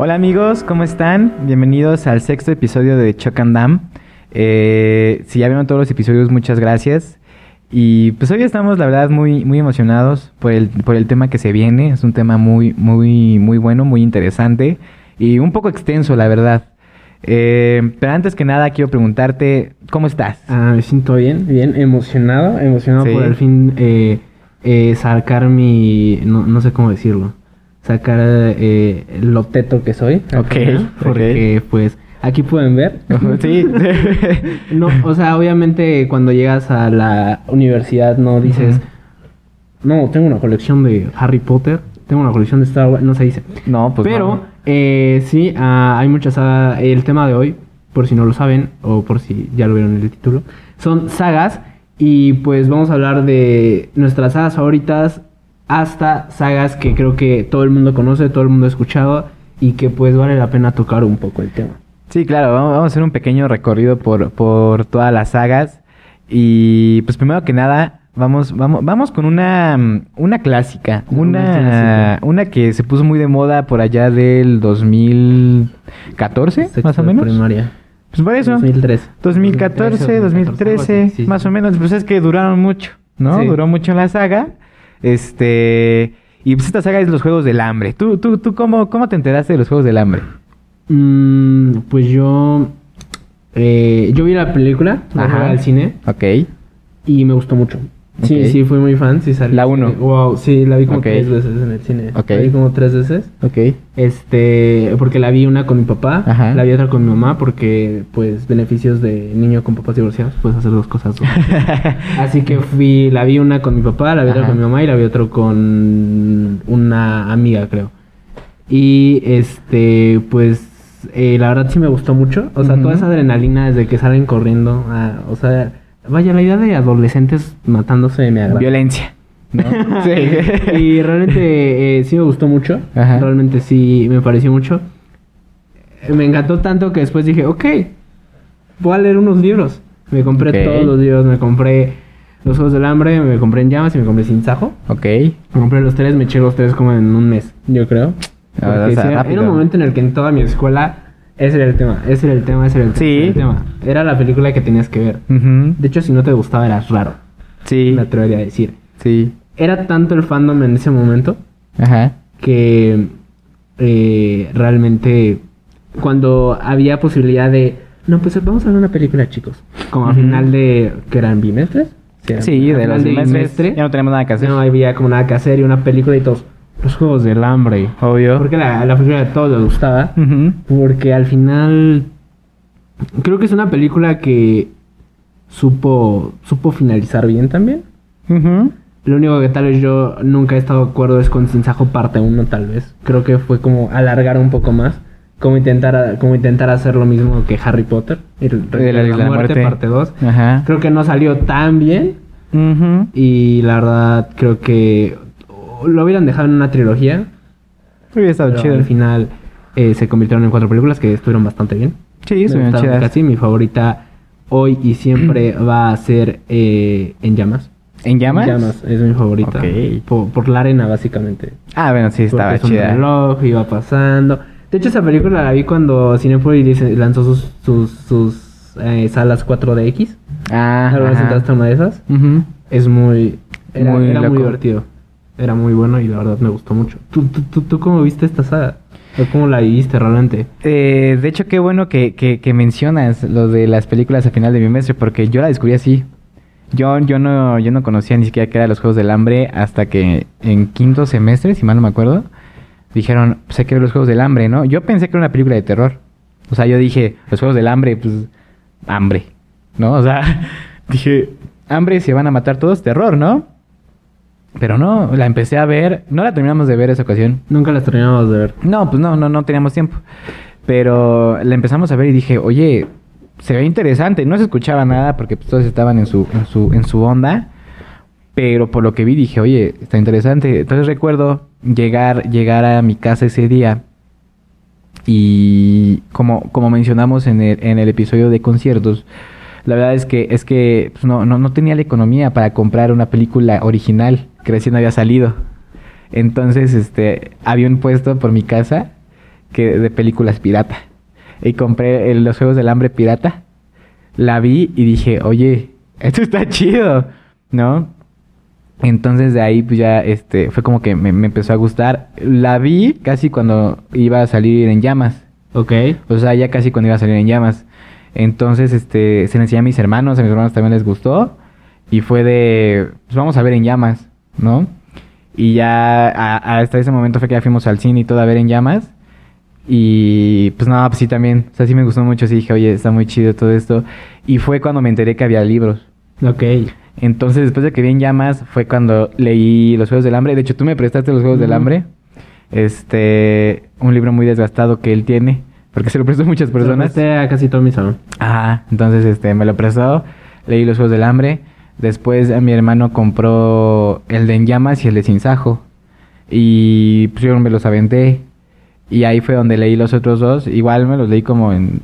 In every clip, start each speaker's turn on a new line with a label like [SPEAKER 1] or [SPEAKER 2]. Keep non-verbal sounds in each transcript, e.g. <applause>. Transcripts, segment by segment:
[SPEAKER 1] Hola amigos, ¿cómo están? Bienvenidos al sexto episodio de Chuck and Dam. Eh, si ya vieron todos los episodios, muchas gracias. Y pues hoy estamos, la verdad, muy, muy emocionados por el, por el tema que se viene. Es un tema muy, muy, muy bueno, muy interesante y un poco extenso, la verdad. Eh, pero antes que nada, quiero preguntarte, ¿cómo estás?
[SPEAKER 2] Ah, me siento bien, bien emocionado, emocionado
[SPEAKER 1] Sí.
[SPEAKER 2] por al fin eh, eh, sacar mi, no, no sé cómo decirlo, sacar eh, el obteto que soy. al
[SPEAKER 1] Ok,
[SPEAKER 2] final, Porque pues aquí pueden ver.
[SPEAKER 1] sí.
[SPEAKER 2] <laughs> No, o sea, obviamente cuando llegas a la universidad no dices,
[SPEAKER 1] Ujú.
[SPEAKER 2] no, tengo una colección de Harry Potter, tengo una colección de Star Wars, no se dice.
[SPEAKER 1] No, pues
[SPEAKER 2] Pero
[SPEAKER 1] no.
[SPEAKER 2] eh, sí, ah, hay muchas sagas. El tema de hoy, por si no lo saben o por si ya lo vieron en el título, son sagas y pues vamos a hablar de nuestras sagas favoritas hasta sagas que creo que todo el mundo conoce, todo el mundo ha escuchado y que pues vale la pena tocar un poco el tema.
[SPEAKER 1] Sí, claro, vamos, vamos a hacer un pequeño recorrido por, por todas las sagas. Y pues primero que nada, vamos, vamos, vamos con una, mm, una clásica.
[SPEAKER 2] Una
[SPEAKER 1] Una,
[SPEAKER 2] clásica.
[SPEAKER 1] una que se puso muy de moda por allá del 2014, más
[SPEAKER 2] Sexto
[SPEAKER 1] o
[SPEAKER 2] de
[SPEAKER 1] menos.
[SPEAKER 2] Primaria.
[SPEAKER 1] Pues por eso.
[SPEAKER 2] 2003.
[SPEAKER 1] 2014, 2013,
[SPEAKER 2] sí, sí.
[SPEAKER 1] más o menos. Pues es que duraron mucho, ¿no?
[SPEAKER 2] Sí.
[SPEAKER 1] Duró mucho la saga. Este. Y pues esta saga es los Juegos del Hambre. ¿Tú, tú, tú cómo, cómo te enteraste de los Juegos del Hambre?
[SPEAKER 2] Mm, pues yo... eh, yo vi la película, la
[SPEAKER 1] Ajá.
[SPEAKER 2] fui al cine.
[SPEAKER 1] Ok.
[SPEAKER 2] Y me gustó mucho. Sí,
[SPEAKER 1] Ok.
[SPEAKER 2] sí, fui muy fan. Sí, salí.
[SPEAKER 1] La uno.
[SPEAKER 2] Wow, sí, la vi como
[SPEAKER 1] Ok.
[SPEAKER 2] tres veces en el cine.
[SPEAKER 1] Ok.
[SPEAKER 2] La vi como tres veces.
[SPEAKER 1] Ok.
[SPEAKER 2] Este, porque la vi una con mi papá,
[SPEAKER 1] Ajá.
[SPEAKER 2] la vi otra con mi mamá, porque, pues, beneficios de niño con papás divorciados, puedes hacer dos cosas.
[SPEAKER 1] <laughs>
[SPEAKER 2] ¿no? Así que fui, la vi una con mi papá, la vi otra
[SPEAKER 1] Ajá.
[SPEAKER 2] con mi mamá y la vi otra con una amiga, creo. Y, este, pues, eh, la verdad sí me gustó mucho. O sea,
[SPEAKER 1] Ujú.
[SPEAKER 2] toda esa adrenalina desde que salen corriendo, ah, o sea, vaya, la idea de adolescentes matándose me agrada.
[SPEAKER 1] Violencia. ¿no? <laughs>
[SPEAKER 2] <laughs>
[SPEAKER 1] sí.
[SPEAKER 2] y realmente eh, sí me gustó mucho.
[SPEAKER 1] Ajá.
[SPEAKER 2] Realmente sí me pareció mucho. Eh, Me encantó tanto que después dije, ok, voy a leer unos libros. Me compré
[SPEAKER 1] Ok.
[SPEAKER 2] todos los libros, me compré Los Juegos del Hambre, me compré En Llamas y me compré Sin Sajo.
[SPEAKER 1] <laughs> Ok.
[SPEAKER 2] Me compré los tres, me eché los tres como en un mes, yo creo.
[SPEAKER 1] La verdad,
[SPEAKER 2] Porque
[SPEAKER 1] o sea,
[SPEAKER 2] sí, era- era
[SPEAKER 1] rápido.
[SPEAKER 2] un momento en el que en toda mi escuela ese era el tema, ese era el tema, ese era el tema.
[SPEAKER 1] Sí.
[SPEAKER 2] ese era el tema. Era la película que tenías que ver.
[SPEAKER 1] Ujú.
[SPEAKER 2] De hecho, si no te gustaba, eras raro,
[SPEAKER 1] Sí.
[SPEAKER 2] me atrevería a decir
[SPEAKER 1] Sí.
[SPEAKER 2] era tanto el fandom en ese momento
[SPEAKER 1] Ajá.
[SPEAKER 2] que eh, realmente cuando había posibilidad de no pues vamos a ver una película chicos como al
[SPEAKER 1] Ujú.
[SPEAKER 2] final de que eran bimestres eran-
[SPEAKER 1] Sí,
[SPEAKER 2] al
[SPEAKER 1] de
[SPEAKER 2] final
[SPEAKER 1] los bimestres.
[SPEAKER 2] bimestre,
[SPEAKER 1] Ya no tenemos nada que hacer.
[SPEAKER 2] no había como nada que hacer y una película y todos los juegos del hambre
[SPEAKER 1] Obvio.
[SPEAKER 2] porque la, la película de todos les gustaba
[SPEAKER 1] Ujú.
[SPEAKER 2] porque al final creo que es una película que supo supo finalizar bien también
[SPEAKER 1] Ujú.
[SPEAKER 2] lo único que tal vez yo nunca he estado de acuerdo es con Sinsajo parte 1 tal vez. Creo que fue como alargar un poco más, como intentar como intentar hacer lo mismo que Harry Potter, el
[SPEAKER 1] De la Isla de la Muerte.
[SPEAKER 2] parte 2.
[SPEAKER 1] Ajá.
[SPEAKER 2] Creo que no salió tan bien
[SPEAKER 1] Ujú.
[SPEAKER 2] y la verdad creo que lo hubieran dejado en una trilogía,
[SPEAKER 1] Hubiera estado
[SPEAKER 2] pero
[SPEAKER 1] chido.
[SPEAKER 2] al final eh, se convirtieron en cuatro películas que estuvieron bastante bien.
[SPEAKER 1] Sí,
[SPEAKER 2] Me
[SPEAKER 1] estuvieron
[SPEAKER 2] gustaron
[SPEAKER 1] chidas.
[SPEAKER 2] casi mi favorita hoy y
[SPEAKER 1] <clears throat>
[SPEAKER 2] siempre va a ser eh, En Llamas.
[SPEAKER 1] ¿En llamas?
[SPEAKER 2] Llamas es mi favorita.
[SPEAKER 1] Ok.
[SPEAKER 2] Por, por la arena, básicamente.
[SPEAKER 1] Ah, bueno, sí,
[SPEAKER 2] Porque
[SPEAKER 1] estaba
[SPEAKER 2] es un
[SPEAKER 1] chida.
[SPEAKER 2] reloj, iba pasando. De hecho, esa película la vi cuando Cinepolis lanzó sus, sus, sus, eh, salas 4DX.
[SPEAKER 1] Ah.
[SPEAKER 2] ¿Alguna vez
[SPEAKER 1] ajá.
[SPEAKER 2] entraste a una de esas?
[SPEAKER 1] Ujú.
[SPEAKER 2] Es muy... Era
[SPEAKER 1] Muy
[SPEAKER 2] muy, era muy
[SPEAKER 1] loco.
[SPEAKER 2] divertido. Era muy bueno y la verdad me gustó mucho. ¿Tú, tú, tú, tú cómo viste esta saga? ¿O ¿Cómo la viviste realmente?
[SPEAKER 1] Eh, de hecho, qué bueno que, que, que mencionas lo de las películas a final de bimestre, porque yo la descubrí así. Yo, yo, no, yo no conocía ni siquiera que era los Juegos del Hambre hasta que en quinto semestre, si mal no me acuerdo, dijeron, pues hay que ver los Juegos del Hambre, ¿no? Yo pensé que era una película de terror. O sea, yo dije, los Juegos del Hambre, pues, hambre, ¿no? O sea, <laughs> dije, hambre, se van a matar todos, terror, ¿no? Pero no, la empecé a ver, no la terminamos de ver esa ocasión,
[SPEAKER 2] Nunca las terminamos de ver.
[SPEAKER 1] no, pues no, no, no teníamos tiempo. Pero la empezamos a ver y dije, oye, se ve interesante. No se escuchaba nada porque pues, todos estaban en su, en su, en su onda. Pero por lo que vi dije, oye, está interesante. Entonces recuerdo llegar, llegar a mi casa ese día. Y como, como mencionamos en el, en el episodio de conciertos, la verdad es que, es que pues, no, no, no tenía la economía para comprar una película original que recién había salido. Entonces, este, había un puesto por mi casa que de películas pirata. Y compré el- los Juegos del Hambre pirata. La vi y dije, oye, esto está chido, ¿no? Entonces de ahí pues ya este, fue como que me, me empezó a gustar. La vi casi cuando iba a salir en llamas.
[SPEAKER 2] Ok.
[SPEAKER 1] Pues, O sea, ya casi cuando iba a salir en llamas. Entonces, este, se le enseñé a mis hermanos, a mis hermanos también les gustó. Y fue de, pues vamos a ver en llamas, ¿no? Y ya a- hasta ese momento fue que ya fuimos al cine y todo a ver en llamas. Y pues nada, pues sí también. O sea, sí me gustó mucho. Sí dije, oye, está muy chido todo esto. Y fue cuando me enteré que había libros.
[SPEAKER 2] Ok.
[SPEAKER 1] Entonces, después de que vi en llamas, fue cuando leí Los Juegos del Hambre. De hecho, tú me prestaste Los Juegos del
[SPEAKER 2] Ujú.
[SPEAKER 1] Hambre. Este, un libro muy desgastado que él tiene, porque se lo prestó a muchas personas.
[SPEAKER 2] Esté a casi todo mi salón.
[SPEAKER 1] Ah, entonces este, me lo prestó, leí Los Juegos del Hambre. Después eh, mi hermano compró el de En Llamas y el de Sin Sajo. Y pues, yo me los aventé. Y ahí fue donde leí los otros dos. Igual me los leí como en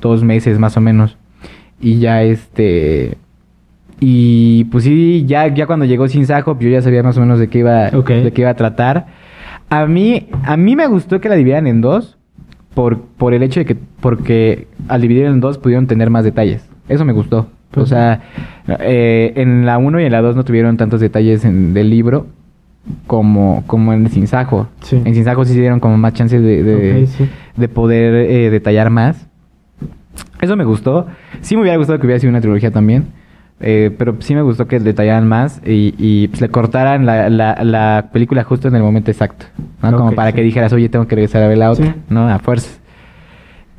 [SPEAKER 1] dos meses más o menos. Y ya este. Y pues sí, ya, ya cuando llegó Sin Sajo, pues, yo ya sabía más o menos de qué iba,
[SPEAKER 2] Ok.
[SPEAKER 1] de qué iba a tratar. A mí, a mí me gustó que la dividieran en dos por, por el hecho de que, porque al dividir en dos pudieron tener más detalles. Eso me gustó. O
[SPEAKER 2] Ujú.
[SPEAKER 1] sea, eh, en la 1 y en la 2 no tuvieron tantos detalles en- del libro como, como en Sinsajo.
[SPEAKER 2] Sí.
[SPEAKER 1] En Sinsajo sí dieron como más chances de, de,
[SPEAKER 2] Ok, sí.
[SPEAKER 1] de poder eh, detallar más. Eso me gustó. Sí me hubiera gustado que hubiera sido una trilogía también. eh, pero sí me gustó que detallaran más y, y, pues, le cortaran la, la- la película justo en el momento exacto. ¿no? Como
[SPEAKER 2] Ok,
[SPEAKER 1] para
[SPEAKER 2] sí.
[SPEAKER 1] que dijeras, oye, tengo que regresar a ver la otra,
[SPEAKER 2] Sí.
[SPEAKER 1] ¿no? A fuerza.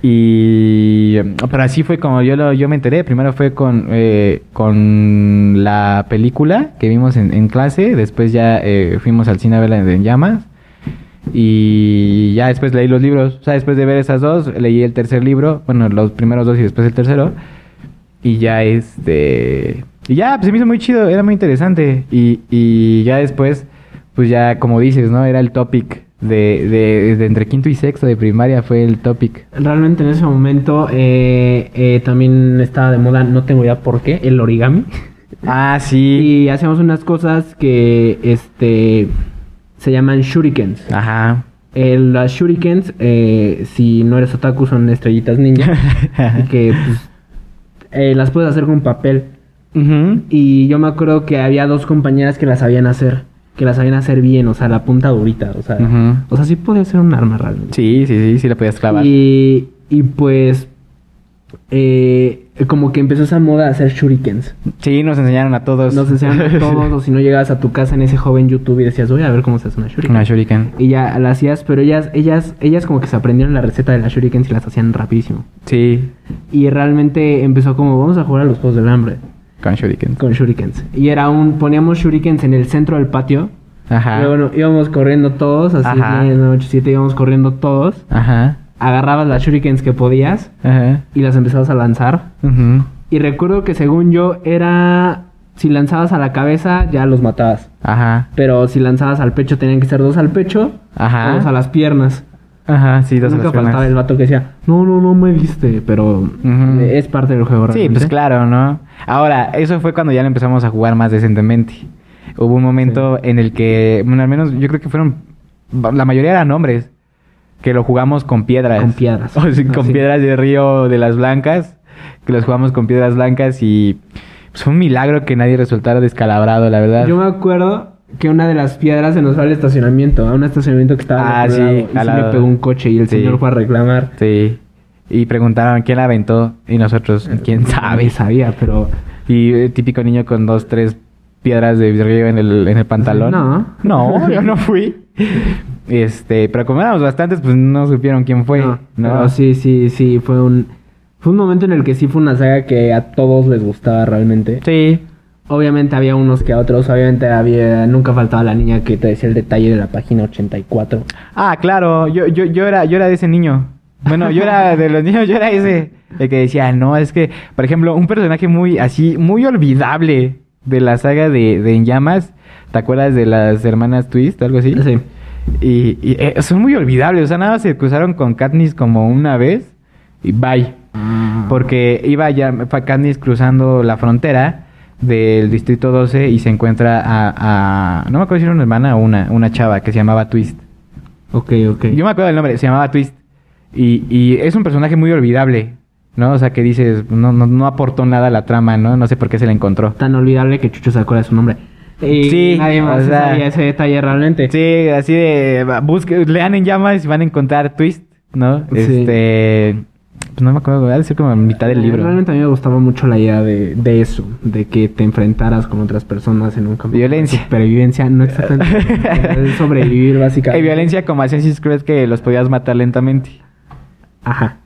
[SPEAKER 1] Y... oh, Pero así fue como yo, lo, yo me enteré. Primero fue con, eh, con la película que vimos en, en clase. Después ya eh, fuimos al cine a verla en, en llamas. Y ya después leí los libros. O sea, después de ver esas dos, leí el tercer libro. Bueno, los primeros dos y después el tercero. Y ya este... Y ya, pues se me hizo muy chido, era muy interesante. Y, y ya después, pues ya como dices, ¿no? Era el topic de, de, de entre quinto y sexto de primaria fue el topic.
[SPEAKER 2] Realmente en ese momento eh, eh, también estaba de moda, no tengo idea por qué, el origami.
[SPEAKER 1] Ah, sí.
[SPEAKER 2] Y hacíamos unas cosas que este se llaman shurikens.
[SPEAKER 1] Ajá.
[SPEAKER 2] El, las shurikens, eh, si no eres otaku, son estrellitas ninja.
[SPEAKER 1] <laughs>
[SPEAKER 2] y que pues, eh, las puedes hacer con papel.
[SPEAKER 1] Ujú.
[SPEAKER 2] Y yo me acuerdo que había dos compañeras que las sabían hacer. Que las sabían hacer bien, o sea, la punta durita. O sea,
[SPEAKER 1] Ujú.
[SPEAKER 2] o sea sí podía ser un arma realmente.
[SPEAKER 1] Sí, sí, sí, sí la podías clavar.
[SPEAKER 2] Y, y pues, eh, como que empezó esa moda de hacer shurikens.
[SPEAKER 1] Sí, nos enseñaron a todos. <laughs>
[SPEAKER 2] Nos enseñaron a todos, o si no llegabas a tu casa en ese joven YouTube y decías, voy a ver cómo se hace una shuriken.
[SPEAKER 1] Una shuriken.
[SPEAKER 2] Y ya la hacías, pero ellas, ellas, ellas como que se aprendieron la receta de las shurikens y las hacían rapidísimo.
[SPEAKER 1] Sí,
[SPEAKER 2] Y realmente empezó como, vamos a jugar a los juegos del hambre
[SPEAKER 1] con shuriken.
[SPEAKER 2] con shurikens. Y era un, poníamos shurikens en el centro del patio.
[SPEAKER 1] Ajá.
[SPEAKER 2] Luego no, íbamos corriendo todos, así
[SPEAKER 1] Ajá.
[SPEAKER 2] 10, 9, 8, 7, íbamos corriendo todos.
[SPEAKER 1] Ajá.
[SPEAKER 2] Agarrabas las shurikens que podías
[SPEAKER 1] Ajá.
[SPEAKER 2] y las empezabas a lanzar.
[SPEAKER 1] Ujú.
[SPEAKER 2] Y recuerdo que según yo era, si lanzabas a la cabeza ya los matabas.
[SPEAKER 1] Ajá.
[SPEAKER 2] Pero si lanzabas al pecho tenían que ser dos al pecho,
[SPEAKER 1] Ajá.
[SPEAKER 2] dos a las piernas.
[SPEAKER 1] Ajá, sí, dos a
[SPEAKER 2] Nunca
[SPEAKER 1] las piernas.
[SPEAKER 2] faltaba el vato que decía, no, no, no me diste, pero
[SPEAKER 1] Ujú.
[SPEAKER 2] es parte del juego.
[SPEAKER 1] Sí,
[SPEAKER 2] realmente.
[SPEAKER 1] pues claro, ¿no? Ahora, eso fue cuando ya lo empezamos a jugar más decentemente. Hubo un momento en el que, bueno, al menos yo creo que fueron, la mayoría eran hombres, que lo jugamos con piedras.
[SPEAKER 2] Con piedras.
[SPEAKER 1] <laughs> O sea, Oh, con
[SPEAKER 2] Así.
[SPEAKER 1] piedras de río de las blancas, que los jugamos con piedras blancas y pues, fue un milagro que nadie resultara descalabrado, la verdad.
[SPEAKER 2] Yo me acuerdo que una de las piedras se nos fue al estacionamiento, a un estacionamiento que estaba
[SPEAKER 1] Ah,
[SPEAKER 2] al otro
[SPEAKER 1] sí,
[SPEAKER 2] lado, y
[SPEAKER 1] al
[SPEAKER 2] se me
[SPEAKER 1] lado.
[SPEAKER 2] pegó un coche y el
[SPEAKER 1] Sí.
[SPEAKER 2] señor fue a reclamar.
[SPEAKER 1] Sí. Y preguntaron quién la aventó y nosotros, quién sabe.
[SPEAKER 2] Nadie sabía, pero
[SPEAKER 1] Y eh, típico niño con dos, tres piedras de vidrio en el, en el pantalón.
[SPEAKER 2] No.
[SPEAKER 1] <laughs> No, yo no fui. Este, pero como éramos bastantes, pues no supieron quién fue. No,
[SPEAKER 2] no, pero sí, sí, sí, fue un fue un momento en el que sí fue una saga que a todos les gustaba realmente.
[SPEAKER 1] Sí.
[SPEAKER 2] Obviamente había unos que a otros, obviamente había nunca faltaba la niña que te decía el detalle de la página 84.
[SPEAKER 1] Ah, claro, yo, yo, yo era, yo era de ese niño. Bueno, yo era de los niños, yo era ese. El que decía, no, es que, por ejemplo, un personaje muy así, muy olvidable de la saga de, de En Llamas. ¿Te acuerdas de las hermanas Twist o algo así?
[SPEAKER 2] Sí.
[SPEAKER 1] Y, y, eh, son muy olvidables. O sea, nada más se cruzaron con Katniss como una vez y bye. Ah. Porque iba ya fue Katniss cruzando la frontera del distrito 12 y se encuentra a, a- no me acuerdo si era una hermana o una, una chava que se llamaba Twist.
[SPEAKER 2] Ok, ok.
[SPEAKER 1] Yo me acuerdo del nombre, se llamaba Twist. Y, y es un personaje muy olvidable, ¿no? O sea, que dices, no, no, no aportó nada a la trama, ¿no? No sé por qué se la encontró.
[SPEAKER 2] Tan olvidable que Chucho se acuerda de su nombre. Y
[SPEAKER 1] Sí,
[SPEAKER 2] nadie más
[SPEAKER 1] o sea-
[SPEAKER 2] sabía ese detalle realmente.
[SPEAKER 1] Sí, así de, va, busque, lean en llamas y van a encontrar twist, ¿no?
[SPEAKER 2] Sí.
[SPEAKER 1] Este, pues no me acuerdo, voy a decir como a mitad del libro.
[SPEAKER 2] Eh, Realmente a mí me gustaba mucho la idea de, de eso, de que te enfrentaras con otras personas en un campo.
[SPEAKER 1] Violencia.
[SPEAKER 2] De supervivencia,
[SPEAKER 1] <laughs>
[SPEAKER 2] no exactamente. es sobrevivir, básicamente.
[SPEAKER 1] Hay violencia como Assassin's Creed que los podías matar
[SPEAKER 2] <laughs>
[SPEAKER 1] lentamente.
[SPEAKER 2] Ajá.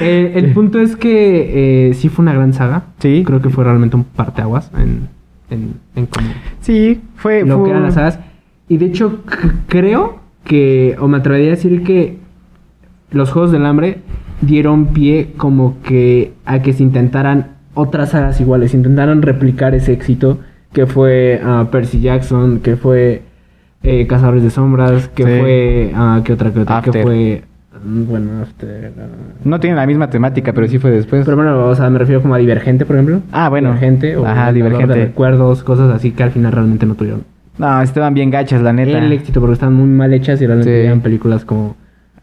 [SPEAKER 2] Eh, el punto es que eh, sí fue una gran saga.
[SPEAKER 1] Sí.
[SPEAKER 2] Creo que fue realmente un parteaguas en, en, en cómo-
[SPEAKER 1] Sí, fue...
[SPEAKER 2] lo
[SPEAKER 1] Eh, fue-
[SPEAKER 2] que eran las sagas. Y de hecho, c- creo que, o me atrevería a decir que los Juegos del Hambre dieron pie como que a que se intentaran otras sagas iguales, intentaran replicar ese éxito que fue ah, Percy Jackson, que fue eh, Cazadores de Sombras, que
[SPEAKER 1] Sí.
[SPEAKER 2] fue... ah, ¿Qué otra? ¿Qué otra? Que
[SPEAKER 1] After.
[SPEAKER 2] fue... mm, Bueno, After... ah,
[SPEAKER 1] No tiene la misma temática, pero sí fue después.
[SPEAKER 2] pero bueno, o sea, me refiero como a Divergente, por ejemplo.
[SPEAKER 1] Pues, Ah, bueno.
[SPEAKER 2] Divergente. O
[SPEAKER 1] Ajá,
[SPEAKER 2] el dolor de
[SPEAKER 1] Divergente.
[SPEAKER 2] recuerdos, cosas así que al final realmente no tuvieron
[SPEAKER 1] No, estaban bien gachas, la neta.
[SPEAKER 2] el éxito porque están muy mal hechas y realmente
[SPEAKER 1] Sí.
[SPEAKER 2] eran películas como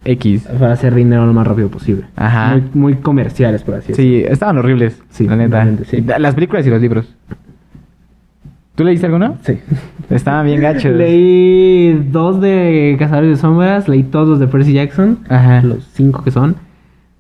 [SPEAKER 1] X.
[SPEAKER 2] para hacer dinero lo más rápido posible.
[SPEAKER 1] Ajá.
[SPEAKER 2] Muy, muy comerciales, por así decirlo.
[SPEAKER 1] Sí, estaban horribles.
[SPEAKER 2] Sí,
[SPEAKER 1] la neta.
[SPEAKER 2] realmente, sí.
[SPEAKER 1] Las películas y los libros. ¿Tú leíste alguno?
[SPEAKER 2] Sí.
[SPEAKER 1] Estaban bien gachos.
[SPEAKER 2] Leí dos de Cazadores de Sombras, leí todos los de Percy Jackson,
[SPEAKER 1] Ajá.
[SPEAKER 2] los cinco que son,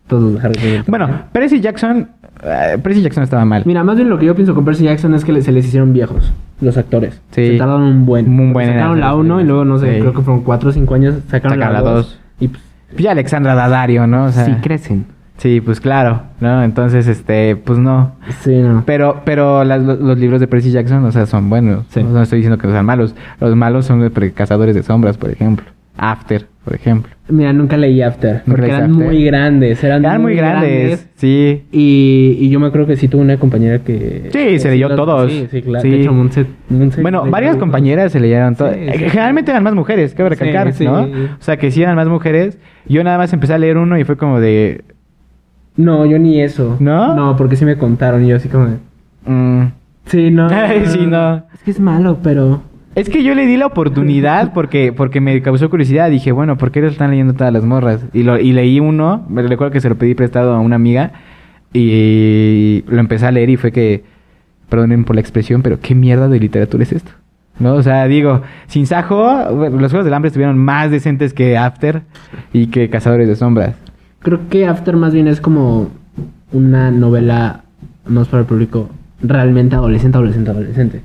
[SPEAKER 2] todos los de Harry Potter.
[SPEAKER 1] Bueno, Percy Jackson. eh, Percy Jackson estaba mal.
[SPEAKER 2] Mira, más bien lo que yo pienso con Percy Jackson es que le- se les hicieron viejos los actores.
[SPEAKER 1] Sí.
[SPEAKER 2] Se tardaron un buen.
[SPEAKER 1] Un buen en
[SPEAKER 2] sacaron
[SPEAKER 1] hacer
[SPEAKER 2] la
[SPEAKER 1] las
[SPEAKER 2] 1 y luego, no sé,
[SPEAKER 1] películas. Sí.
[SPEAKER 2] creo que fueron 4 o 5 años, sacaron
[SPEAKER 1] Sacaron
[SPEAKER 2] la
[SPEAKER 1] la
[SPEAKER 2] 2.
[SPEAKER 1] dos.
[SPEAKER 2] Y pues,
[SPEAKER 1] Y Alexandra Daddario, ¿no? O sea,
[SPEAKER 2] sí crecen.
[SPEAKER 1] sí, pues claro, ¿no? Entonces, este, pues no.
[SPEAKER 2] Sí, no.
[SPEAKER 1] Pero, pero las- lo- los libros de Percy Jackson, o sea, son buenos.
[SPEAKER 2] Sí.
[SPEAKER 1] No estoy diciendo que sean malos. Los malos son los pre- cazadores de sombras, por ejemplo. After, por ejemplo.
[SPEAKER 2] Mira, nunca leí After. Porque
[SPEAKER 1] leíste
[SPEAKER 2] eran
[SPEAKER 1] After.
[SPEAKER 2] muy grandes. Eran,
[SPEAKER 1] Eran muy grandes. Sí.
[SPEAKER 2] Y, y yo me acuerdo que sí tuve una compañera que.
[SPEAKER 1] Sí,
[SPEAKER 2] que
[SPEAKER 1] se leyó
[SPEAKER 2] las-
[SPEAKER 1] todos.
[SPEAKER 2] Sí, sí, claro.
[SPEAKER 1] Sí.
[SPEAKER 2] De hecho, Montse- Montse
[SPEAKER 1] Bueno,
[SPEAKER 2] leyó
[SPEAKER 1] varias
[SPEAKER 2] todos.
[SPEAKER 1] compañeras se leyeron todo.
[SPEAKER 2] Sí,
[SPEAKER 1] Eh,
[SPEAKER 2] sí.
[SPEAKER 1] Generalmente eran más mujeres, cabe
[SPEAKER 2] Sí,
[SPEAKER 1] recalcar,
[SPEAKER 2] sí.
[SPEAKER 1] ¿no? O sea, que sí eran más mujeres. Yo nada más empecé a leer uno y fue como de...
[SPEAKER 2] No, yo ni eso.
[SPEAKER 1] ¿No?
[SPEAKER 2] No, porque sí me contaron. Y yo así como. de,
[SPEAKER 1] mm.
[SPEAKER 2] Sí, no.
[SPEAKER 1] <laughs> Ay, sí, no.
[SPEAKER 2] Es que es malo, pero.
[SPEAKER 1] Es que yo le di la oportunidad porque, porque me causó curiosidad. Dije, bueno, ¿por qué lo están leyendo todas las morras? Y, lo, y leí uno, me recuerdo que se lo pedí prestado a una amiga y lo empecé a leer y fue que, perdonen por la expresión, pero ¿qué mierda de literatura es esto? ¿No? O sea, digo, sin Sajo, bueno, los Juegos del Hambre estuvieron más decentes que After y que Cazadores de Sombras.
[SPEAKER 2] Creo que After más bien es como una novela más para el público realmente adolescente, adolescente, adolescente.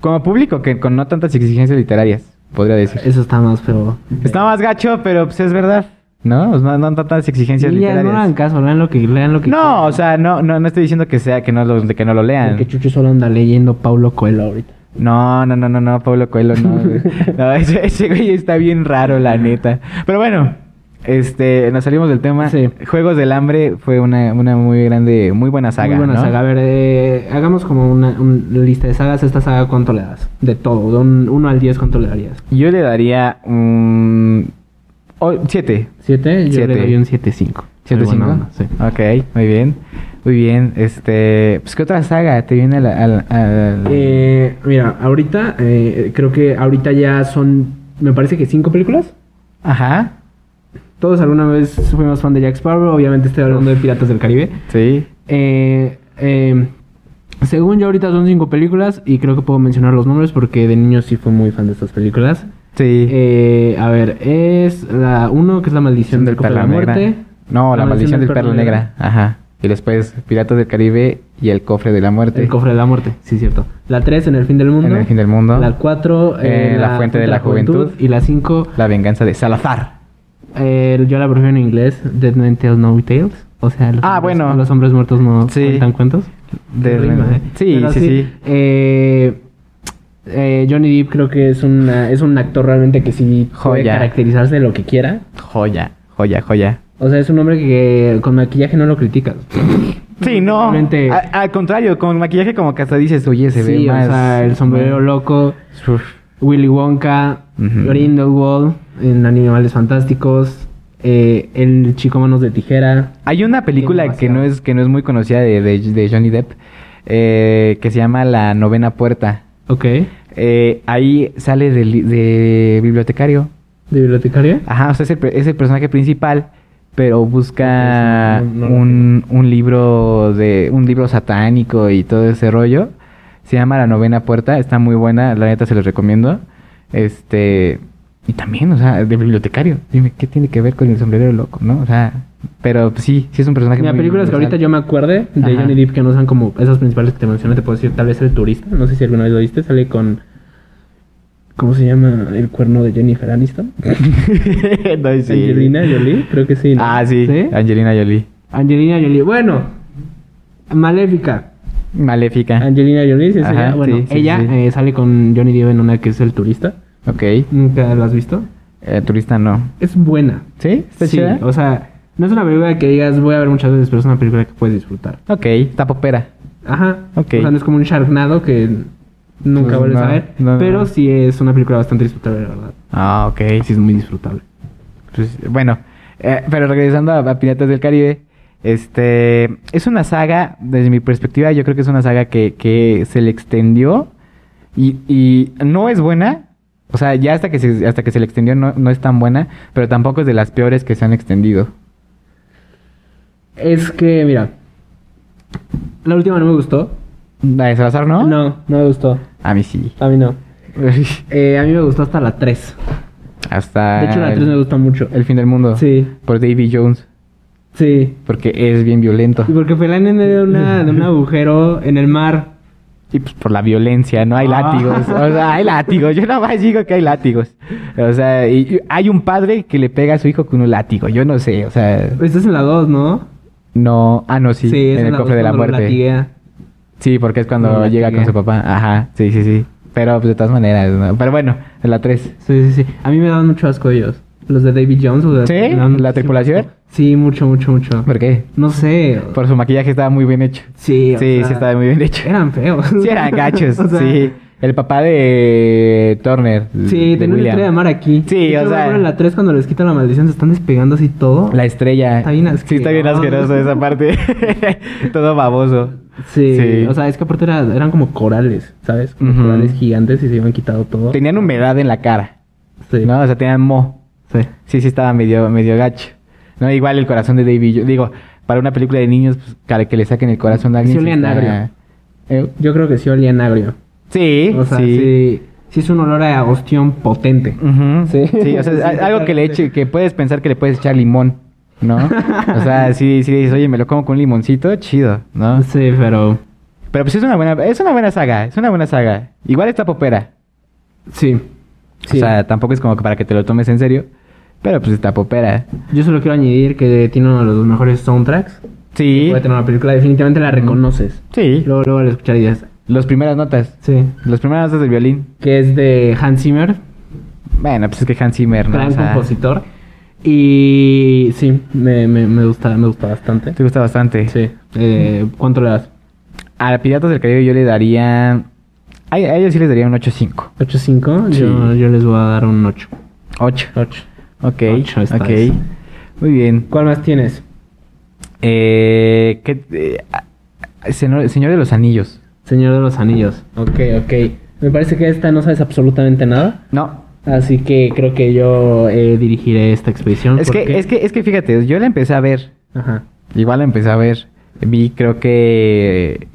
[SPEAKER 1] Como público, que con no tantas exigencias literarias, podría decir.
[SPEAKER 2] Eso está más feo.
[SPEAKER 1] Está más gacho, pero pues es verdad, ¿no? Pues, No, no tantas exigencias
[SPEAKER 2] Niñas,
[SPEAKER 1] literarias.
[SPEAKER 2] no hagan caso, lean lo que, lean lo que quieran.
[SPEAKER 1] No, o sea, no, no, no estoy diciendo que sea que no lo, que no lo lean.
[SPEAKER 2] Porque Chucho solo anda leyendo Paulo Coelho ahorita.
[SPEAKER 1] No, no, no, no, no, Pablo Coelho, no.
[SPEAKER 2] <laughs>
[SPEAKER 1] güey. No, ese, ese güey está bien raro, la neta. Pero bueno, este, nos salimos del tema.
[SPEAKER 2] Sí.
[SPEAKER 1] Juegos del Hambre fue una, una muy grande, muy buena saga.
[SPEAKER 2] Muy buena
[SPEAKER 1] ¿no?
[SPEAKER 2] saga. A ver, eh, hagamos como una, una lista de sagas. ¿Esta saga cuánto le das? De todo, de un 1 al 10, ¿cuánto le darías?
[SPEAKER 1] Yo le daría un. o- siete.
[SPEAKER 2] ¿7? Yo
[SPEAKER 1] Siete.
[SPEAKER 2] le doy un 7.5.
[SPEAKER 1] ¿Siete,
[SPEAKER 2] Muy
[SPEAKER 1] cinco?
[SPEAKER 2] buena onda, Sí.
[SPEAKER 1] Ok, muy bien. Muy bien. Este. Pues, ¿qué otra saga te viene al. al- al-
[SPEAKER 2] Eh, mira, ahorita, eh, creo que ahorita ya son, me parece que 5 películas.
[SPEAKER 1] Ajá.
[SPEAKER 2] Todos alguna vez fuimos fan de Jack Sparrow. Obviamente estoy hablando de Piratas del Caribe.
[SPEAKER 1] Sí.
[SPEAKER 2] Eh, eh, según yo, ahorita son 5 películas. Y creo que puedo mencionar los nombres porque de niño sí fui muy fan de estas películas.
[SPEAKER 1] Sí.
[SPEAKER 2] Eh, a ver, es la 1, que es la maldición
[SPEAKER 1] del
[SPEAKER 2] del Copa de
[SPEAKER 1] Perla
[SPEAKER 2] la
[SPEAKER 1] Negra.
[SPEAKER 2] muerte.
[SPEAKER 1] No, la, maldición del Perla Negra. Ajá. Y después Piratas del Caribe y el cofre de la muerte.
[SPEAKER 2] El cofre de la muerte, sí, cierto. La 3, en el fin del mundo.
[SPEAKER 1] En el fin del mundo.
[SPEAKER 2] La 4,
[SPEAKER 1] Eh, La fuente de la juventud.
[SPEAKER 2] Y la 5,
[SPEAKER 1] La venganza de Salazar.
[SPEAKER 2] yo la prefiero en inglés, Dead Men Tales No Tales. O sea, los,
[SPEAKER 1] Ah,
[SPEAKER 2] hombres,
[SPEAKER 1] bueno.
[SPEAKER 2] los hombres muertos no
[SPEAKER 1] Sí.
[SPEAKER 2] cuentan cuentos.
[SPEAKER 1] De-
[SPEAKER 2] Rima, ¿eh?
[SPEAKER 1] Sí,
[SPEAKER 2] Pero
[SPEAKER 1] sí, sí.
[SPEAKER 2] eh, eh, Johnny Depp creo que es, una, es un actor realmente que sí puede
[SPEAKER 1] Joya.
[SPEAKER 2] caracterizarse de lo que quiera.
[SPEAKER 1] Joya, joya, joya.
[SPEAKER 2] O sea, es un hombre que con maquillaje no lo criticas.
[SPEAKER 1] Sí, no.
[SPEAKER 2] Realmente-
[SPEAKER 1] a- al contrario, con maquillaje como que hasta dices, oye, <laughs> se ve
[SPEAKER 2] sí,
[SPEAKER 1] más.
[SPEAKER 2] o sea, el sombrero loco,
[SPEAKER 1] Uf.
[SPEAKER 2] Willy Wonka,
[SPEAKER 1] Ujú.
[SPEAKER 2] Grindelwald en Animales Fantásticos, eh, el chico manos de tijera.
[SPEAKER 1] Hay una película que
[SPEAKER 2] demasiado.
[SPEAKER 1] no es que no es muy conocida de, de- de Johnny Depp eh, que se llama La novena puerta.
[SPEAKER 2] Ok. ¿De
[SPEAKER 1] Eh, ahí sale del- de bibliotecario.
[SPEAKER 2] bibliotecaria?
[SPEAKER 1] Ajá, o sea, es el, pe- es el personaje principal pero busca
[SPEAKER 2] Ok, sí, no, no lo
[SPEAKER 1] un, un libro de un libro satánico y todo ese rollo. Se llama La Novena Puerta, está muy buena, la neta se los recomiendo. Este, y también, o sea, de bibliotecario. Dime, ¿qué tiene que ver con el sombrerero loco, no? O sea, pero pues, sí, sí es un personaje
[SPEAKER 2] Mira,
[SPEAKER 1] muy
[SPEAKER 2] películas que ahorita
[SPEAKER 1] universal.
[SPEAKER 2] yo me acuerde de
[SPEAKER 1] Ajá.
[SPEAKER 2] Johnny Depp que no sean como esas principales que te mencioné, te puedo decir tal vez el turista, no sé si alguna vez lo viste, sale con ¿cómo se llama? El cuerno de Jennifer Aniston.
[SPEAKER 1] <laughs> No, sí.
[SPEAKER 2] Angelina Jolie, creo que sí. ¿no?
[SPEAKER 1] Ah, sí, Angelina Jolie.
[SPEAKER 2] Angelina Jolie. Bueno, Maléfica.
[SPEAKER 1] Maléfica.
[SPEAKER 2] Angelina Jolie, sí, es
[SPEAKER 1] Ah. Ajá,
[SPEAKER 2] ella. Bueno,
[SPEAKER 1] sí, sí,
[SPEAKER 2] ella
[SPEAKER 1] sí.
[SPEAKER 2] eh, sale con Johnny Depp en una que es el turista.
[SPEAKER 1] ok.
[SPEAKER 2] ¿Nunca la has visto?
[SPEAKER 1] Eh, turista no.
[SPEAKER 2] Es buena.
[SPEAKER 1] ¿Sí? ¿Está
[SPEAKER 2] Sí,
[SPEAKER 1] chida?
[SPEAKER 2] o sea, no es una película que digas voy a ver muchas veces, pero es una película que puedes disfrutar.
[SPEAKER 1] Ok, está popera.
[SPEAKER 2] Ajá.
[SPEAKER 1] Ok.
[SPEAKER 2] O sea, no es como un Sharknado que nunca
[SPEAKER 1] Pues
[SPEAKER 2] vuelves
[SPEAKER 1] no,
[SPEAKER 2] a ver.
[SPEAKER 1] no, no,
[SPEAKER 2] pero
[SPEAKER 1] no.
[SPEAKER 2] sí es una película bastante disfrutable, la verdad.
[SPEAKER 1] Ah, ok.
[SPEAKER 2] Sí, es muy disfrutable.
[SPEAKER 1] Pues, bueno, eh, pero regresando a, a Piratas del Caribe, este es una saga, desde mi perspectiva, yo creo que es una saga que, que se le extendió y, y no es buena. O sea, ya hasta que se, hasta que se le extendió no, no es tan buena, pero tampoco es de las peores que se han extendido.
[SPEAKER 2] Es que, mira. La última no me gustó.
[SPEAKER 1] ¿La de Salazar no?
[SPEAKER 2] No, no me gustó.
[SPEAKER 1] A mí sí.
[SPEAKER 2] A mí no. Eh, a mí me gustó hasta la 3.
[SPEAKER 1] hasta
[SPEAKER 2] De hecho, la
[SPEAKER 1] el,
[SPEAKER 2] 3 me gusta mucho.
[SPEAKER 1] El fin del mundo.
[SPEAKER 2] Sí.
[SPEAKER 1] Por Davy Jones,
[SPEAKER 2] Sí.
[SPEAKER 1] porque es bien violento.
[SPEAKER 2] Y porque Felán en medio de, una- de un agujero en el mar.
[SPEAKER 1] Y pues por la violencia, ¿no? Hay
[SPEAKER 2] Ah.
[SPEAKER 1] látigos. O sea, hay látigos. Yo nada más digo que hay látigos. O sea, y, y hay un padre que le pega a su hijo con un látigo. Yo no sé, o sea,
[SPEAKER 2] Esta es en la 2, ¿no?
[SPEAKER 1] no. Ah, no, sí.
[SPEAKER 2] es
[SPEAKER 1] en el
[SPEAKER 2] la
[SPEAKER 1] cofre
[SPEAKER 2] dos
[SPEAKER 1] de la
[SPEAKER 2] cuando lo
[SPEAKER 1] muerte.
[SPEAKER 2] latiguea.
[SPEAKER 1] Sí, porque es cuando
[SPEAKER 2] Lo
[SPEAKER 1] llega con
[SPEAKER 2] latiguea.
[SPEAKER 1] su papá. Ajá, sí, sí, sí. Pero pues, de todas maneras, ¿no? Pero bueno, en la 3.
[SPEAKER 2] Sí, sí, sí. A mí me daban mucho asco ellos. Los de David Jones. o sea,
[SPEAKER 1] ¿Sí?
[SPEAKER 2] me daban
[SPEAKER 1] ¿La
[SPEAKER 2] muchísimo
[SPEAKER 1] tripulación?
[SPEAKER 2] asco. Sí, mucho, mucho, mucho.
[SPEAKER 1] ¿Por qué?
[SPEAKER 2] No sé.
[SPEAKER 1] Por su maquillaje estaba muy bien hecho. Sí,
[SPEAKER 2] Sí, o
[SPEAKER 1] sí,
[SPEAKER 2] sea,
[SPEAKER 1] estaba muy bien hecho.
[SPEAKER 2] <laughs> Eran feos.
[SPEAKER 1] Sí, eran gachos.
[SPEAKER 2] <laughs> O sea,
[SPEAKER 1] sí. El papá de Turner.
[SPEAKER 2] Sí,
[SPEAKER 1] de
[SPEAKER 2] tenía una
[SPEAKER 1] William.
[SPEAKER 2] estrella de mar aquí.
[SPEAKER 1] Sí,
[SPEAKER 2] De
[SPEAKER 1] o
[SPEAKER 2] hecho, me
[SPEAKER 1] sea-
[SPEAKER 2] acuerdo En la 3 cuando les quitan la maldición se están despegando así todo.
[SPEAKER 1] La estrella.
[SPEAKER 2] Está bien
[SPEAKER 1] Sí, está bien
[SPEAKER 2] asqueroso.
[SPEAKER 1] asqueroso esa parte. <laughs> Todo baboso.
[SPEAKER 2] Sí,
[SPEAKER 1] Sí.
[SPEAKER 2] O sea, es que aparte era- eran como corales, ¿sabes? Como
[SPEAKER 1] Ujú.
[SPEAKER 2] corales gigantes y se iban quitado todo.
[SPEAKER 1] Tenían humedad en la cara,
[SPEAKER 2] Sí.
[SPEAKER 1] ¿no? O sea, tenían mo.
[SPEAKER 2] Sí.
[SPEAKER 1] Sí, sí, estaba medio, medio gacho. No, igual el corazón de David. Yo digo, para una película de niños, pues, cara, que le saquen el corazón a alguien.
[SPEAKER 2] Sí, olían agrio.
[SPEAKER 1] Eh,
[SPEAKER 2] Yo creo que sí olían agrio.
[SPEAKER 1] sí,
[SPEAKER 2] O sea, sí.
[SPEAKER 1] sí.
[SPEAKER 2] sí. es un olor a ostión potente.
[SPEAKER 1] Ujú.
[SPEAKER 2] Sí.
[SPEAKER 1] Sí. o sea,
[SPEAKER 2] Sí,
[SPEAKER 1] a- algo que le
[SPEAKER 2] totalmente.
[SPEAKER 1] eche, que puedes pensar que le puedes echar limón, ¿no? O
[SPEAKER 2] <laughs>
[SPEAKER 1] sea, sí, sí, dices, oye, me lo como con un limoncito, chido, ¿no?
[SPEAKER 2] Sí, pero.
[SPEAKER 1] Pero pues es una buena, es una buena saga, es una buena saga. Igual está popera.
[SPEAKER 2] Sí. sí.
[SPEAKER 1] O sea, tampoco es como que para que te lo tomes en serio. Pero pues está popera.
[SPEAKER 2] Yo solo quiero añadir que tiene uno de los mejores soundtracks.
[SPEAKER 1] Sí.
[SPEAKER 2] Puede tener una película, definitivamente la reconoces.
[SPEAKER 1] Sí.
[SPEAKER 2] Luego, luego al escuchar ideas.
[SPEAKER 1] Las primeras notas.
[SPEAKER 2] Sí.
[SPEAKER 1] Las primeras notas del violín.
[SPEAKER 2] Que es de Hans Zimmer,
[SPEAKER 1] Bueno, pues es que Hans Zimmer, ¿no?
[SPEAKER 2] gran
[SPEAKER 1] O sea,
[SPEAKER 2] compositor. Y sí, me, me, me gusta, me gusta bastante.
[SPEAKER 1] Te gusta bastante.
[SPEAKER 2] Sí. Eh, ¿Cuánto le das?
[SPEAKER 1] A Piratas del Caribe yo le daría... A, a ellos sí les daría un 8.5.
[SPEAKER 2] ¿8-5?
[SPEAKER 1] Sí.
[SPEAKER 2] Yo, yo les voy a dar un 8.
[SPEAKER 1] 8.
[SPEAKER 2] 8.
[SPEAKER 1] Ok.
[SPEAKER 2] Ocho, esta
[SPEAKER 1] ok.
[SPEAKER 2] vez.
[SPEAKER 1] Muy bien.
[SPEAKER 2] ¿Cuál más tienes?
[SPEAKER 1] Eh, ¿qué, eh, ah, ah, Señor, Señor de los Anillos.
[SPEAKER 2] Señor de los Anillos. Ok, ok. Me parece que esta no sabes absolutamente nada.
[SPEAKER 1] No.
[SPEAKER 2] Así que creo que yo eh, dirigiré esta expedición.
[SPEAKER 1] Es que,
[SPEAKER 2] porque-
[SPEAKER 1] es que, es que fíjate, yo la empecé a ver
[SPEAKER 2] Ajá.
[SPEAKER 1] Igual la empecé a ver. Vi, creo que.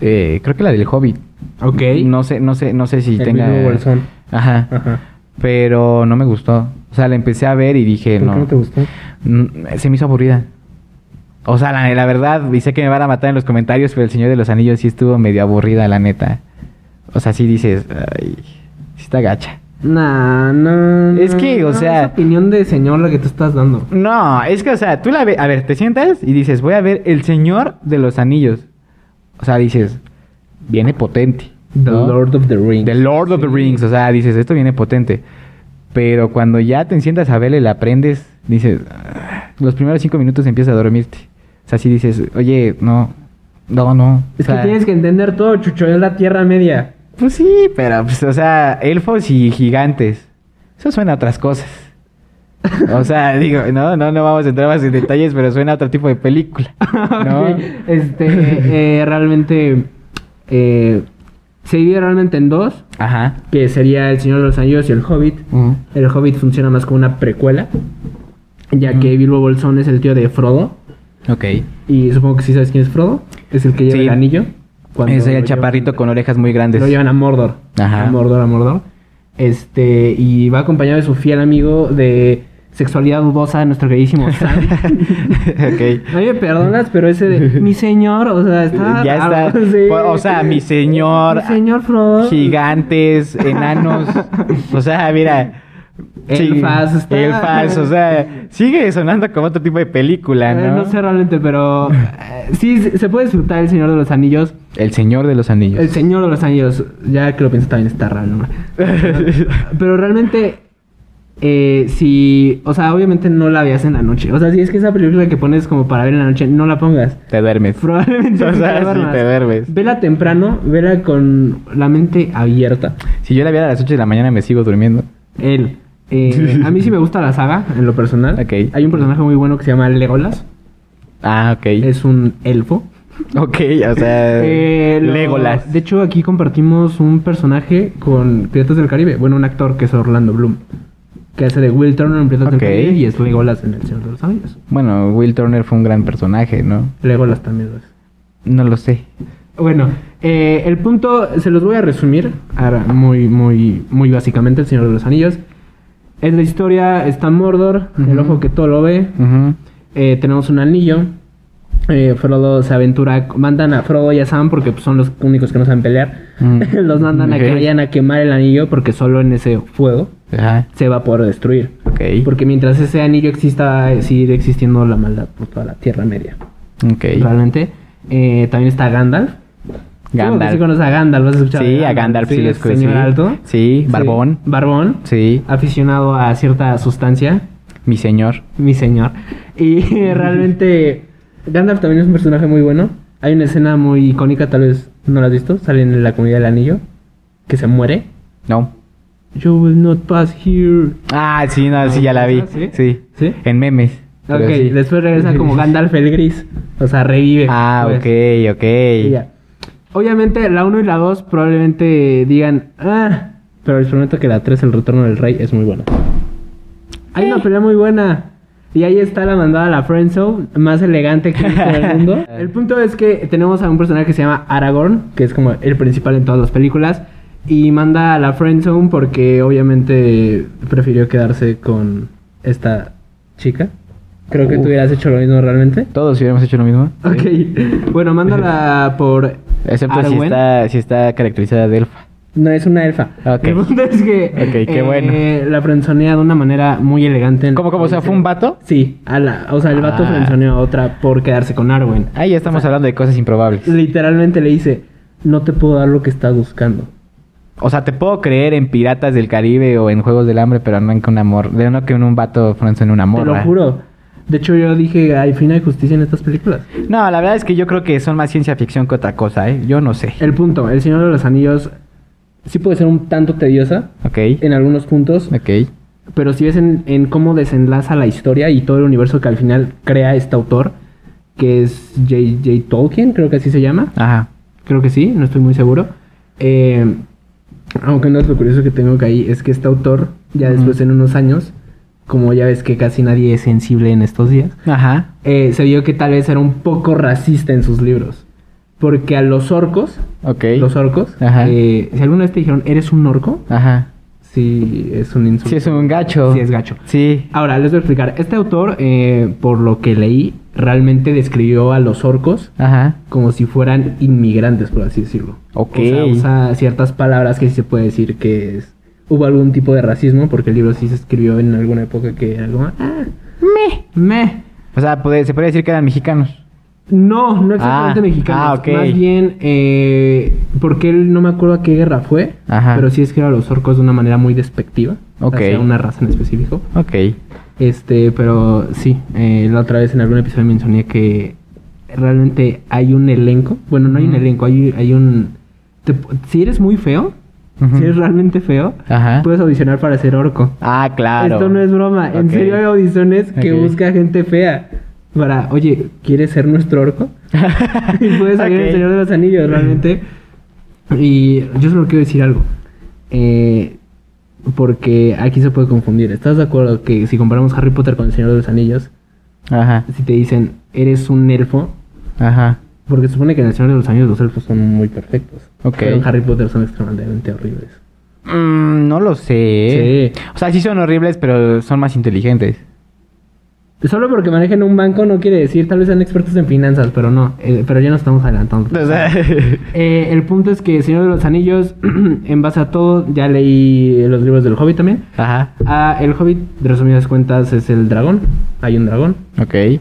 [SPEAKER 1] eh, creo que la del Hobbit.
[SPEAKER 2] Ok.
[SPEAKER 1] No sé, no sé, no sé si
[SPEAKER 2] El
[SPEAKER 1] tenga.
[SPEAKER 2] mismo bolsón.
[SPEAKER 1] Ajá.
[SPEAKER 2] Ajá.
[SPEAKER 1] Pero no me gustó. O sea, la empecé a ver y dije,
[SPEAKER 2] ¿Por
[SPEAKER 1] no.
[SPEAKER 2] qué no te gustó?
[SPEAKER 1] Mm, Se me hizo aburrida. O sea, la, la verdad, y sé que me van a matar en los comentarios, pero el Señor de los Anillos sí estuvo medio aburrida, la neta. O sea, sí dices, ay, sí está gacha.
[SPEAKER 2] Nah, no.
[SPEAKER 1] Es
[SPEAKER 2] no,
[SPEAKER 1] que, o
[SPEAKER 2] no,
[SPEAKER 1] sea-
[SPEAKER 2] Es opinión de señor la que te estás dando.
[SPEAKER 1] No, es que, o sea, tú la ves, a ver, te sientas y dices, voy a ver El Señor de los Anillos. O sea, dices, viene potente.
[SPEAKER 2] The
[SPEAKER 1] ¿no?
[SPEAKER 2] Lord of the Rings.
[SPEAKER 1] The Lord of the Rings, o sea, dices, esto viene potente. Pero cuando ya te sientas a verla y la aprendes, dices, "Ah", los primeros cinco minutos empiezas a dormirte. O sea, si dices, oye, no, no, no. o
[SPEAKER 2] Es
[SPEAKER 1] sea,
[SPEAKER 2] que tienes que entender todo, Chucho. Es la Tierra Media.
[SPEAKER 1] Pues sí, pero, pues, o sea, elfos y gigantes. Eso suena a otras cosas. O
[SPEAKER 2] <laughs>
[SPEAKER 1] sea, digo, no, no, no vamos a entrar más en detalles, pero suena a otro tipo de película. ¿no?
[SPEAKER 2] <laughs> <laughs> Ok, <laughs> Este, eh, realmente. eh, se divide realmente en dos:
[SPEAKER 1] Ajá. Mm.
[SPEAKER 2] que sería El Señor de los Anillos y El Hobbit. El Hobbit funciona más como una precuela. ya
[SPEAKER 1] Ujú.
[SPEAKER 2] que Bilbo Bolsón es el tío de Frodo.
[SPEAKER 1] Ok.
[SPEAKER 2] Y supongo que sí sabes quién es Frodo. Es el que lleva
[SPEAKER 1] Sí.
[SPEAKER 2] el anillo. cuando
[SPEAKER 1] Ese
[SPEAKER 2] lo
[SPEAKER 1] el chaparrito
[SPEAKER 2] llevan-
[SPEAKER 1] con orejas muy grandes.
[SPEAKER 2] Lo llevan a Mordor.
[SPEAKER 1] Ajá.
[SPEAKER 2] A Mordor, a Mordor. Este, y va acompañado de su fiel amigo de sexualidad dudosa, nuestro
[SPEAKER 1] <laughs>
[SPEAKER 2] queridísimo Sam.
[SPEAKER 1] Ok.
[SPEAKER 2] Oye, perdonas, pero ese de mi señor, o sea, está.
[SPEAKER 1] Ya está. Pues,
[SPEAKER 2] raro, sí.
[SPEAKER 1] O sea, mi señor.
[SPEAKER 2] Mi señor Frodo. <laughs>
[SPEAKER 1] Gigantes, enanos. o sea, mira.
[SPEAKER 2] Elfas,
[SPEAKER 1] sí,
[SPEAKER 2] está-
[SPEAKER 1] elfas, o sea, sigue sonando como otro tipo de película,
[SPEAKER 2] Eh,
[SPEAKER 1] ¿no?
[SPEAKER 2] No sé realmente, pero eh, sí se se puede disfrutar el Señor de los Anillos.
[SPEAKER 1] El Señor de los Anillos.
[SPEAKER 2] El Señor de los Anillos, ya que lo pienso también está raro
[SPEAKER 1] <laughs>
[SPEAKER 2] el nombre. Pero, pero realmente, eh, si, o sea, obviamente no la veas en la noche. O sea, si es que esa película que pones como para ver en la noche, no la pongas.
[SPEAKER 1] Te duermes. <laughs>
[SPEAKER 2] Probablemente
[SPEAKER 1] O
[SPEAKER 2] sí
[SPEAKER 1] sea, sí
[SPEAKER 2] duermas.
[SPEAKER 1] te duermes.
[SPEAKER 2] Vela temprano, vela con la mente abierta.
[SPEAKER 1] Si yo la viera a las 8 de la mañana me sigo durmiendo.
[SPEAKER 2] Él. eh, a mí sí me gusta la saga, en lo personal.
[SPEAKER 1] <laughs> Ok.
[SPEAKER 2] Hay un personaje muy bueno que se llama Legolas.
[SPEAKER 1] Ah, ok.
[SPEAKER 2] Es un elfo.
[SPEAKER 1] Ok, o sea,
[SPEAKER 2] <laughs> Eh, lo-
[SPEAKER 1] Legolas.
[SPEAKER 2] De hecho, aquí compartimos un personaje con Piratas del Caribe. Bueno, un actor que es Orlando Bloom. Que hace de Will Turner en Piratas
[SPEAKER 1] Ok.
[SPEAKER 2] del Caribe y es Legolas en El Señor de los Anillos.
[SPEAKER 1] Bueno, Will Turner fue un gran personaje, ¿no?
[SPEAKER 2] Legolas también lo es.
[SPEAKER 1] No lo sé.
[SPEAKER 2] Bueno, eh, el punto se los voy a resumir ahora muy, muy, muy básicamente, El Señor de los Anillos. En la historia está Mordor, el
[SPEAKER 1] Ujú.
[SPEAKER 2] ojo que todo lo ve.
[SPEAKER 1] Ujú.
[SPEAKER 2] Eh, tenemos un anillo. Eh, Frodo se aventura, mandan a Frodo y a Sam porque pues, son los únicos que no saben pelear.
[SPEAKER 1] Mm.
[SPEAKER 2] <laughs> los mandan a que
[SPEAKER 1] Ok.
[SPEAKER 2] vayan a quemar el anillo porque solo en ese fuego
[SPEAKER 1] Ajá.
[SPEAKER 2] se va a poder destruir.
[SPEAKER 1] Ok.
[SPEAKER 2] Porque mientras ese anillo exista, va a seguir existiendo la maldad por toda la Tierra Media.
[SPEAKER 1] Ok.
[SPEAKER 2] Realmente. Eh, también está Gandalf. Supongo que
[SPEAKER 1] Gandalf.
[SPEAKER 2] Sí, conoces a Gandalf, ¿lo has escuchado?
[SPEAKER 1] Sí, a Gandalf sí lo escuché,
[SPEAKER 2] Señor
[SPEAKER 1] sí.
[SPEAKER 2] alto.
[SPEAKER 1] Sí, barbón.
[SPEAKER 2] Barbón.
[SPEAKER 1] Sí,
[SPEAKER 2] Aficionado a cierta sustancia.
[SPEAKER 1] mi señor.
[SPEAKER 2] Mi señor. Y <laughs> realmente Gandalf también es un personaje muy bueno. Hay una escena muy icónica, tal vez no la has visto. Sale en la comunidad del anillo. Que se muere.
[SPEAKER 1] No.
[SPEAKER 2] You will not pass here.
[SPEAKER 1] Ah, sí, no, sí, ya la vi.
[SPEAKER 2] ¿Sí?
[SPEAKER 1] Sí.
[SPEAKER 2] ¿Sí?
[SPEAKER 1] En memes. pero
[SPEAKER 2] Ok,
[SPEAKER 1] sí.
[SPEAKER 2] después regresa
[SPEAKER 1] <laughs>
[SPEAKER 2] como Gandalf el gris. O sea, revive.
[SPEAKER 1] Ah,
[SPEAKER 2] pues.
[SPEAKER 1] ok, ok.
[SPEAKER 2] Y ya. Obviamente la 1 y la 2 probablemente digan, ah, pero les prometo que la 3, el retorno del rey, es muy buena. Hay una pelea muy buena. Y ahí está la mandada a la Friendzone, más elegante que he visto en el mundo. El punto es que tenemos a un personaje que se llama Aragorn, que es como el principal en todas las películas. Y manda a la Friendzone porque obviamente prefirió quedarse con esta chica. Creo que tú
[SPEAKER 1] Uf.
[SPEAKER 2] hubieras hecho lo mismo realmente.
[SPEAKER 1] Todos hubiéramos hecho lo mismo.
[SPEAKER 2] Ok, bueno, mándala por.
[SPEAKER 1] Excepto si
[SPEAKER 2] Arwen.
[SPEAKER 1] está, si está caracterizada de elfa.
[SPEAKER 2] No, es una elfa.
[SPEAKER 1] Ok.
[SPEAKER 2] El punto es que. eh,
[SPEAKER 1] Ok, qué bueno.
[SPEAKER 2] La frenzonea de una manera muy elegante.
[SPEAKER 1] ¿Cómo, cómo? O sea, ¿fue un vato?
[SPEAKER 2] Sí, a la- o sea, el vato
[SPEAKER 1] Ah.
[SPEAKER 2] frenzoneó a otra por quedarse con Arwen.
[SPEAKER 1] Ahí ya estamos hablando de cosas improbables.
[SPEAKER 2] Literalmente le dice: No te puedo dar lo que estás buscando.
[SPEAKER 1] O sea, te puedo creer en Piratas del Caribe o en Juegos del Hambre, pero no en que un amor, de no que un, un vato francés en un amor.
[SPEAKER 2] Te lo juro. De hecho, yo dije: Hay fin de justicia en estas películas.
[SPEAKER 1] No, la verdad es que yo creo que son más ciencia ficción que otra cosa, ¿eh? Yo no sé.
[SPEAKER 2] El punto: El Señor de los Anillos sí puede ser un tanto tediosa
[SPEAKER 1] Ok.
[SPEAKER 2] en algunos puntos.
[SPEAKER 1] Ok.
[SPEAKER 2] Pero si ves en, en cómo desenlaza la historia y todo el universo que al final crea este autor, que es J.J. Tolkien, creo que así se llama.
[SPEAKER 1] Ajá.
[SPEAKER 2] Creo que sí, no estoy muy seguro. Eh, aunque no es lo curioso que tengo que ahí, es que este autor, ya
[SPEAKER 1] Ujú.
[SPEAKER 2] después en unos años, como ya ves que casi nadie es sensible en estos días,
[SPEAKER 1] Ajá.
[SPEAKER 2] eh, se vio que tal vez era un poco racista en sus libros. Porque a los orcos,
[SPEAKER 1] Ok.
[SPEAKER 2] los orcos,
[SPEAKER 1] Ajá.
[SPEAKER 2] eh, si alguna vez te dijeron, ¿eres un orco?
[SPEAKER 1] Ajá.
[SPEAKER 2] Sí, es un insulto.
[SPEAKER 1] Sí, es un gacho.
[SPEAKER 2] Sí, es gacho.
[SPEAKER 1] Sí.
[SPEAKER 2] Ahora, les voy a explicar. Este autor, eh, por lo que leí, realmente describió a los orcos
[SPEAKER 1] Ajá.
[SPEAKER 2] como si fueran inmigrantes, por así decirlo.
[SPEAKER 1] Ok.
[SPEAKER 2] O sea, usa ciertas palabras que sí se puede decir que es- hubo algún tipo de racismo, porque el libro sí se escribió en alguna época que era como... "Ah, meh".
[SPEAKER 1] O sea, puede- se podría decir que eran mexicanos.
[SPEAKER 2] No, no exactamente
[SPEAKER 1] Ah,
[SPEAKER 2] mexicanos.
[SPEAKER 1] ah, ok.
[SPEAKER 2] Más bien, eh, porque él no me acuerdo a qué guerra fue,
[SPEAKER 1] Ajá.
[SPEAKER 2] pero sí escribió a los orcos de una manera muy despectiva.
[SPEAKER 1] Ok.
[SPEAKER 2] Hacia una raza en específico.
[SPEAKER 1] Ok.
[SPEAKER 2] Este, pero sí, eh, la otra vez en algún episodio mencioné que realmente hay un elenco. Bueno, no hay un
[SPEAKER 1] Ujú.
[SPEAKER 2] elenco, hay, hay un... te pu- si eres muy feo,
[SPEAKER 1] Ujú.
[SPEAKER 2] si eres realmente feo,
[SPEAKER 1] Ajá.
[SPEAKER 2] puedes audicionar para ser orco.
[SPEAKER 1] Ah, claro.
[SPEAKER 2] Pues, Esto no es broma, en
[SPEAKER 1] Ok.
[SPEAKER 2] serio
[SPEAKER 1] <laughs>
[SPEAKER 2] hay audiciones que
[SPEAKER 1] Ok.
[SPEAKER 2] busca gente fea. Para, oye, ¿quieres ser nuestro orco? <laughs> y puedes salir
[SPEAKER 1] Ok.
[SPEAKER 2] el Señor de los Anillos, realmente. Y yo solo quiero decir algo. Eh, porque aquí se puede confundir. ¿Estás de acuerdo que si comparamos Harry Potter con El Señor de los Anillos,
[SPEAKER 1] Ajá,
[SPEAKER 2] si te dicen eres un elfo,
[SPEAKER 1] ajá.
[SPEAKER 2] porque se supone que en El Señor de los Anillos los elfos son muy perfectos,
[SPEAKER 1] Ok.
[SPEAKER 2] pero en Harry Potter son extremadamente horribles.
[SPEAKER 1] Mm, no lo sé.
[SPEAKER 2] Sí.
[SPEAKER 1] O sea, sí son horribles, pero son más inteligentes.
[SPEAKER 2] Solo porque manejen un banco no quiere decir, tal vez sean expertos en finanzas, pero no, eh, pero ya nos estamos adelantando.
[SPEAKER 1] O sea,
[SPEAKER 2] Eh, el punto es que Señor de los Anillos, <clears throat> en base a todo, ya leí los libros del Hobbit también.
[SPEAKER 1] <laughs> ajá.
[SPEAKER 2] Ah, el Hobbit, de resumidas cuentas, es el dragón. Hay un dragón.
[SPEAKER 1] Ok,
[SPEAKER 2] Eh,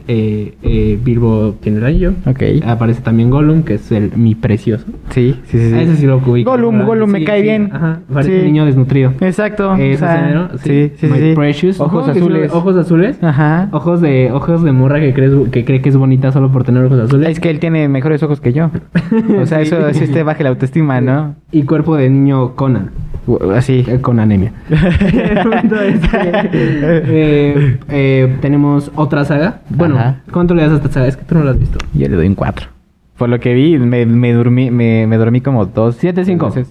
[SPEAKER 2] eh, Bilbo tiene el anillo.
[SPEAKER 1] ok.
[SPEAKER 2] Aparece también Gollum, que es el mi precioso.
[SPEAKER 1] Sí, sí, sí. sí.
[SPEAKER 2] A ese sí lo ubico.
[SPEAKER 1] Gollum,
[SPEAKER 2] ¿verdad?
[SPEAKER 1] Gollum me
[SPEAKER 2] Sí,
[SPEAKER 1] cae
[SPEAKER 2] sí,
[SPEAKER 1] bien.
[SPEAKER 2] Ajá, parece
[SPEAKER 1] Sí.
[SPEAKER 2] un niño desnutrido.
[SPEAKER 1] Exacto.
[SPEAKER 2] Eh,
[SPEAKER 1] o sea,
[SPEAKER 2] ¿ese mero?
[SPEAKER 1] sí, sí, sí.
[SPEAKER 2] My
[SPEAKER 1] sí.
[SPEAKER 2] precious.
[SPEAKER 1] Ojos
[SPEAKER 2] Supongo que sí lo-
[SPEAKER 1] azules. Ah.
[SPEAKER 2] Ojos azules.
[SPEAKER 1] Ajá.
[SPEAKER 2] Ojos de, ojos de morra que, crees, que cree que es bonita solo por tener ojos azules.
[SPEAKER 1] Es que él tiene mejores ojos que yo. O sea,
[SPEAKER 2] <laughs> Sí.
[SPEAKER 1] eso sí te baja la autoestima, ¿no?
[SPEAKER 2] Y cuerpo de niño Conan.
[SPEAKER 1] U- Así.
[SPEAKER 2] Eh,
[SPEAKER 1] <laughs>
[SPEAKER 2] Con anemia. El punto es que, eh, eh, tenemos otra saga. Bueno,
[SPEAKER 1] Ajá.
[SPEAKER 2] ¿cuánto le das a esta saga? Es que tú no la has visto.
[SPEAKER 1] Yo le doy un 4. Por lo que vi, me, me dormí, me, me dormí como 2.
[SPEAKER 2] Siete, cinco. Mm.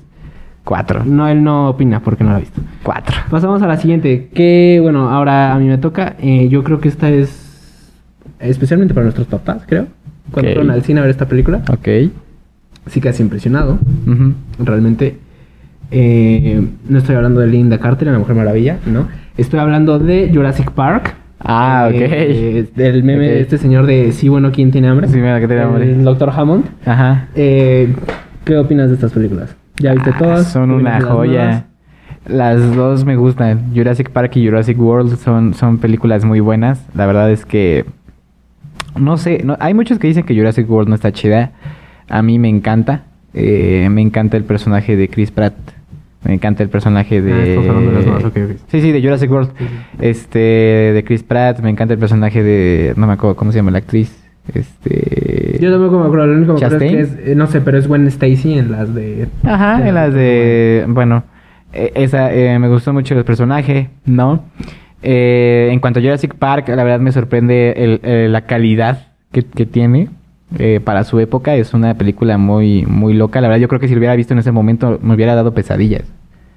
[SPEAKER 1] 4.
[SPEAKER 2] No, él no opina porque no la ha visto.
[SPEAKER 1] 4.
[SPEAKER 2] Pasamos a la siguiente. Que bueno, ahora a mí me toca. Eh, yo creo que esta es especialmente para nuestros papás, creo. Cuando
[SPEAKER 1] Ok.
[SPEAKER 2] fueron al cine a ver esta película,
[SPEAKER 1] Ok.
[SPEAKER 2] sí casi impresionado.
[SPEAKER 1] Ujú.
[SPEAKER 2] Realmente, eh, no estoy hablando de Linda Carter, en La Mujer Maravilla, ¿no? Estoy hablando de Jurassic Park.
[SPEAKER 1] Ah, ok.
[SPEAKER 2] Eh, del meme
[SPEAKER 1] Ok.
[SPEAKER 2] de este señor de sí, bueno, ¿quién tiene hambre?
[SPEAKER 1] Sí, mira, que tiene hambre.
[SPEAKER 2] El doctor Hammond.
[SPEAKER 1] Ajá.
[SPEAKER 2] Eh, ¿Qué opinas de estas películas? ¿Ya viste
[SPEAKER 1] Ah,
[SPEAKER 2] todas?
[SPEAKER 1] Son una
[SPEAKER 2] ¿Opinas de las nuevas?
[SPEAKER 1] joya. Las dos me gustan. Jurassic Park y Jurassic World son, son películas muy buenas. La verdad es que. No sé. no- hay muchos que dicen que Jurassic World no está chida. A mí me encanta. Eh, me encanta el personaje de Chris Pratt. Me encanta el personaje de.
[SPEAKER 2] Ah, estamos hablando de las nuevas, ok, ok.
[SPEAKER 1] Sí, sí, de Jurassic World.
[SPEAKER 2] Sí, sí.
[SPEAKER 1] Este. De Chris Pratt. Me encanta el personaje de. No me acuerdo cómo se llama la actriz. Este.
[SPEAKER 2] Yo tampoco me acuerdo, lo único que me acuerdo es
[SPEAKER 1] ¿Chastain?
[SPEAKER 2] que es, eh, no sé, pero es Gwen Stacy en las de...
[SPEAKER 1] Ajá, en las de. Bueno, eh, esa eh, me gustó mucho el personaje, ¿no? Eh, en cuanto a Jurassic Park, la verdad me sorprende el- eh, la calidad que, que tiene eh, para su época. Es una película muy, muy loca. La verdad, yo creo que si lo hubiera visto en ese momento, me hubiera dado pesadillas.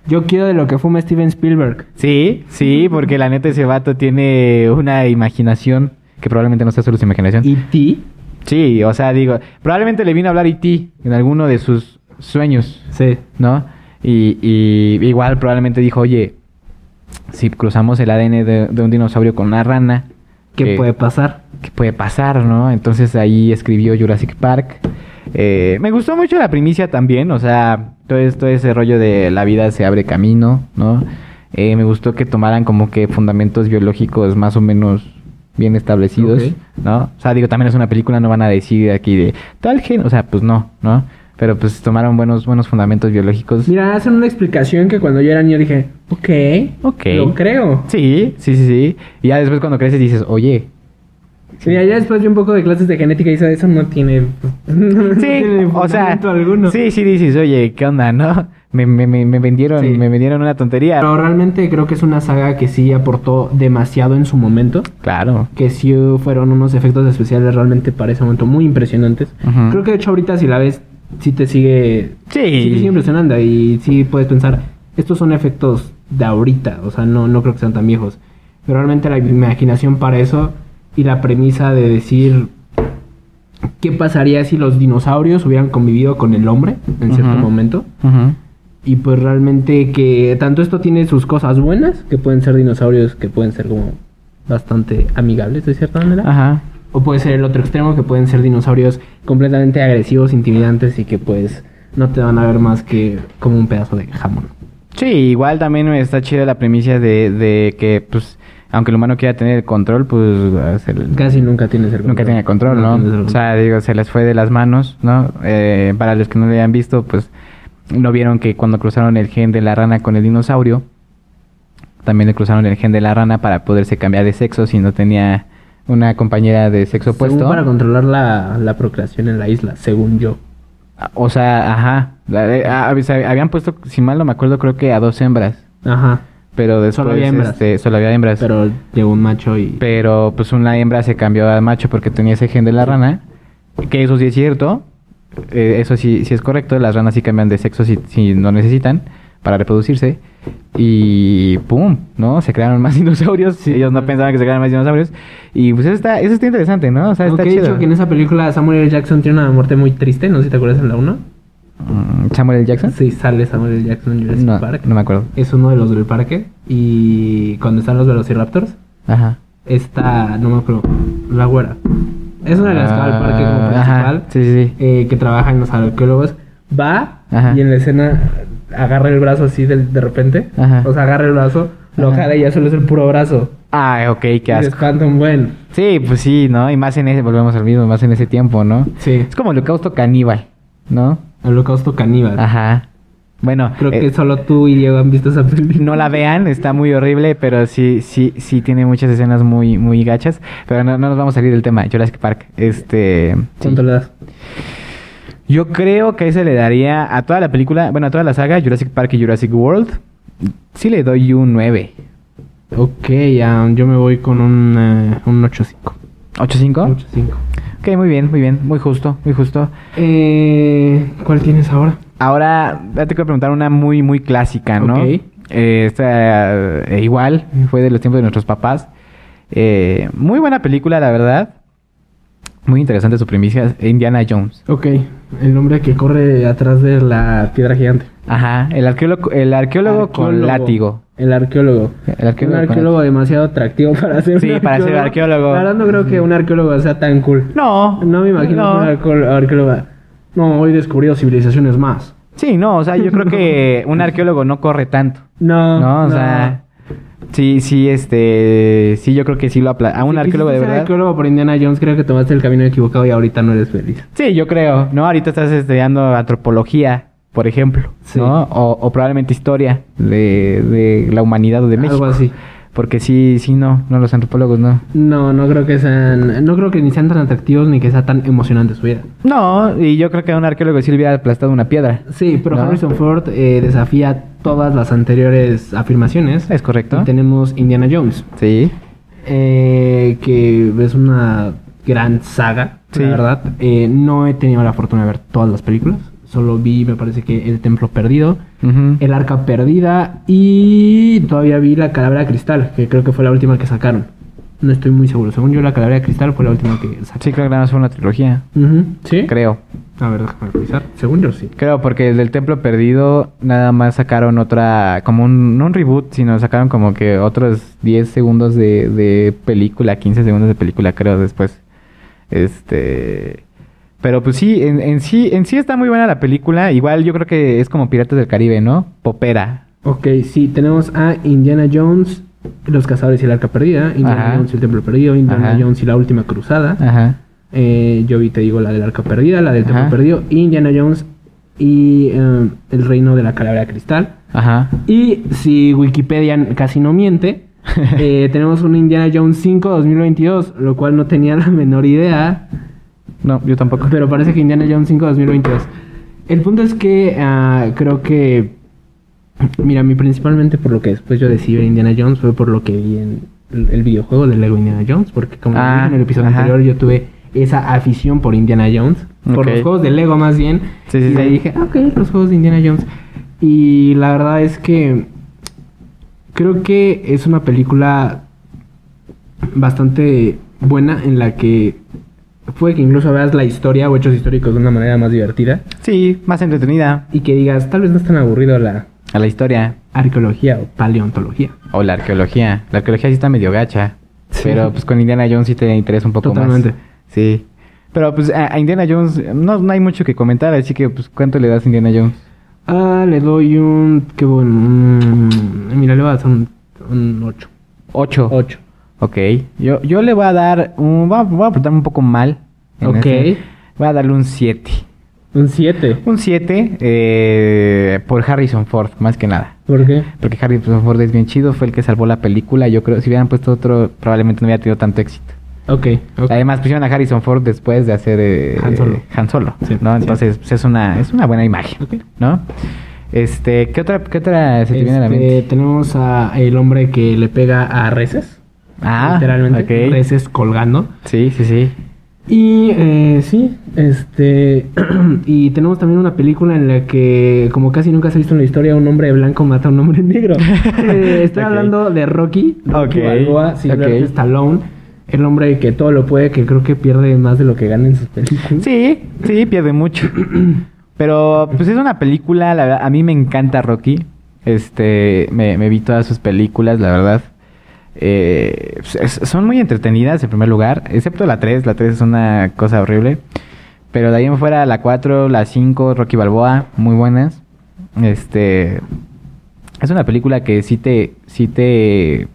[SPEAKER 2] Yo quiero de lo que fuma Steven Spielberg.
[SPEAKER 1] Sí, sí, porque la neta ese vato tiene una imaginación que probablemente no sea solo su imaginación.
[SPEAKER 2] ¿Y ti?
[SPEAKER 1] Sí, o sea, digo, probablemente le vino a hablar E.T. en alguno de sus sueños.
[SPEAKER 2] Sí.
[SPEAKER 1] ¿no? Y, y igual probablemente dijo, oye, si cruzamos el ADN de, de un dinosaurio con una rana, eh,
[SPEAKER 2] ¿Qué puede pasar?
[SPEAKER 1] qué puede pasar, no? Entonces ahí escribió Jurassic Park. Eh, me gustó mucho la primicia también, o sea, todo, es- todo ese rollo de la vida se abre camino, ¿no? Eh, me gustó que tomaran como que fundamentos biológicos más o menos bien establecidos,
[SPEAKER 2] Ok.
[SPEAKER 1] ¿no? O sea, digo, también es una película, no van a decir aquí de tal gen, o sea, pues no, ¿no? Pero pues tomaron buenos, buenos fundamentos biológicos.
[SPEAKER 2] Mira, hacen una explicación que cuando yo era niño dije, ok,
[SPEAKER 1] Ok.
[SPEAKER 2] lo creo.
[SPEAKER 1] Sí, sí, sí, sí. Y ya después cuando creces dices, oye.
[SPEAKER 2] Mira, ya después de un poco de clases de genética y eso, eso no tiene... <laughs> no
[SPEAKER 1] Sí,
[SPEAKER 2] tiene
[SPEAKER 1] o sea,
[SPEAKER 2] fundamento alguno.
[SPEAKER 1] sí, sí dices, oye, ¿qué onda, no? Me, me, me, me vendieron,
[SPEAKER 2] Sí.
[SPEAKER 1] me vendieron una tontería.
[SPEAKER 2] Pero realmente creo que es una saga que sí aportó demasiado en su momento.
[SPEAKER 1] Claro.
[SPEAKER 2] Que sí fueron unos efectos especiales realmente para ese momento muy impresionantes.
[SPEAKER 1] Ujú.
[SPEAKER 2] Creo que de hecho ahorita si la ves, sí te sigue...
[SPEAKER 1] Sí.
[SPEAKER 2] sí te sigue impresionando y sí puedes pensar, estos son efectos de ahorita, o sea, no, no creo que sean tan viejos. Pero realmente la imaginación para eso y la premisa de decir qué pasaría si los dinosaurios hubieran convivido con el hombre en cierto
[SPEAKER 1] Ujú.
[SPEAKER 2] momento.
[SPEAKER 1] Ujú.
[SPEAKER 2] Y pues realmente que tanto esto tiene sus cosas buenas, que pueden ser dinosaurios que pueden ser como bastante amigables de cierta manera.
[SPEAKER 1] Ajá.
[SPEAKER 2] O puede ser el otro extremo, que pueden ser dinosaurios completamente agresivos, intimidantes y que pues no te van a ver más que como un pedazo de jamón.
[SPEAKER 1] Sí, igual también está chida la premisa de, de que, pues, aunque el humano quiera tener el control, pues, hacer el-
[SPEAKER 2] Casi nunca tienes el
[SPEAKER 1] Nunca tenía control, ¿no?
[SPEAKER 2] tienes el
[SPEAKER 1] O sea, digo, se les fue de las manos, ¿no? Eh, para los que no lo hayan visto, pues no vieron que cuando cruzaron el gen de la rana con el dinosaurio, también le cruzaron el gen de la rana para poderse cambiar de sexo si no tenía una compañera de sexo
[SPEAKER 2] Según
[SPEAKER 1] opuesto.
[SPEAKER 2] para controlar la, la procreación en la isla, según yo.
[SPEAKER 1] Ah, O sea, ajá. La de- ah, o sea, habían puesto, si mal no me acuerdo, creo que a dos hembras.
[SPEAKER 2] Ajá.
[SPEAKER 1] Pero después
[SPEAKER 2] Solo había hembras.
[SPEAKER 1] este, solo había hembras.
[SPEAKER 2] Pues, Pero llegó un macho y...
[SPEAKER 1] Pero pues una hembra se cambió a macho porque tenía ese gen de la rana. Que eso sí es cierto. eh, eso sí, sí es correcto. Las ranas sí cambian de sexo si, si no necesitan para reproducirse. Y pum, ¿no? Se crearon más <laughs> dinosaurios. Ellos no pensaban que se crearan más dinosaurios. Y pues eso está, eso está interesante, ¿no? O sea, está
[SPEAKER 2] Aunque he
[SPEAKER 1] chido.
[SPEAKER 2] dicho que en esa película Samuel L. Jackson tiene una muerte muy triste, no sé si te acuerdas en la 1.
[SPEAKER 1] Mm, ¿Samuel L. Jackson?
[SPEAKER 2] Sí, sale Samuel L. Jackson en Jurassic
[SPEAKER 1] No,
[SPEAKER 2] Park.
[SPEAKER 1] no me acuerdo.
[SPEAKER 2] Es uno de los del parque. Y cuando están los Velociraptors,
[SPEAKER 1] Ajá.
[SPEAKER 2] está, no me acuerdo, la güera. Es una de las que va al parque como
[SPEAKER 1] Ah, ajá,
[SPEAKER 2] principal.
[SPEAKER 1] sí, sí, sí.
[SPEAKER 2] eh, que trabaja en los arqueólogos. Va
[SPEAKER 1] Ajá.
[SPEAKER 2] y en la escena agarra el brazo así de, de repente.
[SPEAKER 1] Ajá.
[SPEAKER 2] O sea, agarra el brazo, lo
[SPEAKER 1] Ajá.
[SPEAKER 2] jala y ya solo es el puro brazo.
[SPEAKER 1] Ah, ok,
[SPEAKER 2] Y
[SPEAKER 1] qué
[SPEAKER 2] les
[SPEAKER 1] asco.
[SPEAKER 2] espanta un buen.
[SPEAKER 1] Sí, pues sí, ¿no? Y más en ese, volvemos al mismo, más en ese tiempo, ¿no?
[SPEAKER 2] Sí.
[SPEAKER 1] Es como el holocausto caníbal, ¿no?
[SPEAKER 2] Holocausto caníbal.
[SPEAKER 1] Ajá. Bueno,
[SPEAKER 2] Creo
[SPEAKER 1] eh,
[SPEAKER 2] que solo tú y Diego han visto esa película.
[SPEAKER 1] no la vean, está muy horrible, pero sí, sí, sí tiene muchas escenas muy, muy gachas. Pero no, no nos vamos a salir del tema, Jurassic Park. Este. sí.
[SPEAKER 2] ¿Cuánto le das?
[SPEAKER 1] Yo creo que se le daría a toda la película, bueno, a toda la saga, Jurassic Park y Jurassic World. Sí le doy un 9.
[SPEAKER 2] Ok, ya, yo me voy con un, eh, un 8.5.
[SPEAKER 1] ¿8-5?
[SPEAKER 2] 8.5.
[SPEAKER 1] Ok, muy bien, muy bien, muy justo, muy justo.
[SPEAKER 2] Eh, ¿Cuál tienes ahora?
[SPEAKER 1] Ahora, ya te quiero preguntar una muy, muy clásica, ¿no?
[SPEAKER 2] Ok.
[SPEAKER 1] Eh, esta, eh, igual, fue de los tiempos de nuestros papás. Eh, muy buena película, la verdad. Muy interesante su primicia, Indiana Jones.
[SPEAKER 2] Ok, el hombre que corre atrás de la piedra gigante.
[SPEAKER 1] Ajá, el arqueólogo, el arqueólogo, con
[SPEAKER 2] Arqueólogo.
[SPEAKER 1] látigo.
[SPEAKER 2] El arqueólogo.
[SPEAKER 1] El arqueólogo
[SPEAKER 2] un
[SPEAKER 1] con
[SPEAKER 2] arqueólogo demasiado atractivo para ser
[SPEAKER 1] Sí,
[SPEAKER 2] un
[SPEAKER 1] para ser arqueólogo.
[SPEAKER 2] La verdad no creo que un arqueólogo sea tan cool.
[SPEAKER 1] No,
[SPEAKER 2] No me imagino
[SPEAKER 1] no.
[SPEAKER 2] que un arqueó- arqueólogo... No, hoy descubrió civilizaciones más.
[SPEAKER 1] Sí, no, o sea, yo creo
[SPEAKER 2] <laughs>
[SPEAKER 1] que un arqueólogo no corre tanto.
[SPEAKER 2] No,
[SPEAKER 1] No, o sea, sí, sí, este, sí, yo creo que sí lo apla a un
[SPEAKER 2] Si
[SPEAKER 1] arqueólogo de
[SPEAKER 2] quisiste ser
[SPEAKER 1] verdad.
[SPEAKER 2] arqueólogo por Indiana Jones, creo que tomaste el camino equivocado y ahorita no eres feliz.
[SPEAKER 1] Sí, yo creo, ¿no? Ahorita estás estudiando antropología, por ejemplo,
[SPEAKER 2] Sí.
[SPEAKER 1] ¿no? O, o probablemente historia de, de la humanidad o de México.
[SPEAKER 2] Algo así.
[SPEAKER 1] Porque sí, sí, no, no, los antropólogos no.
[SPEAKER 2] No, no creo que sean... No creo que ni sean tan atractivos ni que sea tan emocionante su vida.
[SPEAKER 1] No, y yo creo que a un arqueólogo sí le hubiera aplastado una piedra.
[SPEAKER 2] Sí, pero
[SPEAKER 1] ¿No?
[SPEAKER 2] Harrison Ford eh, desafía todas las anteriores afirmaciones.
[SPEAKER 1] Es correcto.
[SPEAKER 2] Y tenemos Indiana Jones.
[SPEAKER 1] Sí.
[SPEAKER 2] Eh, que es una gran saga,
[SPEAKER 1] Sí.
[SPEAKER 2] la verdad. Eh, no he tenido la fortuna de ver todas las películas. Solo vi, me parece que El Templo Perdido,
[SPEAKER 1] Ujú.
[SPEAKER 2] El Arca Perdida y todavía vi La Calavera de Cristal, que creo que fue la última que sacaron. No estoy muy seguro. Según yo, La Calavera de Cristal fue la última que sacaron.
[SPEAKER 1] Sí, creo que nada más fue una trilogía.
[SPEAKER 2] Ujú, ¿Sí?
[SPEAKER 1] Creo.
[SPEAKER 2] A ver, déjame revisar. Según yo, sí.
[SPEAKER 1] Creo, porque el del Templo Perdido nada más sacaron otra, como un, no un reboot, sino sacaron como que otros 10 segundos de, de película, 15 segundos de película, creo, después. Este. Pero pues sí, en, en sí, en sí está muy buena la película. Igual yo creo que es como Piratas del Caribe, ¿no? Popera.
[SPEAKER 2] Ok, sí, tenemos a Indiana Jones, Los Cazadores y el Arca Perdida, Indiana
[SPEAKER 1] Ajá.
[SPEAKER 2] Jones y el Templo Perdido, Indiana
[SPEAKER 1] Ajá.
[SPEAKER 2] Jones y la Última Cruzada.
[SPEAKER 1] Ajá.
[SPEAKER 2] Eh, yo vi, te digo, la del arca perdida, la del templo
[SPEAKER 1] Ajá.
[SPEAKER 2] perdido, Indiana Jones y eh, el reino de la calavera de cristal.
[SPEAKER 1] Ajá.
[SPEAKER 2] Y si Wikipedia casi
[SPEAKER 1] <laughs>
[SPEAKER 2] no miente, eh, tenemos un Indiana Jones 5 2022, lo cual no tenía la menor idea,
[SPEAKER 1] No, yo tampoco.
[SPEAKER 2] pero parece que Indiana Jones 5 2022. El punto es que ah, creo que, mira, mi principalmente por lo que después yo decidí ver Indiana Jones fue por lo que vi en el el videojuego de Lego Indiana Jones, porque como
[SPEAKER 1] Ah,
[SPEAKER 2] dije en el episodio
[SPEAKER 1] ajá.
[SPEAKER 2] anterior, yo tuve esa afición por Indiana Jones, por
[SPEAKER 1] Ok.
[SPEAKER 2] los juegos de Lego más bien.
[SPEAKER 1] Sí, sí,
[SPEAKER 2] y de ahí
[SPEAKER 1] sí.
[SPEAKER 2] dije, "Ah, ok, los juegos de Indiana Jones. Y la verdad es que creo que es una película bastante buena en la que puede que incluso veas la historia o hechos históricos de una manera más divertida
[SPEAKER 1] Sí, más entretenida.
[SPEAKER 2] y que digas, tal vez no es tan aburrido la
[SPEAKER 1] A la historia.
[SPEAKER 2] arqueología o paleontología.
[SPEAKER 1] O la arqueología. La arqueología sí está medio gacha.
[SPEAKER 2] Sí.
[SPEAKER 1] Pero pues con Indiana Jones sí te interesa un poco
[SPEAKER 2] Totalmente.
[SPEAKER 1] más. Sí. Pero pues a, a Indiana Jones eh, no, no hay mucho que comentar, así que pues ¿cuánto le das a Indiana Jones?
[SPEAKER 2] Ah, le doy un... Qué bueno. un- mira, le voy a dar un, un 8.
[SPEAKER 1] Ocho.
[SPEAKER 2] 8.
[SPEAKER 1] Ok. Yo, yo le voy a dar un... Voy a, voy a apretarme un poco mal. en
[SPEAKER 2] Ok.
[SPEAKER 1] este. Voy a darle un 7.
[SPEAKER 2] Un 7.
[SPEAKER 1] Un 7 eh, por Harrison Ford, más que nada.
[SPEAKER 2] ¿Por qué?
[SPEAKER 1] Porque Harrison Ford es bien chido, fue el que salvó la película. Yo creo, si hubieran puesto otro, probablemente no hubiera tenido tanto éxito.
[SPEAKER 2] Ok. ok.
[SPEAKER 1] Además pusieron a Harrison Ford después de hacer eh,
[SPEAKER 2] Han Solo.
[SPEAKER 1] Han Solo,
[SPEAKER 2] Sí,
[SPEAKER 1] ¿no?
[SPEAKER 2] sí.
[SPEAKER 1] Entonces pues, es una es una buena imagen,
[SPEAKER 2] Ok.
[SPEAKER 1] ¿no? Este, ¿qué otra qué otra se te viene a la
[SPEAKER 2] Este,
[SPEAKER 1] mente?
[SPEAKER 2] Tenemos a el hombre que le pega a reses.
[SPEAKER 1] Ah,
[SPEAKER 2] literalmente.
[SPEAKER 1] ok.
[SPEAKER 2] Reses colgando.
[SPEAKER 1] Sí, sí, sí.
[SPEAKER 2] Y eh, sí, este. <clears throat> y tenemos también una película en la que, como casi nunca se ha visto en la historia, un hombre blanco mata a un
[SPEAKER 1] <laughs>
[SPEAKER 2] hombre negro. Eh, estoy
[SPEAKER 1] Ok.
[SPEAKER 2] hablando de Rocky, Rocky
[SPEAKER 1] Ok,
[SPEAKER 2] Balboa, Sylvester
[SPEAKER 1] ok.
[SPEAKER 2] Stallone, el hombre que todo lo puede, que creo que pierde más de lo que gana en sus películas.
[SPEAKER 1] Sí, sí, pierde mucho.
[SPEAKER 2] <clears throat>
[SPEAKER 1] Pero pues es una película, la verdad, a mí me encanta Rocky. Este, me, me vi todas sus películas, la verdad. Eh, pues, es- son muy entretenidas en primer lugar, excepto la 3, la 3 es una cosa horrible. Pero de ahí en fuera la 4, la 5, Rocky Balboa, muy buenas. Este, es una película que sí te, sí te,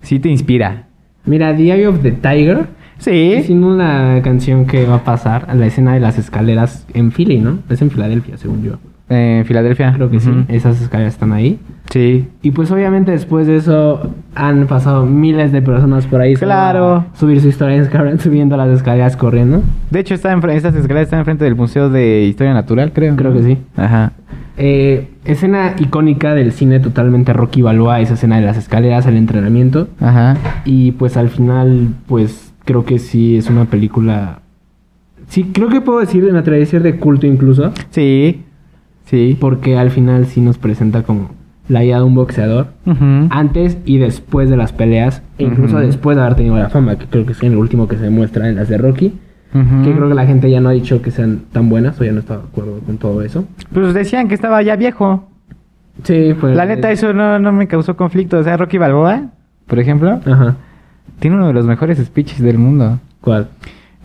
[SPEAKER 1] sí te inspira.
[SPEAKER 2] Mira, The Eye of the Tiger.
[SPEAKER 1] Sí.
[SPEAKER 2] Es una canción que va a pasar a la escena de las escaleras en Philly, ¿no? Es en Filadelfia, según yo.
[SPEAKER 1] En Eh, Filadelfia.
[SPEAKER 2] Creo que
[SPEAKER 1] Ujú.
[SPEAKER 2] sí. Esas escaleras están ahí.
[SPEAKER 1] Sí.
[SPEAKER 2] Y pues obviamente después de eso han pasado miles de personas por ahí.
[SPEAKER 1] Claro.
[SPEAKER 2] a Subir su historia en Instagram, <laughs> subiendo las escaleras corriendo.
[SPEAKER 1] De hecho, está enfre- estas escaleras están enfrente del Museo de Historia Natural, creo.
[SPEAKER 2] Creo que sí.
[SPEAKER 1] Ajá.
[SPEAKER 2] Eh, escena icónica del cine totalmente Rocky Balboa, esa escena de las escaleras, el entrenamiento.
[SPEAKER 1] Ajá.
[SPEAKER 2] Y pues al final, pues creo que sí es una película... Sí, creo que puedo decir, me atrevería a decir de culto incluso.
[SPEAKER 1] Sí. Sí.
[SPEAKER 2] Porque al final sí nos presenta como la idea de un boxeador.
[SPEAKER 1] Ujú.
[SPEAKER 2] antes y después de las peleas, e incluso
[SPEAKER 1] Ujú.
[SPEAKER 2] después de haber tenido la fama, que creo que es el último que se muestra en las de Rocky,
[SPEAKER 1] Ujú.
[SPEAKER 2] que creo que la gente ya no ha dicho que sean tan buenas, o ya no está de acuerdo con todo eso.
[SPEAKER 1] Pues decían que estaba ya viejo.
[SPEAKER 2] Sí, pues...
[SPEAKER 1] La neta, eso no, no me causó conflicto. O sea, Rocky Balboa, por ejemplo,
[SPEAKER 2] Ajá,
[SPEAKER 1] tiene uno de los mejores speeches del mundo.
[SPEAKER 2] ¿cuál?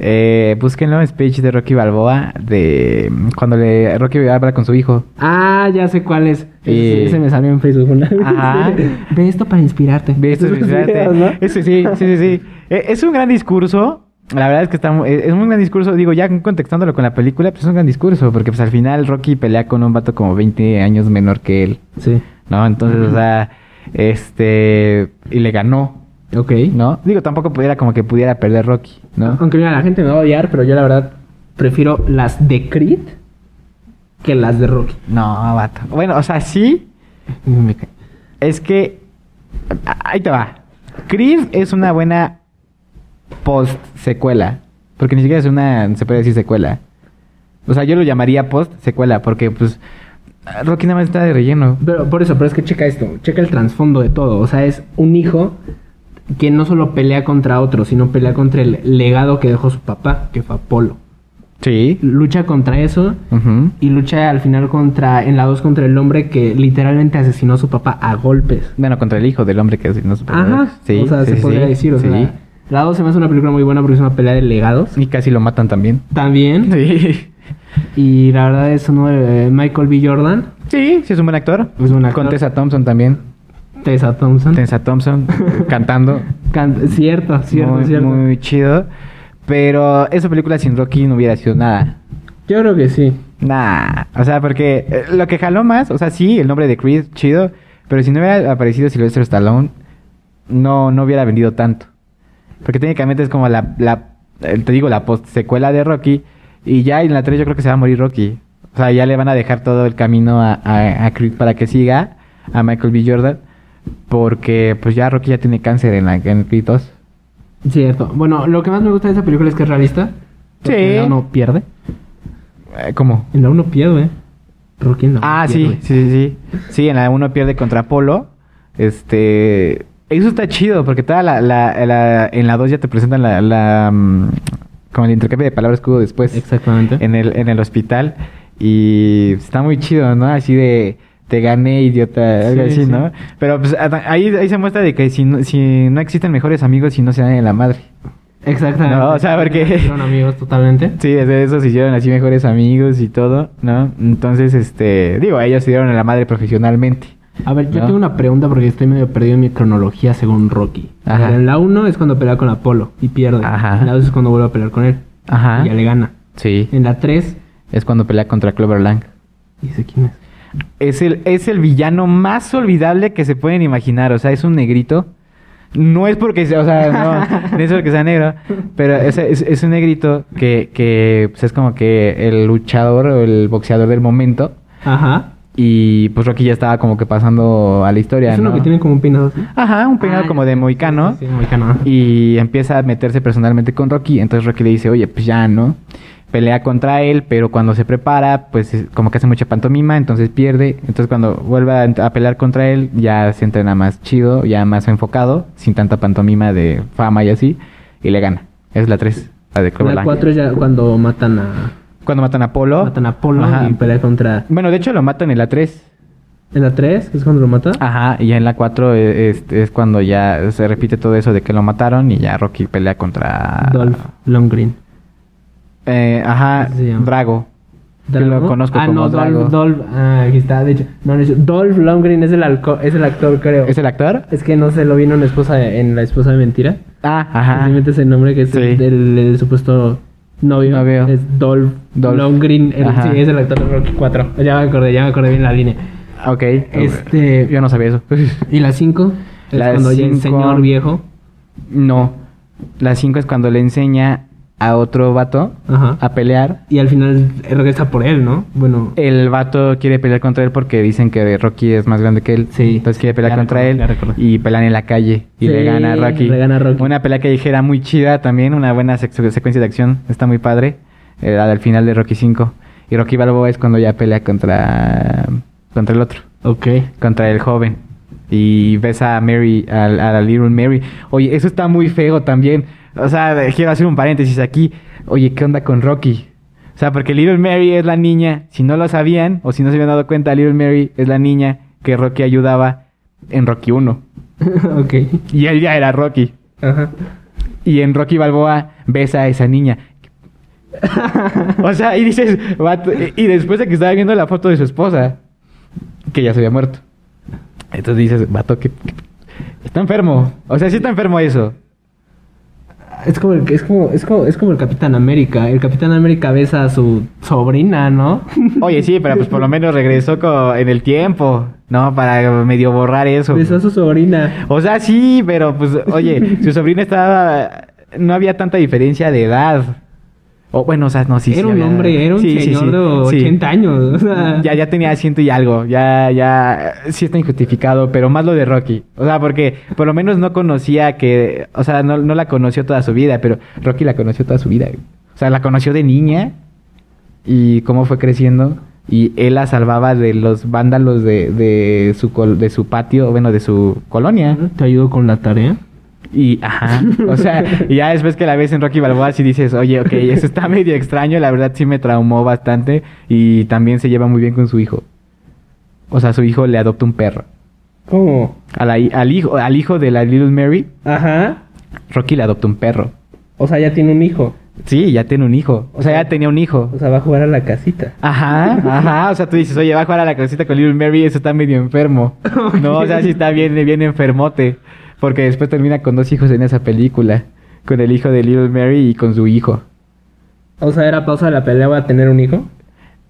[SPEAKER 1] Eh, búsquenlo, speech de Rocky Balboa, de cuando le Rocky habla con su hijo.
[SPEAKER 2] Ah, ya sé cuál es. Ese,
[SPEAKER 1] Eh.
[SPEAKER 2] ese me salió en Facebook una vez.
[SPEAKER 1] Ajá.
[SPEAKER 2] <laughs> Ve esto para inspirarte.
[SPEAKER 1] Ve esto,
[SPEAKER 2] Esos
[SPEAKER 1] felicidades.
[SPEAKER 2] videos, ¿no?
[SPEAKER 1] Eso sí, sí, sí, sí. Eh, Es un gran discurso. La verdad es que está, mu- eh, es un gran discurso. Digo, ya contextándolo con la película, pues es un gran discurso. Porque pues al final Rocky pelea con un vato como 20 años menor que él.
[SPEAKER 2] Sí,
[SPEAKER 1] ¿No? Entonces, o sea, este... Y le ganó,
[SPEAKER 2] ok.
[SPEAKER 1] ¿no? Digo, tampoco pudiera como que pudiera perder Rocky, ¿no?
[SPEAKER 2] Aunque mira, la gente me va a odiar, pero yo la verdad prefiero las de Creed que las de Rocky.
[SPEAKER 1] No, vato. Bueno, o sea, sí.
[SPEAKER 2] Me ca-
[SPEAKER 1] Es que... a- Ahí te va. Creed es una buena post-secuela. Porque ni siquiera es una... Se puede decir secuela. O sea, yo lo llamaría post-secuela porque, pues... Rocky nada más está de relleno.
[SPEAKER 2] Pero por eso, pero es que checa esto, checa el trasfondo de todo. O sea, es un hijo que no solo pelea contra otro, sino pelea contra el legado que dejó su papá, que fue Apolo.
[SPEAKER 1] Sí.
[SPEAKER 2] Lucha contra eso
[SPEAKER 1] Ujú.
[SPEAKER 2] y lucha al final contra, en la 2 contra el hombre que literalmente asesinó a su papá a golpes.
[SPEAKER 1] Bueno, contra el hijo del hombre que no se
[SPEAKER 2] Ajá.
[SPEAKER 1] Sí,
[SPEAKER 2] o sea,
[SPEAKER 1] sí,
[SPEAKER 2] se
[SPEAKER 1] sí,
[SPEAKER 2] podría
[SPEAKER 1] sí,
[SPEAKER 2] decir, o
[SPEAKER 1] sí.
[SPEAKER 2] sea, la 2 se me hace una película muy buena porque es una pelea de legados.
[SPEAKER 1] Y casi lo matan también.
[SPEAKER 2] También.
[SPEAKER 1] Sí.
[SPEAKER 2] Y la verdad es uno de eh, Michael B. Jordan,
[SPEAKER 1] Sí, sí es un buen actor.
[SPEAKER 2] Es un actor.
[SPEAKER 1] Con Tessa Thompson también.
[SPEAKER 2] Tessa Thompson.
[SPEAKER 1] Tessa
[SPEAKER 2] <laughs>
[SPEAKER 1] Thompson cantando.
[SPEAKER 2] Can- cierto, cierto,
[SPEAKER 1] muy,
[SPEAKER 2] cierto.
[SPEAKER 1] muy chido. Pero esa película sin Rocky no hubiera sido nada.
[SPEAKER 2] Yo creo que sí.
[SPEAKER 1] Nah. O sea, porque eh, lo que jaló más, o sea, sí, el nombre de Creed, chido. Pero si no hubiera aparecido Sylvester Stallone, no, no hubiera vendido tanto. Porque técnicamente es como la, la eh, te digo, la post-secuela de Rocky. Y ya en la 3 yo creo que se va a morir Rocky. O sea, ya le van a dejar todo el camino a, a- a Creed para que siga a Michael B. Jordan. Porque pues ya Rocky ya tiene cáncer en, la, en Creed 2.
[SPEAKER 2] Cierto. Bueno, lo que más me gusta de esa película es que es realista. Porque
[SPEAKER 1] Sí.
[SPEAKER 2] En la 1 pierde.
[SPEAKER 1] Eh, ¿Cómo?
[SPEAKER 2] En la 1 pierde. Rocky en la uno
[SPEAKER 1] Ah, sí,
[SPEAKER 2] pierde.
[SPEAKER 1] sí, sí, sí. Sí, en la 1 pierde contra Polo. Este. Eso está chido, porque toda la, la- la- en la 2 ya te presentan la. la, mm, como el intercambio de palabras que hubo después.
[SPEAKER 2] Exactamente.
[SPEAKER 1] En el, en el hospital. Y está muy chido, ¿no? Así de. Te gané, idiota. Algo
[SPEAKER 2] Sí,
[SPEAKER 1] así,
[SPEAKER 2] sí.
[SPEAKER 1] ¿no? Pero pues a- ahí, ahí se muestra de que si no, si no existen mejores amigos, si no se dan en la madre.
[SPEAKER 2] Exactamente.
[SPEAKER 1] No, o sea, porque-
[SPEAKER 2] Son amigos totalmente.
[SPEAKER 1] Sí, desde eso se hicieron así mejores amigos y todo, ¿no? Entonces, este, digo, ellos se dieron a la madre profesionalmente.
[SPEAKER 2] A ver, yo
[SPEAKER 1] No.
[SPEAKER 2] tengo una pregunta porque estoy medio perdido en mi cronología según Rocky. A
[SPEAKER 1] Ajá.
[SPEAKER 2] ver, En la 1 es cuando pelea con Apolo y pierde.
[SPEAKER 1] Ajá.
[SPEAKER 2] En la 2 es cuando vuelve a pelear con él.
[SPEAKER 1] Ajá.
[SPEAKER 2] Y ya le gana.
[SPEAKER 1] Sí.
[SPEAKER 2] En la 3,
[SPEAKER 1] Es cuando pelea contra Clover Lang.
[SPEAKER 2] ¿y ese quién es?
[SPEAKER 1] Es el, es el villano más olvidable que se pueden imaginar. O sea, es un negrito. No es porque sea, o sea, <laughs> no, no es porque sea negro, pero es, es- es un negrito que, que pues, es como que el luchador o el boxeador del momento.
[SPEAKER 2] Ajá.
[SPEAKER 1] Y pues Rocky ya estaba como que pasando a la historia,
[SPEAKER 2] es uno
[SPEAKER 1] ¿no?
[SPEAKER 2] que tiene como un peinado así.
[SPEAKER 1] Ajá, un peinado
[SPEAKER 2] Ah,
[SPEAKER 1] como
[SPEAKER 2] ya.
[SPEAKER 1] de moicano.
[SPEAKER 2] Sí, sí, moicano.
[SPEAKER 1] Y empieza a meterse personalmente con Rocky. Entonces Rocky le dice, oye, pues ya, ¿no? Pelea contra él, pero cuando se prepara, pues es como que hace mucha pantomima, entonces pierde. Entonces cuando vuelve a, ent- a pelear contra él, ya se entrena más chido, ya más enfocado, sin tanta pantomima de fama y así, y le gana. Es la 3, la de
[SPEAKER 2] La
[SPEAKER 1] Cloverland.
[SPEAKER 2] 4 es ya cuando matan a,
[SPEAKER 1] Cuando matan a Polo.
[SPEAKER 2] matan a Polo
[SPEAKER 1] Ajá.
[SPEAKER 2] y pelea contra...
[SPEAKER 1] Bueno, de hecho lo matan en la 3.
[SPEAKER 2] ¿En la 3? ¿Es cuando lo mata?
[SPEAKER 1] Ajá, y ya en la 4 es, es cuando ya se repite todo eso de que lo mataron y ya Rocky pelea contra...
[SPEAKER 2] Dolph Longgreen.
[SPEAKER 1] Eh, ajá,
[SPEAKER 2] Así se llama.
[SPEAKER 1] Drago. Yo lo
[SPEAKER 2] ¿Drago?
[SPEAKER 1] conozco
[SPEAKER 2] ah,
[SPEAKER 1] como
[SPEAKER 2] no,
[SPEAKER 1] Drago.
[SPEAKER 2] Dolph, Dolph- ah, aquí está, de hecho. No, de hecho, Dolph Longgreen es el, alco- es el actor, creo.
[SPEAKER 1] ¿Es el actor?
[SPEAKER 2] Es que no se lo vino en esposa en la esposa de mentira.
[SPEAKER 1] Ah, ajá.
[SPEAKER 2] Simplemente ese nombre que es
[SPEAKER 1] Sí.
[SPEAKER 2] el, el supuesto novio.
[SPEAKER 1] Novio.
[SPEAKER 2] Es Dolph,
[SPEAKER 1] Dolph.
[SPEAKER 2] Longgreen. el-
[SPEAKER 1] Ajá.
[SPEAKER 2] sí, es el actor de Rocky 4. Ya me acordé, ya me acordé bien la línea.
[SPEAKER 1] Ok.
[SPEAKER 2] Este-
[SPEAKER 1] Yo no sabía eso. <laughs>
[SPEAKER 2] ¿Y la 5? Es
[SPEAKER 1] La
[SPEAKER 2] cuando ya el
[SPEAKER 1] cinco-
[SPEAKER 2] señor viejo.
[SPEAKER 1] no. La 5 es cuando le enseña a otro vato
[SPEAKER 2] Ajá.
[SPEAKER 1] a pelear.
[SPEAKER 2] Y al final regresa por él, ¿no? Bueno.
[SPEAKER 1] El vato quiere pelear contra él porque dicen que Rocky es más grande que él.
[SPEAKER 2] Sí.
[SPEAKER 1] Entonces quiere pelear
[SPEAKER 2] Ya
[SPEAKER 1] contra
[SPEAKER 2] recuerdo, ya
[SPEAKER 1] él
[SPEAKER 2] recuerdo.
[SPEAKER 1] y pelean en la calle. Y le
[SPEAKER 2] Sí,
[SPEAKER 1] gana a Rocky.
[SPEAKER 2] le gana a Rocky.
[SPEAKER 1] Una pelea callejera muy chida también. Una buena sec- secuencia de acción. Está muy padre. Eh, la del final de Rocky 5. Y Rocky Balboa es cuando ya pelea contra, contra el otro.
[SPEAKER 2] Ok.
[SPEAKER 1] contra el joven. Y ves a Mary, a, a la Little Mary. Oye, eso está muy feo también. O sea, de- quiero hacer un paréntesis aquí. Oye, ¿qué onda con Rocky? O sea, porque Little Mary es la niña. Si no lo sabían o si no se habían dado cuenta, Little Mary es la niña que Rocky ayudaba en Rocky 1.
[SPEAKER 2] <laughs> ok.
[SPEAKER 1] Y él ya era Rocky.
[SPEAKER 2] Ajá.
[SPEAKER 1] Y en Rocky Balboa ves a esa niña. <laughs> O sea, y dices, "Vato", y después de que estaba viendo la foto de su esposa, que ya se había muerto. Entonces dices, vato, que está enfermo. O sea, sí está enfermo eso.
[SPEAKER 2] Es como, el, es, como, es, como, es como el Capitán América. El Capitán América besa a su
[SPEAKER 1] <laughs>
[SPEAKER 2] sobrina, ¿no?
[SPEAKER 1] Oye, sí, pero pues por lo menos regresó co- en el tiempo, ¿no? Para medio borrar eso.
[SPEAKER 2] Besó a su sobrina.
[SPEAKER 1] O sea, sí, pero pues, oye, su sobrina estaba. No había tanta diferencia de edad. O bueno, o sea, no, sí, sí
[SPEAKER 2] era un
[SPEAKER 1] había-
[SPEAKER 2] hombre, era un
[SPEAKER 1] sí, sí,
[SPEAKER 2] señor
[SPEAKER 1] sí,
[SPEAKER 2] de
[SPEAKER 1] sí.
[SPEAKER 2] 80 años. o sea.
[SPEAKER 1] Ya, ya tenía ciento y algo, ya, ya, sí está injustificado, pero más lo de Rocky. O sea, porque por lo menos no conocía que, o sea, no, no la conoció toda su vida, pero Rocky la conoció toda su vida. güey. O sea, la conoció de niña y cómo fue creciendo y él la salvaba de los vándalos de, de, su, col- de su patio, bueno, de su colonia.
[SPEAKER 2] ¿Te ayudo con la tarea?
[SPEAKER 1] Y, ajá, o sea, y ya después que la ves en Rocky Balboa, sí dices, oye, ok, eso está <laughs> medio extraño, la verdad sí me traumó bastante y también se lleva muy bien con su hijo. O sea, su hijo le adopta un perro.
[SPEAKER 2] ¿Cómo?
[SPEAKER 1] A la hi- al, hijo, al hijo de la Little Mary,
[SPEAKER 2] Ajá.
[SPEAKER 1] Rocky le adopta un perro.
[SPEAKER 2] O sea, ya tiene un hijo.
[SPEAKER 1] Sí, ya tiene un hijo. O sea, ya tenía un hijo.
[SPEAKER 2] sea, va a jugar a la casita.
[SPEAKER 1] Ajá, ajá. O sea, tú dices, oye, va a jugar a la casita con Little Mary, eso está medio enfermo. No, o sea, sí está bien, bien enfermote. Porque después termina con dos hijos en esa película. Con el hijo de Little Mary y con su hijo.
[SPEAKER 2] O sea, era pausa de la pelea, va a tener un hijo.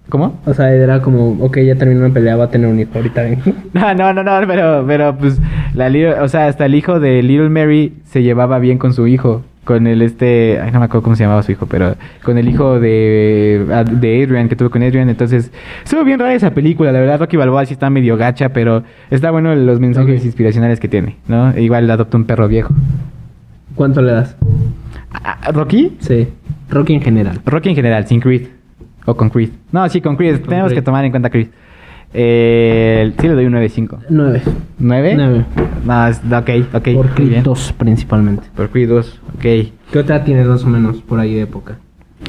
[SPEAKER 1] ¿Cómo?
[SPEAKER 2] O sea, era como, ok, ya terminó la pelea, va a tener un hijo. Ahorita eh? vengo.
[SPEAKER 1] <laughs> No, no, no, no, pero, pero pues, la Little- o sea, hasta el hijo de Little Mary se llevaba bien con su hijo. Con el este, ay, no me acuerdo cómo se llamaba su hijo, pero con el hijo de, de Adrian, que tuvo con Adrian. Entonces, estuvo bien rara esa película. La verdad, Rocky Balboa sí está medio gacha, pero está bueno los mensajes
[SPEAKER 2] Ok.
[SPEAKER 1] inspiracionales que tiene, ¿no? E Igual adopta un perro viejo.
[SPEAKER 2] ¿Cuánto le das?
[SPEAKER 1] Ah, ¿Rocky?
[SPEAKER 2] Sí. Rocky en general.
[SPEAKER 1] Rocky en general, sin Creed. O con Creed. No, sí, con Creed.
[SPEAKER 2] Con
[SPEAKER 1] Tenemos
[SPEAKER 2] Creed.
[SPEAKER 1] que tomar en cuenta Creed. Eh, sí, le doy un 9.5.
[SPEAKER 2] 9.
[SPEAKER 1] ¿Nueve?
[SPEAKER 2] Nueve.
[SPEAKER 1] No, es- ok, ok.
[SPEAKER 2] Por
[SPEAKER 1] muy bien.
[SPEAKER 2] Creed 2 principalmente.
[SPEAKER 1] Por Creed 2, ok.
[SPEAKER 2] ¿Qué otra tienes más o menos por ahí de época?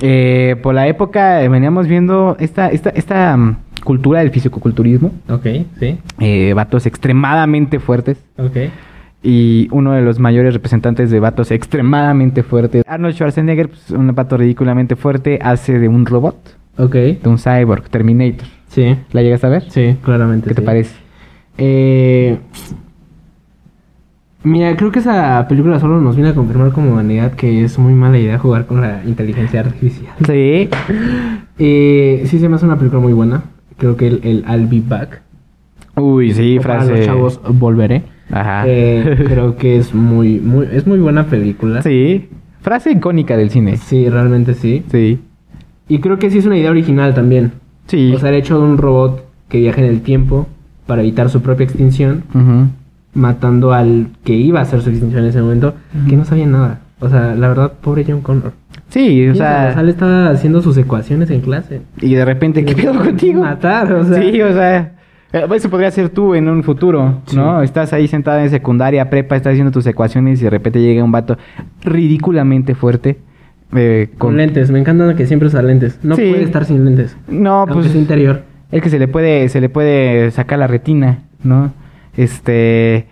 [SPEAKER 1] Eh, por la época eh, veníamos viendo esta, esta, esta mm, cultura del fisicoculturismo.
[SPEAKER 2] Ok, sí.
[SPEAKER 1] eh, vatos extremadamente fuertes.
[SPEAKER 2] Ok.
[SPEAKER 1] Y uno de los mayores representantes de vatos extremadamente fuertes. Arnold Schwarzenegger, pues, un vato ridículamente fuerte, hace de un robot,
[SPEAKER 2] Ok.
[SPEAKER 1] de un cyborg, Terminator.
[SPEAKER 2] Sí.
[SPEAKER 1] ¿La llegas a ver?
[SPEAKER 2] Sí, claramente.
[SPEAKER 1] ¿Qué te
[SPEAKER 2] sí.
[SPEAKER 1] parece?
[SPEAKER 2] Eh, mira, creo que esa película solo nos viene a confirmar como humanidad que es muy mala idea jugar con la inteligencia artificial.
[SPEAKER 1] Sí.
[SPEAKER 2] Eh, sí, se me hace una película muy buena. Creo que el, el I'll be back.
[SPEAKER 1] Uy, sí,
[SPEAKER 2] o para
[SPEAKER 1] frase. Ah.
[SPEAKER 2] los chavos, volveré.
[SPEAKER 1] Ajá. <laughs>
[SPEAKER 2] Eh, creo que es muy, muy, es muy buena película.
[SPEAKER 1] Sí. Frase icónica del cine.
[SPEAKER 2] Sí, realmente sí.
[SPEAKER 1] Sí.
[SPEAKER 2] Y creo que sí es una idea original también.
[SPEAKER 1] Sí.
[SPEAKER 2] O sea, el hecho de un robot que viaja en el tiempo para evitar su propia extinción,
[SPEAKER 1] Ujú.
[SPEAKER 2] matando al que iba a hacer su extinción en ese momento,
[SPEAKER 1] Ujú.
[SPEAKER 2] que no sabía nada. O sea, la verdad, pobre John Connor.
[SPEAKER 1] Sí, o
[SPEAKER 2] Piénsalo,
[SPEAKER 1] sea,
[SPEAKER 2] él estaba haciendo sus ecuaciones en clase.
[SPEAKER 1] y de repente, ¿qué pedo contigo?
[SPEAKER 2] Matar, o sea.
[SPEAKER 1] sí, o sea, eh, eso podría ser tú en un futuro, ¿no? Estás ahí sentado en secundaria, prepa, estás haciendo tus ecuaciones y de repente llega un vato ridículamente fuerte. eh,
[SPEAKER 2] Con lentes, me encanta que siempre usa lentes. No
[SPEAKER 1] Sí.
[SPEAKER 2] puede estar sin lentes.
[SPEAKER 1] No,
[SPEAKER 2] Aunque
[SPEAKER 1] pues
[SPEAKER 2] sea interior.
[SPEAKER 1] Es que se le puede, se le puede sacar la retina, ¿no? Este,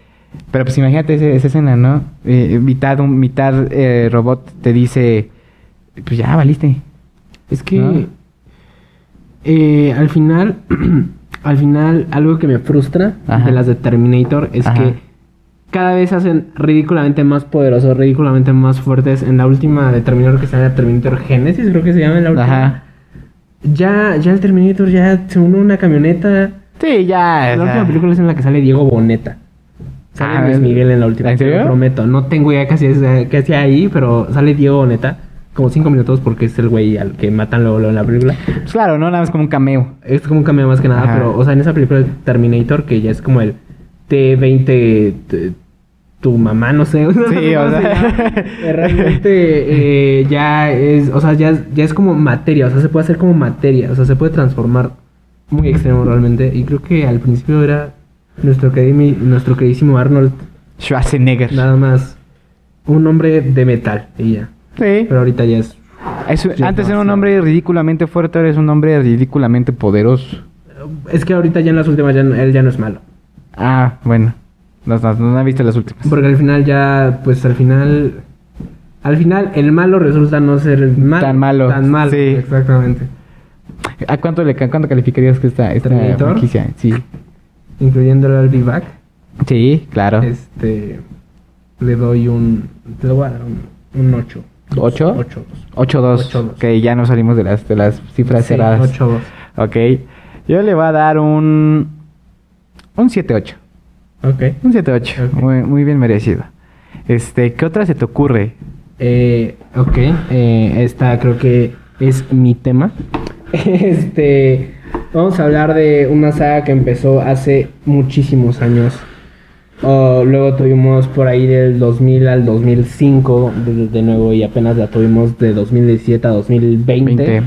[SPEAKER 1] pero pues imagínate ese- esa escena, ¿no? Eh, mitad, un, mitad eh, robot te dice, pues ya valiste.
[SPEAKER 2] Es que
[SPEAKER 1] ¿No?
[SPEAKER 2] eh, al final, <clears throat> al final, algo que me frustra
[SPEAKER 1] Ajá.
[SPEAKER 2] de las de Terminator es
[SPEAKER 1] Ajá.
[SPEAKER 2] que cada vez se hacen ridículamente más poderosos, ridículamente más fuertes. En la última de Terminator que se llama Terminator Genesis, creo que se llama en la última.
[SPEAKER 1] Ajá.
[SPEAKER 2] Ya, ya el Terminator ya se une a una camioneta.
[SPEAKER 1] Sí, ya.
[SPEAKER 2] La
[SPEAKER 1] o sea,
[SPEAKER 2] última película es en la que sale Diego Boneta. Sale
[SPEAKER 1] Ah,
[SPEAKER 2] Luis
[SPEAKER 1] ¿en-
[SPEAKER 2] Miguel en la última.
[SPEAKER 1] ¿en
[SPEAKER 2] te lo
[SPEAKER 1] serio?
[SPEAKER 2] prometo. No tengo idea qué hacía, qué hacía ahí, pero sale Diego Boneta. Como cinco minutos porque es el güey al que matan luego, luego en la película.
[SPEAKER 1] pues claro, no nada más como un cameo.
[SPEAKER 2] Es como un cambio más que nada,
[SPEAKER 1] Ajá.
[SPEAKER 2] pero, o sea, en esa película de Terminator, que ya es como el T-20, t- tu mamá, no sé. <laughs> no sé
[SPEAKER 1] o
[SPEAKER 2] cómo se
[SPEAKER 1] sea.
[SPEAKER 2] llama. Eh, Realmente eh, ya es, o sea, ya, es- ya es como materia, o sea, se puede hacer como materia, o sea, se puede transformar muy extremo realmente. Y creo que al principio era nuestro, queridimi- nuestro queridísimo Arnold,
[SPEAKER 1] Schwarzenegger.
[SPEAKER 2] nada más un hombre de metal, y ya.
[SPEAKER 1] Sí.
[SPEAKER 2] Pero ahorita ya es.
[SPEAKER 1] Es un-
[SPEAKER 2] Sí,
[SPEAKER 1] antes
[SPEAKER 2] no,
[SPEAKER 1] era un
[SPEAKER 2] sí.
[SPEAKER 1] hombre ridículamente fuerte, ahora es un hombre ridículamente poderoso.
[SPEAKER 2] Es que ahorita ya en las últimas, ya, no- él ya no es malo.
[SPEAKER 1] Ah, bueno. No, no, no han visto las últimas.
[SPEAKER 2] Porque al final ya, pues al final. Al final el malo resulta no ser el malo.
[SPEAKER 1] Tan malo,
[SPEAKER 2] Tan malo.
[SPEAKER 1] sí.
[SPEAKER 2] Exactamente.
[SPEAKER 1] ¿A cuánto le ca- cuánto calificarías que esta, esta
[SPEAKER 2] ¿Terminator?
[SPEAKER 1] franquicia? Sí.
[SPEAKER 2] Incluyéndolo al B-Back.
[SPEAKER 1] Sí, claro.
[SPEAKER 2] Este. Le doy un. Le voy a dar un, un 8.
[SPEAKER 1] ¿Ocho?
[SPEAKER 2] 8.
[SPEAKER 1] 8-2.
[SPEAKER 2] 8-2.
[SPEAKER 1] Ok, ya no salimos de las, de las cifras cerradas.
[SPEAKER 2] 8 2.
[SPEAKER 1] Ok. Yo le voy a dar un. Un 7-8.
[SPEAKER 2] Ok.
[SPEAKER 1] Un 7-8.
[SPEAKER 2] Ok.
[SPEAKER 1] Muy, muy bien merecido. Este, ¿qué otra se te ocurre?
[SPEAKER 2] Eh, ok, eh, esta creo que es mi tema. <laughs> Este, vamos a hablar de una saga que empezó hace muchísimos años. Oh, luego tuvimos por ahí del 2000 al 2005, de, de nuevo, y apenas la tuvimos de 2017 a 2020,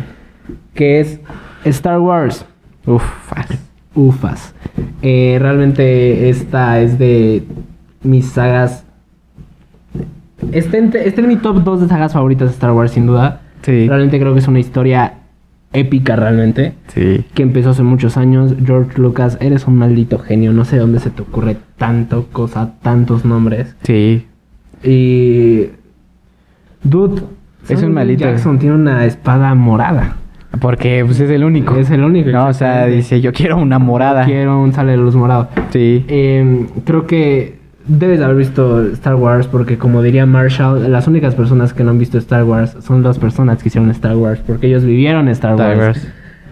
[SPEAKER 2] que es Star Wars.
[SPEAKER 1] Uf, fácil.
[SPEAKER 2] Ufas. Eh, realmente esta es de mis sagas. Está en, está en mi top 2 de sagas favoritas de Star Wars, sin duda.
[SPEAKER 1] Sí.
[SPEAKER 2] Realmente creo que es una historia épica, realmente.
[SPEAKER 1] Sí.
[SPEAKER 2] Que empezó hace muchos años. George Lucas, eres un maldito genio. No sé dónde se te ocurre tanto cosa, tantos nombres.
[SPEAKER 1] Sí.
[SPEAKER 2] Y. Dude.
[SPEAKER 1] Es un
[SPEAKER 2] Samuel
[SPEAKER 1] maldito-
[SPEAKER 2] Jackson tiene una espada morada.
[SPEAKER 1] Porque pues, es el único.
[SPEAKER 2] Es el único,
[SPEAKER 1] No, o sea,
[SPEAKER 2] exactamente.
[SPEAKER 1] dice, yo quiero una morada.
[SPEAKER 2] Quiero un sale de luz morado.
[SPEAKER 1] Sí.
[SPEAKER 2] Eh, creo que debes de haber visto Star Wars porque como diría Marshall, las únicas personas que no han visto Star Wars son las personas que hicieron Star Wars porque ellos vivieron Star Wars.
[SPEAKER 1] Star Wars.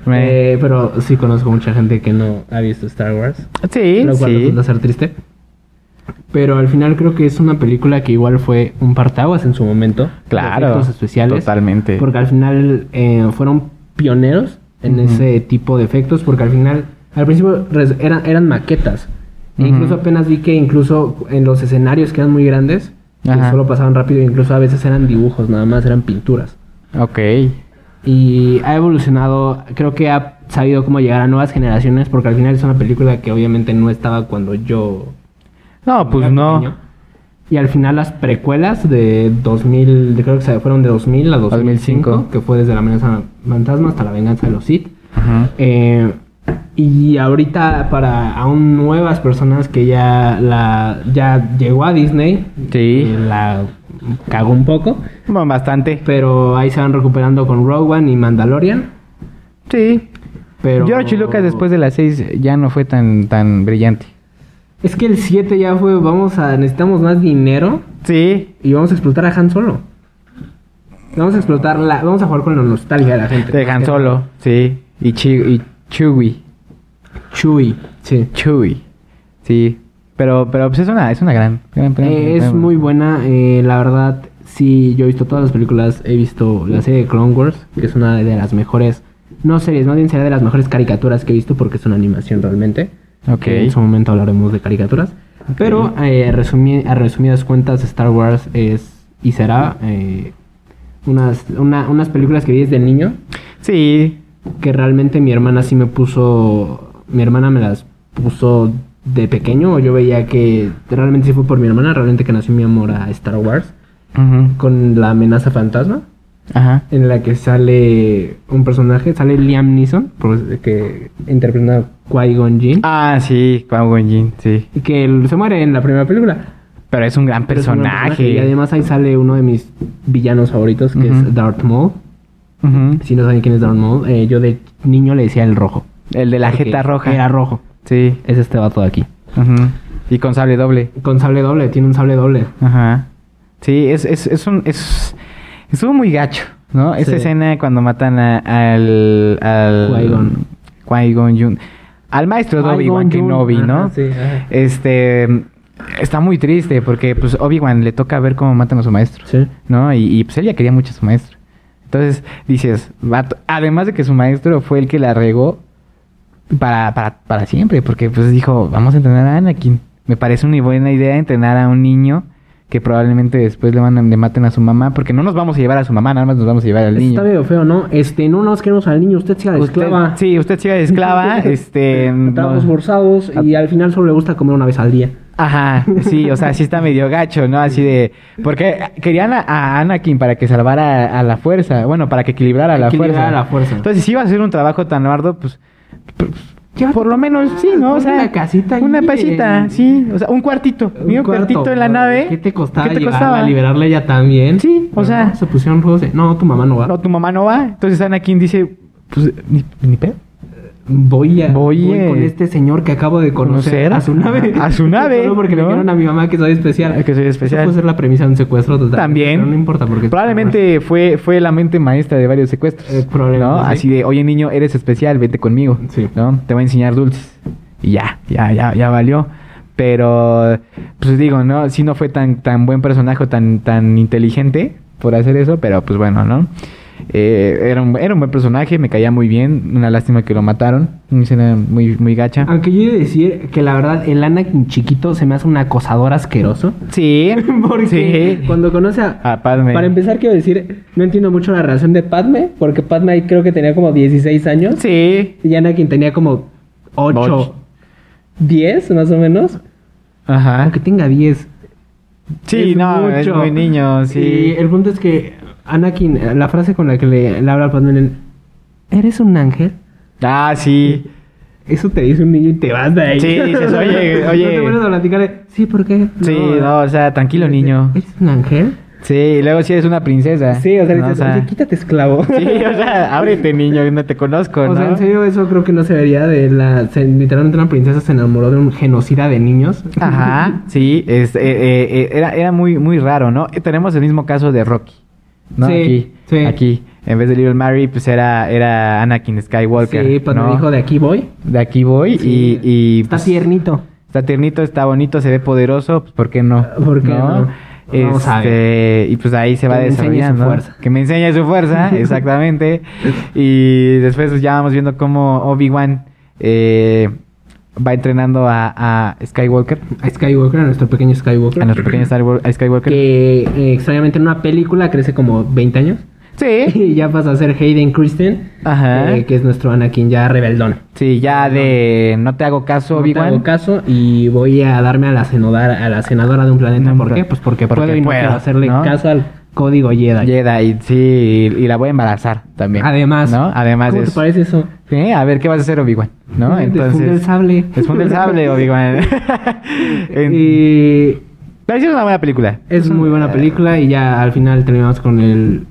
[SPEAKER 1] Me-
[SPEAKER 2] Eh, pero sí conozco mucha gente que no ha visto Star Wars,
[SPEAKER 1] sí,
[SPEAKER 2] lo cual
[SPEAKER 1] sí.
[SPEAKER 2] resulta ser triste. Pero al final creo que es una película que igual fue un partaguas en su momento.
[SPEAKER 1] Claro.
[SPEAKER 2] Efectos especiales.
[SPEAKER 1] Totalmente.
[SPEAKER 2] Porque al final eh, fueron pioneros en
[SPEAKER 1] Ujú.
[SPEAKER 2] ese tipo de efectos, porque al final, al principio res- eran, eran maquetas. E
[SPEAKER 1] Ujú.
[SPEAKER 2] incluso apenas vi que incluso en los escenarios que eran muy grandes, que
[SPEAKER 1] Ajá.
[SPEAKER 2] solo pasaban rápido, incluso a veces eran dibujos, nada más eran pinturas.
[SPEAKER 1] Ok.
[SPEAKER 2] Y ha evolucionado, creo que ha sabido cómo llegar a nuevas generaciones, porque al final es una película que obviamente no estaba cuando yo...
[SPEAKER 1] No, pues
[SPEAKER 2] era
[SPEAKER 1] no.
[SPEAKER 2] pequeño. Y al final las precuelas de 2000, de- creo que se- fueron de 2000 a 2005,
[SPEAKER 1] 2005,
[SPEAKER 2] que fue desde la amenaza fantasma hasta la venganza de los Sith.
[SPEAKER 1] Ajá.
[SPEAKER 2] Eh, y ahorita para aún nuevas personas que ya la ya llegó a Disney,
[SPEAKER 1] Sí.
[SPEAKER 2] eh, la cagó un poco,
[SPEAKER 1] Bueno, bastante.
[SPEAKER 2] pero ahí se van recuperando con Rogue One y Mandalorian.
[SPEAKER 1] Sí.
[SPEAKER 2] Pero
[SPEAKER 1] George Lucas después de las 6 ya no fue tan tan brillante.
[SPEAKER 2] Es que el 7 ya fue, vamos a necesitamos más dinero
[SPEAKER 1] Sí.
[SPEAKER 2] y vamos a explotar a Han Solo. Vamos a explotar la vamos a jugar con la nostalgia de la gente.
[SPEAKER 1] De Han Solo, sí. Y, Chi y Chewie.
[SPEAKER 2] Chewie, sí.
[SPEAKER 1] Chewie. Sí. Pero, pero pues es una, es una gran, gran gran-
[SPEAKER 2] Eh, es
[SPEAKER 1] gran-
[SPEAKER 2] muy buena, eh, la verdad. Sí, yo he visto todas las películas. He visto la serie de Clone Wars, que es una de las mejores No series, más bien será de las mejores caricaturas que he visto porque es una animación realmente.
[SPEAKER 1] Ok.
[SPEAKER 2] Que En su momento hablaremos de caricaturas.
[SPEAKER 1] Ok.
[SPEAKER 2] Pero eh, resumi- a resumidas cuentas, Star Wars es y será eh, unas, una- unas películas que vi desde niño
[SPEAKER 1] Sí.
[SPEAKER 2] que realmente mi hermana sí me puso, mi hermana me las puso de pequeño, yo veía que realmente sí fue por mi hermana, realmente que nació mi amor a Star Wars,
[SPEAKER 1] Ujú.
[SPEAKER 2] con la amenaza fantasma,
[SPEAKER 1] Ajá.
[SPEAKER 2] en la que sale un personaje, sale Liam Neeson, pues, que interpreta a Qui-Gon Jinn,
[SPEAKER 1] Ah, sí, Kwang Jin, sí.
[SPEAKER 2] que él se muere en la primera película.
[SPEAKER 1] Pero es un gran
[SPEAKER 2] Pero es un gran
[SPEAKER 1] personaje.
[SPEAKER 2] Y además ahí sale uno de mis villanos favoritos, que
[SPEAKER 1] Ujú.
[SPEAKER 2] es Darth Maul.
[SPEAKER 1] Ujú.
[SPEAKER 2] Si no saben quién es Darth Maul, eh, yo de niño le decía el rojo.
[SPEAKER 1] El de la
[SPEAKER 2] Porque
[SPEAKER 1] jeta roja.
[SPEAKER 2] Era rojo.
[SPEAKER 1] Sí.
[SPEAKER 2] Es este vato de aquí.
[SPEAKER 1] Ujú. Y con sable doble.
[SPEAKER 2] Con sable doble, tiene un sable doble.
[SPEAKER 1] Ajá. Sí, es, es, es un. Es, estuvo muy gacho, ¿no? Esa
[SPEAKER 2] Sí.
[SPEAKER 1] escena cuando matan a- al. al
[SPEAKER 2] Qui-Gon.
[SPEAKER 1] Qui-Gon Jinn. Al maestro de Obi-Wan
[SPEAKER 2] Qui-Gon Jinn.
[SPEAKER 1] Kenobi, ¿no?
[SPEAKER 2] Ajá, sí, ajá.
[SPEAKER 1] Este. Está muy triste porque, pues, Obi-Wan le toca ver cómo matan a su maestro.
[SPEAKER 2] Sí.
[SPEAKER 1] ¿no? Y, y, pues él ya quería mucho a su maestro. Entonces dices, vato, además de que su maestro fue el que la regó para, para, para siempre, porque pues dijo, vamos a entrenar a Anakin. Me parece una buena idea entrenar a un niño que probablemente después le, van a- le maten a su mamá, porque no nos vamos a llevar a su mamá, nada más nos vamos a llevar al niño.
[SPEAKER 2] Está medio feo, ¿no? Este, no nos queremos al niño, usted siga de
[SPEAKER 1] Usted-
[SPEAKER 2] esclava.
[SPEAKER 1] Sí, usted siga de
[SPEAKER 2] <laughs>
[SPEAKER 1] esclava, este... no- Ah.
[SPEAKER 2] Estamos forzados y al final solo le gusta comer una vez al día.
[SPEAKER 1] Ajá, sí, o sea, sí está medio gacho, ¿no? Así de... Porque querían a, a Anakin para que salvara a, la fuerza, bueno, para que equilibrara la
[SPEAKER 2] Equilibrar
[SPEAKER 1] fuerza.
[SPEAKER 2] a la fuerza.
[SPEAKER 1] Entonces, si iba a hacer un trabajo tan arduo, pues... pues, por lo menos, sí, ¿no? O sea,
[SPEAKER 2] Una casita ahí
[SPEAKER 1] Una
[SPEAKER 2] de-
[SPEAKER 1] casita, sí. O sea, un cuartito.
[SPEAKER 2] Un
[SPEAKER 1] ni Un
[SPEAKER 2] cuarto,
[SPEAKER 1] cuartito en la
[SPEAKER 2] ¿no?
[SPEAKER 1] nave.
[SPEAKER 2] ¿Qué te costaba,
[SPEAKER 1] ¿Qué te
[SPEAKER 2] llevarla,
[SPEAKER 1] costaba?
[SPEAKER 2] liberarla ella también?
[SPEAKER 1] Sí, o
[SPEAKER 2] Pero
[SPEAKER 1] sea-
[SPEAKER 2] no, se pusieron rudos de, no, tu mamá no va.
[SPEAKER 1] No, tu mamá no va. Entonces, Anakin dice... Pues, ni, ni pedo.
[SPEAKER 2] Voy a
[SPEAKER 1] Voy,
[SPEAKER 2] voy,
[SPEAKER 1] eh,
[SPEAKER 2] con este señor que acabo de conocer,
[SPEAKER 1] conocer
[SPEAKER 2] a su nave.
[SPEAKER 1] a su nave,
[SPEAKER 2] <laughs> Solo porque
[SPEAKER 1] ¿no?
[SPEAKER 2] le dijeron a mi mamá que soy especial.
[SPEAKER 1] Que soy especial.
[SPEAKER 2] Eso puede ser la premisa de un secuestro total.
[SPEAKER 1] También.
[SPEAKER 2] Pero no importa porque
[SPEAKER 1] Probablemente fue, fue la mente maestra de varios secuestros.
[SPEAKER 2] Eh, probablemente,
[SPEAKER 1] ¿no?
[SPEAKER 2] sí.
[SPEAKER 1] Así de, oye niño, eres especial, vete conmigo.
[SPEAKER 2] Sí.
[SPEAKER 1] ¿no? Te voy a enseñar dulces. Y ya, ya, ya, ya valió. Pero, pues digo, ¿no? Si no fue tan, tan buen personaje, tan, tan inteligente por hacer eso, pero pues bueno, ¿no? Eh, era, un, era un buen personaje, me caía muy bien. Una lástima que lo mataron. Una escena muy, muy gacha.
[SPEAKER 2] Aunque yo he de decir que la verdad el Anakin chiquito se me hace un acosador asqueroso. <laughs>
[SPEAKER 1] Sí,
[SPEAKER 2] Porque
[SPEAKER 1] sí. Ah,
[SPEAKER 2] cuando conoce a...
[SPEAKER 1] A Padme.
[SPEAKER 2] Para empezar quiero decir, no entiendo mucho la relación de Padme, porque Padme ahí creo que tenía como 16 años.
[SPEAKER 1] Sí.
[SPEAKER 2] Y Anakin tenía como 8,
[SPEAKER 1] Ocho.
[SPEAKER 2] 10 más o menos.
[SPEAKER 1] Ajá.
[SPEAKER 2] Aunque tenga 10.
[SPEAKER 1] Sí,
[SPEAKER 2] es
[SPEAKER 1] no, es
[SPEAKER 2] mucho.
[SPEAKER 1] muy niño, sí.
[SPEAKER 2] Y el punto es que Anakin, la frase con la que le, le habla al Padme, le- ¿eres un ángel?
[SPEAKER 1] Ah, sí.
[SPEAKER 2] Eso te dice un niño y te vas de ahí.
[SPEAKER 1] Sí, dices, oye, oye.
[SPEAKER 2] <laughs> No te pones a platicar de, sí, ¿por qué?
[SPEAKER 1] Sí, no, o sea, tranquilo, niño.
[SPEAKER 2] ¿Eres un ángel?
[SPEAKER 1] Sí, y luego si eres una princesa.
[SPEAKER 2] Sí, o sea, le
[SPEAKER 1] ¿no?
[SPEAKER 2] dices, oye, quítate esclavo.
[SPEAKER 1] <laughs> Sí, o sea,
[SPEAKER 2] <laughs>
[SPEAKER 1] ábrete, niño, yo no te conozco, ¿no?
[SPEAKER 2] O sea, en serio, eso creo que no se vería de la... se- literalmente una princesa se enamoró de un genocida de niños.
[SPEAKER 1] Ajá, sí, es- eh, eh, eh, era, era muy, muy raro, ¿no? Eh, Tenemos el mismo caso de Rocky, ¿no?
[SPEAKER 2] Sí,
[SPEAKER 1] aquí,
[SPEAKER 2] sí.
[SPEAKER 1] aquí. En vez de Little Mary, pues era, era Anakin Skywalker.
[SPEAKER 2] <laughs> Sí, pero
[SPEAKER 1] ¿no?
[SPEAKER 2] dijo, de aquí voy.
[SPEAKER 1] De aquí voy
[SPEAKER 2] Sí.
[SPEAKER 1] y... y
[SPEAKER 2] Está
[SPEAKER 1] pues,
[SPEAKER 2] tiernito.
[SPEAKER 1] Está tiernito, está bonito, se ve poderoso, pues ¿por qué no?
[SPEAKER 2] Ah, ¿Por qué no? Vamos a
[SPEAKER 1] Este, y pues ahí se va
[SPEAKER 2] Que me enseñe su
[SPEAKER 1] desarrollando.
[SPEAKER 2] fuerza.
[SPEAKER 1] Que me enseñe su
[SPEAKER 2] <laughs>
[SPEAKER 1] fuerza, exactamente. y después pues, ya vamos viendo cómo Obi-Wan eh, va entrenando a, a Skywalker,
[SPEAKER 2] A Skywalker, a nuestro pequeño Skywalker.
[SPEAKER 1] a nuestro pequeño Star Wars- a Skywalker.
[SPEAKER 2] que eh, extrañamente en una película crece como 20 años
[SPEAKER 1] Sí.
[SPEAKER 2] <laughs> y ya pasa a ser Hayden Christen,
[SPEAKER 1] ¿Eh? Ajá.
[SPEAKER 2] eh, que es nuestro Anakin ya rebeldón.
[SPEAKER 1] Sí, ya de no te hago caso,
[SPEAKER 2] No te
[SPEAKER 1] Obi-Wan.
[SPEAKER 2] hago caso y voy a darme a la senadora, a la senadora de un planeta.
[SPEAKER 1] No,
[SPEAKER 2] ¿Por
[SPEAKER 1] pero-
[SPEAKER 2] qué? Pues porque,
[SPEAKER 1] porque
[SPEAKER 2] puedo y no
[SPEAKER 1] puedo,
[SPEAKER 2] quiero hacerle
[SPEAKER 1] ¿no?
[SPEAKER 2] caso al código Jedi.
[SPEAKER 1] Jedi, sí, y, y la voy a embarazar también.
[SPEAKER 2] Además,
[SPEAKER 1] ¿no? Además
[SPEAKER 2] ¿cómo
[SPEAKER 1] de
[SPEAKER 2] te
[SPEAKER 1] eso.
[SPEAKER 2] parece eso?
[SPEAKER 1] Sí, a ver qué vas a hacer, Obi-Wan, ¿no?
[SPEAKER 2] Desfunde el sable.
[SPEAKER 1] Desfunde el
[SPEAKER 2] <laughs>
[SPEAKER 1] sable, Obi-Wan. <laughs> En- Pues,
[SPEAKER 2] Eh,
[SPEAKER 1] Pero sí es una buena película. Eh,
[SPEAKER 2] es muy buena película y ya al final terminamos con el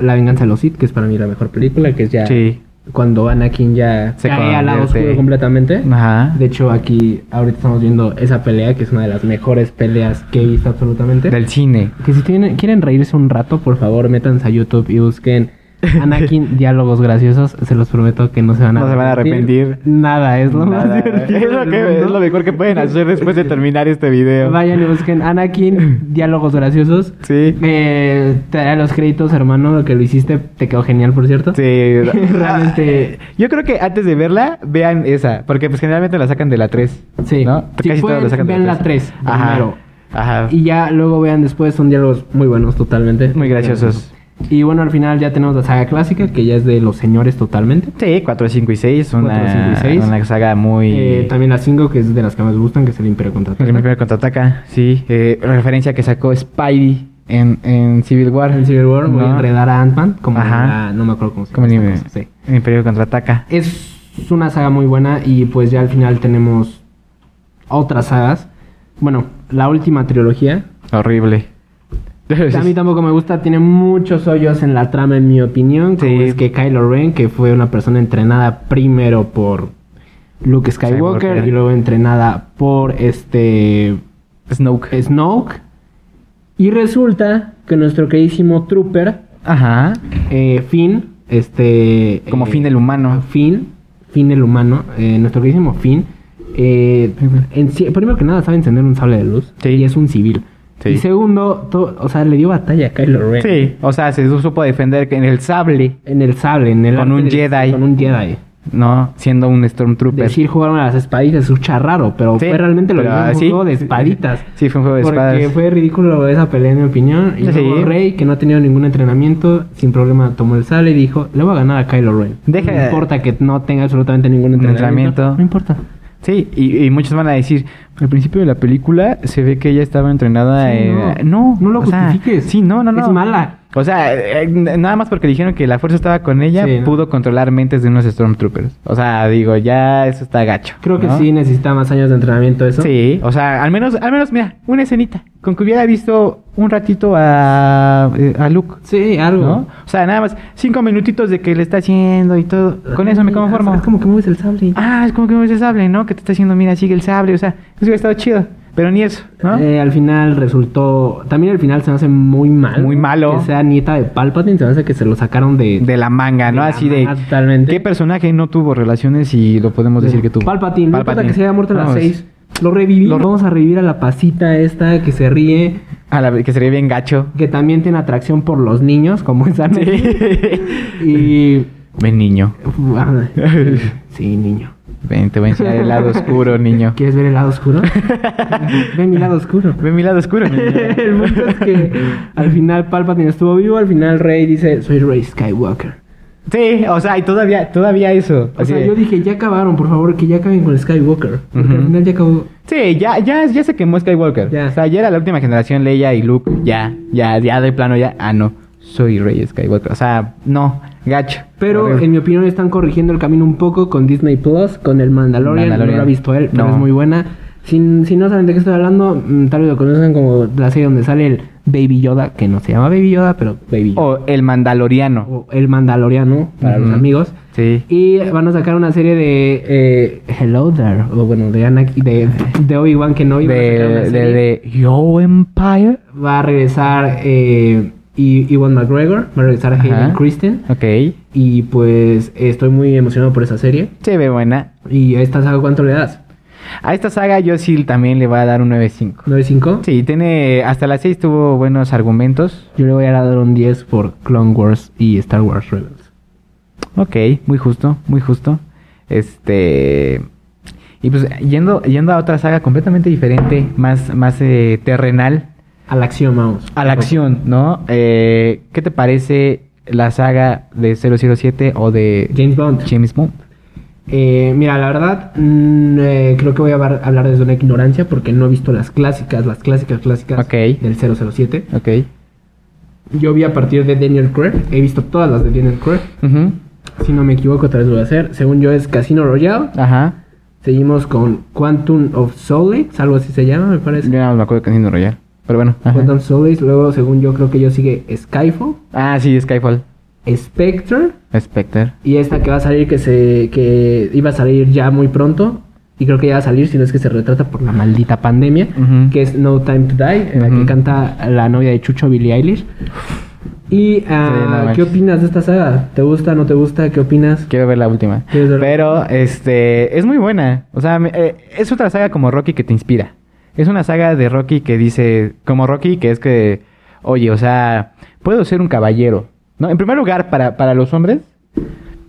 [SPEAKER 2] La venganza de los Sith, que es para mí la mejor película, que es ya
[SPEAKER 1] Sí.
[SPEAKER 2] cuando Anakin ya
[SPEAKER 1] Se
[SPEAKER 2] se cae al lado
[SPEAKER 1] convierte-
[SPEAKER 2] oscuro completamente.
[SPEAKER 1] Ajá.
[SPEAKER 2] Ah, De hecho, aquí ahorita estamos viendo esa pelea, que es una de las mejores peleas que he visto absolutamente.
[SPEAKER 1] Del cine.
[SPEAKER 2] Que si tienen, quieren reírse un rato, por favor, métanse a YouTube y busquen Anakin,
[SPEAKER 1] <laughs>
[SPEAKER 2] diálogos graciosos, se los prometo que no se van a
[SPEAKER 1] No se van a arrepentir.
[SPEAKER 2] Nada, es lo
[SPEAKER 1] Nada,
[SPEAKER 2] más divertido.
[SPEAKER 1] es, lo
[SPEAKER 2] del
[SPEAKER 1] que-
[SPEAKER 2] mundo.
[SPEAKER 1] es lo mejor que pueden hacer después de terminar este video.
[SPEAKER 2] Vayan y
[SPEAKER 1] <laughs>
[SPEAKER 2] busquen Anakin, diálogos graciosos.
[SPEAKER 1] Sí.
[SPEAKER 2] Eh, te daré los créditos, hermano, lo que lo hiciste te quedó genial, por cierto.
[SPEAKER 1] Sí.
[SPEAKER 2] <laughs> Realmente-
[SPEAKER 1] <laughs> Yo creo que antes de verla, vean esa. Porque pues generalmente la sacan de la 3.
[SPEAKER 2] Sí.
[SPEAKER 1] ¿No?
[SPEAKER 2] Si pueden, vean la 3
[SPEAKER 1] Ajá.
[SPEAKER 2] primero.
[SPEAKER 1] Ajá.
[SPEAKER 2] Y ya luego vean después, son diálogos muy buenos totalmente.
[SPEAKER 1] Muy graciosos.
[SPEAKER 2] Y bueno, al final ya tenemos la saga clásica, que ya es de los señores totalmente.
[SPEAKER 1] Sí, 4, 5 y 6. Una,
[SPEAKER 2] Cuatro, cinco y seis.
[SPEAKER 1] una saga muy.
[SPEAKER 2] Eh, también la 5, que es de las que más me gustan, que es el Imperio contra
[SPEAKER 1] El primer contraataca, sí. Eh, referencia que sacó Spidey en, en Civil War.
[SPEAKER 2] En Civil War voy a
[SPEAKER 1] ¿No?
[SPEAKER 2] enredar a Ant-Man, como
[SPEAKER 1] Ajá.
[SPEAKER 2] la- no me acuerdo cómo se
[SPEAKER 1] Como el
[SPEAKER 2] llama.
[SPEAKER 1] im-
[SPEAKER 2] esta cosa, sí.
[SPEAKER 1] el Imperio contraataca.
[SPEAKER 2] Es una saga muy buena y pues ya al final tenemos otras sagas. Bueno, la última trilogía.
[SPEAKER 1] Horrible.
[SPEAKER 2] A
[SPEAKER 1] <laughs>
[SPEAKER 2] mí tampoco me gusta, tiene muchos hoyos en la trama en mi opinión. Como
[SPEAKER 1] Sí.
[SPEAKER 2] es que Kylo Ren, que fue una persona entrenada primero por Luke Skywalker,
[SPEAKER 1] Skywalker.
[SPEAKER 2] y luego entrenada por este
[SPEAKER 1] Snoke.
[SPEAKER 2] Snoke. Y resulta que nuestro queridísimo Trooper,
[SPEAKER 1] Ajá.
[SPEAKER 2] eh, Finn, este...
[SPEAKER 1] Como
[SPEAKER 2] eh,
[SPEAKER 1] fin del humano.
[SPEAKER 2] Finn, Finn el humano, eh, nuestro queridísimo Finn, eh, en- sí, primero que nada sabe encender un sable de luz
[SPEAKER 1] Sí.
[SPEAKER 2] y es un civil.
[SPEAKER 1] Sí.
[SPEAKER 2] Y segundo, to- o sea, le dio batalla a Kylo Ren.
[SPEAKER 1] Sí, o sea, se supo defender en el sable,
[SPEAKER 2] En el sable, en el
[SPEAKER 1] Con
[SPEAKER 2] arte
[SPEAKER 1] un
[SPEAKER 2] del-
[SPEAKER 1] Jedi.
[SPEAKER 2] Con un Jedi.
[SPEAKER 1] ¿no? Siendo un Stormtrooper.
[SPEAKER 2] Decir jugaron a las espaditas escucha raro, pero
[SPEAKER 1] Sí,
[SPEAKER 2] fue realmente lo que
[SPEAKER 1] pero,
[SPEAKER 2] fue un
[SPEAKER 1] ah, sí.
[SPEAKER 2] juego de espaditas.
[SPEAKER 1] <laughs> Sí, fue un juego de
[SPEAKER 2] Porque
[SPEAKER 1] espadas.
[SPEAKER 2] fue ridículo esa pelea, en mi opinión. Y
[SPEAKER 1] Sí.
[SPEAKER 2] luego Rey, que no ha tenido ningún entrenamiento, sin problema tomó el sable y dijo: Le voy a ganar a Kylo Ren.
[SPEAKER 1] Deja-
[SPEAKER 2] No importa que no tenga absolutamente ningún
[SPEAKER 1] Un
[SPEAKER 2] entrenamiento.
[SPEAKER 1] entrenamiento.
[SPEAKER 2] No importa.
[SPEAKER 1] Sí, y, y muchos van a decir, al principio de la película se ve que ella estaba entrenada
[SPEAKER 2] Sí,
[SPEAKER 1] en...
[SPEAKER 2] no.
[SPEAKER 1] No,
[SPEAKER 2] No lo
[SPEAKER 1] o sea,
[SPEAKER 2] justifiques.
[SPEAKER 1] sí, no, no, no.
[SPEAKER 2] Es mala.
[SPEAKER 1] O sea, eh, eh, nada más porque dijeron que la fuerza estaba con ella,
[SPEAKER 2] Sí, no.
[SPEAKER 1] pudo controlar mentes de unos Stormtroopers. O sea, digo, ya eso está gacho.
[SPEAKER 2] Creo que
[SPEAKER 1] ¿no?
[SPEAKER 2] sí necesita más años de entrenamiento eso.
[SPEAKER 1] Sí, o sea, al menos, al menos, mira, una escenita. Con que hubiera visto un ratito a, eh, a Luke.
[SPEAKER 2] Sí, algo.
[SPEAKER 1] ¿no? O sea, nada más cinco minutitos de que le está haciendo y todo. Con eso me conformo.
[SPEAKER 2] Es como que mueves el sable. y-
[SPEAKER 1] Ah, es como que me ves el sable, ¿no? Que te está haciendo, mira, sigue el sable. O sea, eso hubiera estado chido. Pero ni eso, ¿no?
[SPEAKER 2] Eh, al final resultó. También al final se me hace muy mal.
[SPEAKER 1] Muy malo.
[SPEAKER 2] Que sea nieta de Palpatine. Se me hace que se lo sacaron de.
[SPEAKER 1] de la manga, ¿no?
[SPEAKER 2] de la
[SPEAKER 1] Así de.
[SPEAKER 2] manga, totalmente.
[SPEAKER 1] ¿Qué personaje no tuvo relaciones y lo podemos decir que tuvo?
[SPEAKER 2] Palpatine. No importa que se haya muerto a las
[SPEAKER 1] Vamos.
[SPEAKER 2] 6. Lo revivimos.
[SPEAKER 1] Lo-
[SPEAKER 2] Vamos a revivir a la pasita esta que se ríe.
[SPEAKER 1] A la que sería bien gacho.
[SPEAKER 2] Que también tiene atracción por los niños, como esa. ¿no? <laughs>
[SPEAKER 1] <laughs>
[SPEAKER 2] Y. ah,
[SPEAKER 1] Ven, niño.
[SPEAKER 2] sí, niño.
[SPEAKER 1] Ven, te voy a enseñar <laughs> el lado oscuro,
[SPEAKER 2] <laughs>
[SPEAKER 1] niño.
[SPEAKER 2] ¿Quieres ver el
[SPEAKER 1] <laughs>
[SPEAKER 2] lado oscuro? Ve mi lado oscuro.
[SPEAKER 1] Ven mi lado oscuro, niño.
[SPEAKER 2] <laughs> el punto es que al final Palpatine estuvo vivo, al final Rey dice, soy Rey Skywalker.
[SPEAKER 1] Sí, o sea, y todavía, todavía eso.
[SPEAKER 2] O
[SPEAKER 1] Así
[SPEAKER 2] sea,
[SPEAKER 1] de-
[SPEAKER 2] yo dije, ya acabaron, por favor, que ya acaben con Skywalker. Porque al
[SPEAKER 1] Ujú.
[SPEAKER 2] final ya acabó.
[SPEAKER 1] Sí, ya, ya, ya se quemó Skywalker.
[SPEAKER 2] Ya.
[SPEAKER 1] O sea, ya era la última generación, Leia y Luke. Ya, ya, ya de plano, ya. Ah, no. Soy Rey Skywalker. O sea, no, gacho.
[SPEAKER 2] Pero
[SPEAKER 1] Horrible.
[SPEAKER 2] en mi opinión están corrigiendo el camino un poco con Disney Plus, con el Mandalorian, no
[SPEAKER 1] Mandalorian.
[SPEAKER 2] lo ha visto él, pero
[SPEAKER 1] No.
[SPEAKER 2] es muy buena. Si, si no saben de qué estoy hablando, mm, tal vez lo conocen como la serie donde sale el Baby Yoda, que no se llama Baby Yoda, pero Baby Yoda.
[SPEAKER 1] O el Mandaloriano.
[SPEAKER 2] O el Mandaloriano, para los
[SPEAKER 1] Ujú.
[SPEAKER 2] amigos.
[SPEAKER 1] Sí.
[SPEAKER 2] Y van a sacar una serie de eh, Hello There, o bueno, de Anakin, de, de Obi-Wan Kenobi.
[SPEAKER 1] de,
[SPEAKER 2] van a sacar una
[SPEAKER 1] de,
[SPEAKER 2] serie.
[SPEAKER 1] de Yo Empire.
[SPEAKER 2] Va a regresar eh, E- Ewan McGregor, va a regresar
[SPEAKER 1] Ajá.
[SPEAKER 2] Hayden Christen.
[SPEAKER 1] Ok. Se
[SPEAKER 2] Y pues estoy muy emocionado por esa serie.
[SPEAKER 1] ve buena.
[SPEAKER 2] ¿Y a esta saga cuánto le das?
[SPEAKER 1] A esta saga yo sí también le voy a dar un 9.5.
[SPEAKER 2] ¿9.5?
[SPEAKER 1] Sí, tiene. Hasta las 6 tuvo buenos argumentos.
[SPEAKER 2] Yo le voy a dar un 10 por Clone Wars y Star Wars Rebels.
[SPEAKER 1] Ok, muy justo, muy justo. Este. Y pues yendo, yendo a otra saga completamente diferente, más, más eh, terrenal,
[SPEAKER 2] A la acción vamos.
[SPEAKER 1] a la acción, ¿no? Eh, ¿Qué te parece la saga de 007 o de
[SPEAKER 2] James Bond.
[SPEAKER 1] James Bond?
[SPEAKER 2] Eh, mira, la verdad, mm, eh, creo que voy a hablar, hablar desde una ignorancia porque no he visto las clásicas, las clásicas, clásicas
[SPEAKER 1] Ok.
[SPEAKER 2] del 007.
[SPEAKER 1] Ok.
[SPEAKER 2] Yo vi a partir de Daniel Craig, he visto todas las de Daniel Craig.
[SPEAKER 1] Ujú.
[SPEAKER 2] Si no me equivoco, otra vez lo voy a hacer. Según yo es Casino Royale.
[SPEAKER 1] Ajá.
[SPEAKER 2] Seguimos con Quantum of Solace, algo así se llama, me
[SPEAKER 1] Yo
[SPEAKER 2] parece.
[SPEAKER 1] nada más me acuerdo de Casino Royale. Pero bueno. ajá.
[SPEAKER 2] Quantum of Solace. Luego, según yo, creo que yo sigue Skyfall,
[SPEAKER 1] Ah, sí, Skyfall.
[SPEAKER 2] Spectre.
[SPEAKER 1] Spectre.
[SPEAKER 2] Y esta que va a salir, que se que iba a salir ya muy pronto. Y creo que ya va a salir, si no es que se retrata por la maldita pandemia.
[SPEAKER 1] Ujú.
[SPEAKER 2] Que es No Time to Die, en la
[SPEAKER 1] Ujú.
[SPEAKER 2] que canta la novia de Chucho Billie Eilish. ¿Y ah,
[SPEAKER 1] no
[SPEAKER 2] qué
[SPEAKER 1] manches.
[SPEAKER 2] opinas de esta saga? ¿Te gusta, no te gusta? ¿Qué opinas?
[SPEAKER 1] Quiero ver la última.
[SPEAKER 2] ¿Quieres ver la
[SPEAKER 1] Pero,
[SPEAKER 2] última?
[SPEAKER 1] este, es muy buena. O sea, me- eh, es otra saga como Rocky que te inspira. Es una saga de Rocky que dice, como Rocky, que es que, oye, o sea, puedo ser un caballero. ¿No? En primer lugar, para, para los hombres,